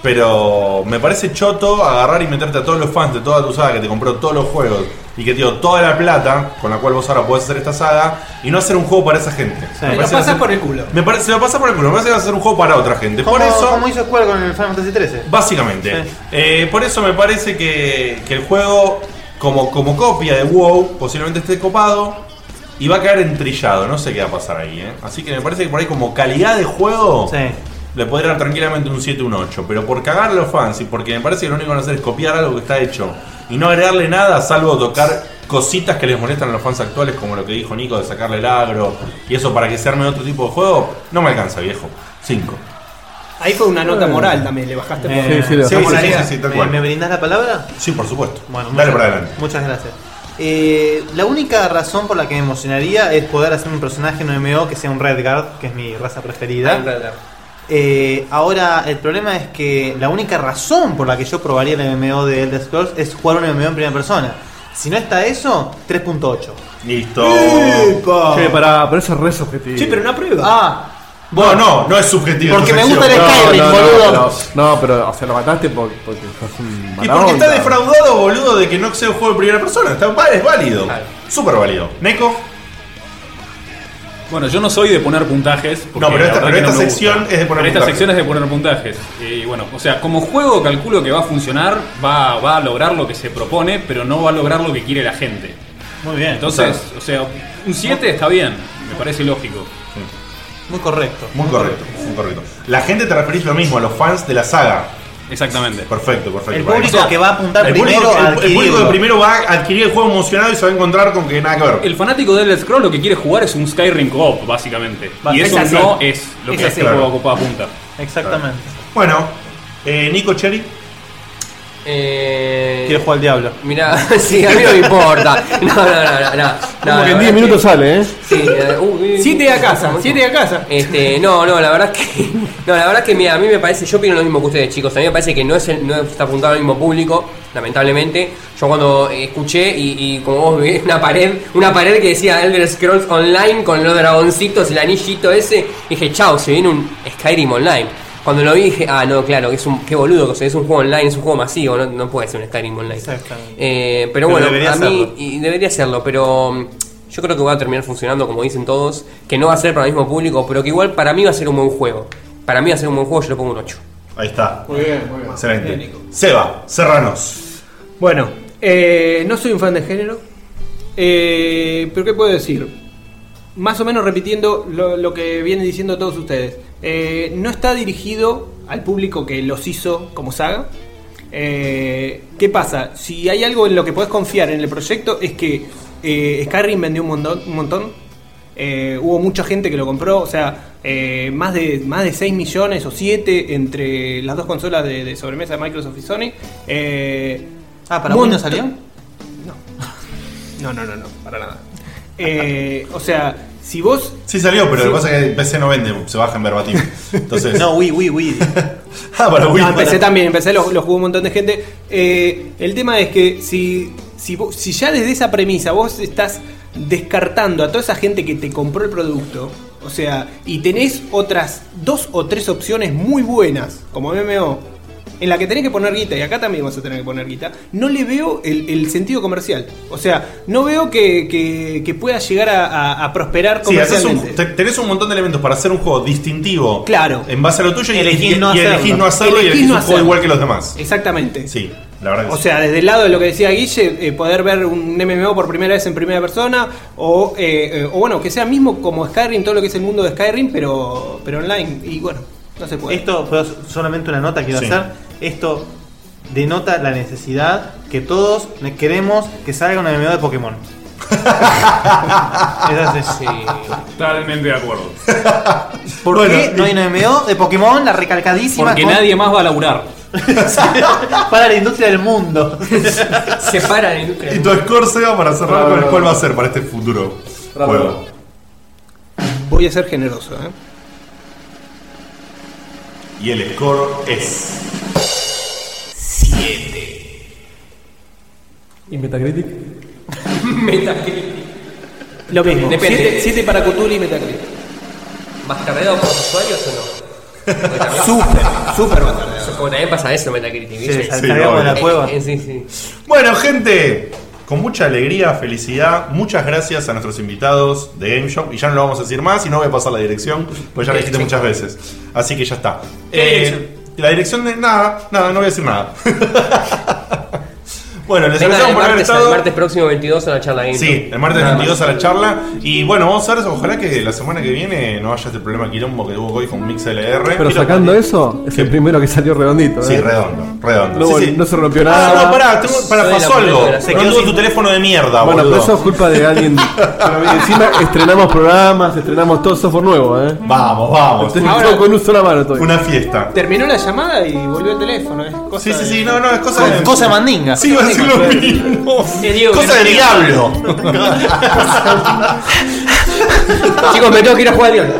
C: Pero me parece choto agarrar y meterte a todos los fans de toda tu saga que te compró todos los juegos y que te dio toda la plata con la cual vos ahora podés hacer esta saga y no hacer un juego para esa gente.
G: Te lo
C: parece que va a
G: pasas
C: ser-
G: por el culo.
C: me parece, se lo pasa por el culo, me parece que va a ser un juego para otra gente. Por eso.
D: Como hizo Square con el Final Fantasy XIII.
C: Básicamente. Eh, por eso me parece que, que el juego, como, como copia de WoW, posiblemente esté copado y va a caer entrillado. No sé qué va a pasar ahí. ¿eh? Así que me parece que por ahí, como calidad de juego, le podría dar tranquilamente un 7, un 8. Pero por cagar a los fans y porque me parece que lo único que van a hacer es copiar algo que está hecho y no agregarle nada, salvo tocar cositas que les molestan a los fans actuales, como lo que dijo Nico de sacarle el agro y eso para que se arme otro tipo de juego, no me alcanza, viejo. 5.
G: Ahí fue una nota moral también, le bajaste
D: Eh,
G: por
C: Sí, sí, le Sí, bajamos. sí, sí, sí, tal
D: ¿Me-
C: cual.
D: ¿Me brindás la palabra?
C: Sí, por supuesto.
D: Bueno,
C: Dale
D: muchas-
C: para adelante.
D: Muchas gracias. Eh, la única razón por la que me emocionaría es poder hacer un personaje en un MMO que sea un Redguard, que es mi raza preferida. Eh, ahora, el problema es que la única razón por la que yo probaría el MMO de Elder Scrolls es jugar un MMO en primera persona. Si no está eso, 3.8.
C: Listo.
D: ¡Eh!
G: Oh.
E: Che, pará, pero eso es re subjetivo.
G: no aprueba.
D: Ah,
C: No, no, no es subjetivo.
D: Porque me gusta el
E: No,
D: Skyrim,
E: no, no,
D: boludo.
E: No, no, pero, o sea, lo mataste porque, porque sos un
C: Y
E: mala
C: porque está
E: onda.
C: defraudado, boludo, de que no sea un juego de primera persona. Está va- es válido. Súper válido. Neko.
J: Bueno, yo no soy de poner puntajes. porque
C: No, pero
J: la
C: esta-
J: verdad
C: pero
J: que no
C: esta
J: me gusta.
C: sección es de poner
J: Pero esta
C: puntajes.
J: sección es de poner puntajes. Y bueno, o sea, como juego calculo que va a funcionar, va, va a lograr lo que se propone, pero no va a lograr lo que quiere la gente.
D: Muy bien.
J: Entonces, o sea, un 7 está bien, me parece lógico.
D: Muy correcto.
C: Muy correcto, muy correcto. La gente te referís lo mismo, a los fans de la saga.
J: Exactamente.
C: Perfecto, perfecto.
D: El
C: Vale.
D: público
C: O sea,
D: que va a apuntar
C: el público-
D: primero a
C: el- el, público que
D: adquirirlo.
C: primero va a adquirir Ah, el juego emocionado y se va a encontrar con que nada que ver.
J: El fanático de Elder Scrolls lo que quiere jugar es un Skyrim co-op, básicamente. Y
C: Es
J: eso
C: así.
J: no es lo
C: Es
J: que hace
C: así.
J: el juego Copa Punta.
D: Exactamente.
C: Bueno, eh, Nico Cherry.
I: Eh,
D: Quiero jugar al diablo.
I: Mirá, *laughs* sí, a mí no me importa. No, no, no, no. no,
E: Como
I: no, la
E: que en 10
I: verdad
E: minutos sale, ¿eh?
I: que- Sí, eh, uh, eh,
G: Siete a casa,
I: mucho.
G: siete a casa.
I: Este, no, no, la verdad es que. No, la verdad es que mira, a mí me parece, yo opino lo mismo que ustedes, chicos. A mí me parece que no es el- no está apuntado al mismo público, lamentablemente. Yo cuando eh, escuché y, y como vos ves, una pared, una pared que decía Elder Scrolls Online con los dragoncitos, el anillito ese, dije, chao, se viene un Skyrim Online. Cuando lo vi dije, ah, no, claro, que es un, qué boludo, que o sea, es un juego online, es un juego masivo, no, no puede ser un Skyrim Online.
D: Exactamente.
I: Eh,
D: Pero
I: pero bueno,
D: debería
I: a mí
D: hacerlo.
I: y debería hacerlo, pero mm, yo creo que va a terminar funcionando como dicen todos, que no va a ser para el mismo público, pero que igual para mí va a ser un buen juego. Para mí va a ser un buen juego, yo le pongo un 8.
C: Ahí está.
G: Muy bien, muy bien.
C: Excelente. Seba, Serranos.
G: Bueno, eh, no soy un fan de género, eh, pero ¿qué puedo decir? Más o menos repitiendo lo, lo que vienen diciendo todos ustedes. Eh, no está dirigido al público que los hizo como saga. Eh, ¿Qué pasa? Si hay algo en lo que podés confiar en el proyecto es que eh, Skyrim vendió un montón. Un montón. Eh, hubo mucha gente que lo compró, o sea, eh, más, de, más de 6 millones o 7 entre las dos consolas de, de sobremesa de Microsoft y Sony. ah,
D: ¿para Windows salió?
G: No, no, no, no, para nada. Eh, o sea, si vos.
C: Sí salió, pero
G: si-
C: lo que pasa es que PC no vende, se baja en verbatim. Entonces,
D: *laughs* No, Wii, Wii, Wii.
C: ah, para Wii.
G: No, empecé
C: para-
G: también, empecé, lo, lo jugó un montón de gente. Eh, el tema es que si, si, vos- si ya desde esa premisa vos estás descartando a toda esa gente que te compró el producto, o sea, y tenés otras dos o tres opciones muy buenas, como MMO, en la que tenés que poner guita, y acá también vas a tener que poner guita, no le veo el, el sentido comercial. O sea, no veo que, que- que pueda llegar a, a- a prosperar
C: Sí, haces
G: comercialmente.
C: un- te- tenés un montón de elementos para hacer un juego distintivo.
G: Claro.
C: En base a lo tuyo y,
G: Elegís
C: y-
G: no
C: y
G: hacerlo.
C: elegís no hacerlo y
G: Elegís
C: elegís
G: no
C: un juego
G: hacerlo.
C: igual que los demás.
G: Exactamente.
C: Sí, la verdad que
G: O
C: sí.
G: sea, desde el lado de lo que decía Guille, eh, poder ver un MMO por primera vez en primera persona, o, eh, eh, o bueno, que sea mismo como Skyrim, todo lo que es el mundo de Skyrim, pero, pero online. Y bueno, no se puede.
D: Esto, pero solamente una nota quiero
G: Sí.
D: hacer. Esto denota la necesidad que todos ne- queremos que salga una MMO de Pokémon.
J: Totalmente de acuerdo.
D: ¿Por qué no hay una MMO de Pokémon? La recalcadísima.
J: Porque
D: con-
J: nadie más va a laburar.
D: *laughs* para la industria del mundo.
I: *laughs* Se para la industria
C: Y tu score se va para cerrar.
J: Rápido.
C: ¿cuál- ¿Cuál va a ser para este futuro
J: Rápido.
C: juego?
G: Voy a ser generoso, ¿eh?
C: Y el score es.
E: 7. ¿Y
I: *laughs*
E: Metacritic?
G: Lo mismo.
I: Depende.
G: 7 para Cthulhu y Metacritic.
I: ¿Bastardeado por los usuarios o *laughs* no?
G: Súper, súper bastardeado.
I: Como también pasa eso, Metacritic.
C: Sí, se descargamos
I: obvio.
C: la cueva.
I: Eh, eh, sí, sí.
C: Bueno, gente, con mucha alegría, felicidad, muchas gracias a nuestros invitados de Game Shop. Y ya no lo vamos a decir más y no voy a pasar la dirección, pues ya lo dijiste muchas veces. Así que ya está. Eh, La dirección de nada, nada, no voy a decir nada. *laughs* bueno, les
I: Vengan
C: agradecemos
I: el
C: por haber
I: martes, el
C: estado.
I: martes próximo 22 a la charla Game
C: Sí,
I: Show.
C: el martes
I: Nada
C: 22 a
I: más.
C: la charla. Y bueno, vamos a ver, ojalá que la semana que viene no haya este problema quilombo que hubo hoy con Mix LR.
E: Pero sacando eso, es el primero que salió redondito.
C: Sí,
E: ¿eh?
C: redondo, redondo.
E: No,
C: Sí,
E: vol-
C: sí.
E: no se rompió
C: Ah,
E: nada.
C: no, pará, tengo- pará,
E: Soy
C: pasó
E: la
C: algo.
E: película, se
C: No
E: quedó
C: tuvo
E: sin-
C: tu teléfono de mierda,
E: bueno,
C: boludo.
E: pero eso es culpa de
C: *laughs*
E: alguien. pero encima estrenamos programas, estrenamos todo software nuevo, ¿eh?
C: Vamos, vamos.
E: Ahora, con un sola mano todavía.
C: Una fiesta.
G: Terminó la llamada y volvió el teléfono, ¿eh? Cosa
C: Sí, sí,
G: de-
C: sí, no, no, es cosa de.
D: mandinga.
C: Sí, va a ser lo mismo.
G: Eh,
C: *laughs* Cosa
I: *laughs*
C: del diablo.
I: Chicos, me tengo que ir a jugar al guión.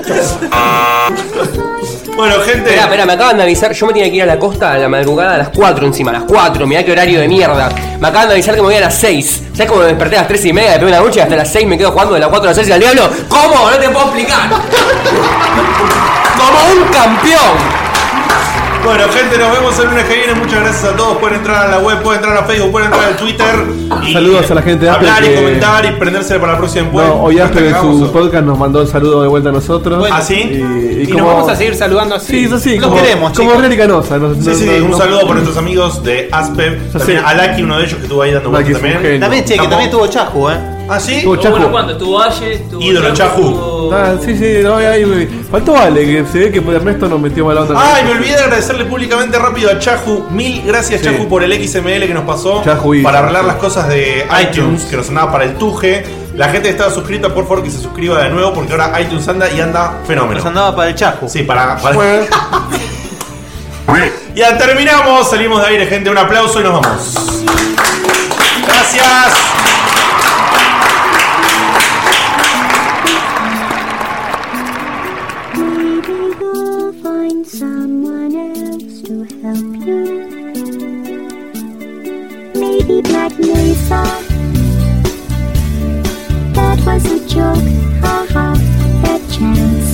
C: Bueno, gente.
I: Espera, espera, me acaban de avisar. Yo me tenía que ir a la costa a la madrugada a las 4 encima, a las 4. Mirá qué horario de mierda. Me acaban de avisar que me voy a las 6. ¿Sabes cómo me desperté a las 3 y media de primera noche? Hasta las 6 me quedo jugando de las 4 a las 6 y al diablo. ¿Cómo? No te puedo explicar. Como un campeón.
C: Bueno, gente, nos vemos el lunes que viene. Muchas gracias a todos. Pueden entrar a la web, pueden entrar a Facebook, pueden entrar a Twitter. Y
E: Saludos a la gente de Apple.
C: hablar y
E: que-
C: comentar y prenderse para la próxima encuesta.
E: No, hoy Asper en
C: Atacamos.
E: su podcast nos mandó un saludo de vuelta a nosotros.
C: Bueno. ¿Ah, sí?
E: Y,
C: Y nos vamos a seguir
G: saludando así.
E: Sí, es así.
C: Los
E: como,
C: queremos,
E: Como
C: chicos.
E: Reri Canosa. nos-
C: Sí,
E: nos-
C: sí,
E: nos-
C: un
E: nos-
C: saludo para nuestros amigos de Aspen. También
E: sé.
C: a Lucky, uno de ellos que estuvo ahí dando
E: Lucky
C: vueltas
E: es un
C: también.
E: genio.
D: También, che, que también tuvo Chajo, ¿eh?
C: Ah, sí.
E: Tuvo Chacu.
F: Bueno, ¿cuándo? Tuvo Valle, tuvo
C: Ídolo, Chacu.
E: Ah, sí, sí, no, ahí, ahí, faltó Ale, que se ve que Ernesto nos metió mala onda.
C: Ay, me olvidé de agradecerle públicamente rápido a Chahu. Mil gracias,
E: Sí.
C: Chahu, por el XML que nos pasó
E: Chahu y-
C: para arreglar las cosas de iTunes, que nos sonaba para el tuje. La gente que estaba suscrita, por favor, que se suscriba de nuevo, porque ahora iTunes anda y anda fenómeno.
D: Nos andaba para el Chajo.
C: Sí, para. para... *laughs* ya terminamos, salimos de aire, gente. Un aplauso y nos vamos. Gracias.
B: Maybe you'll find someone else to help you. Maybe Black Mesa. That was a joke, haha, that chance.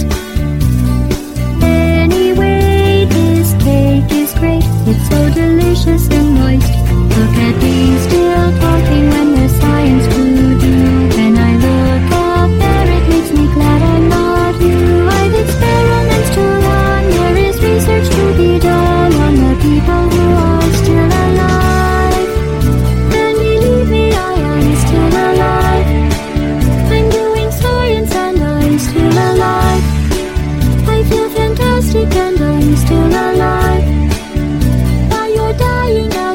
B: Anyway, this cake is great. It's so delicious and moist. Look at me still talking when there's science to do. When I look up there, it makes me glad I'm not you. I've experiments to run. There is research to be done on the people who are still alive. And believe me, I am still alive. I'm doing science and I'm still alive. I feel fantastic and I'm still alive. Now you're dying out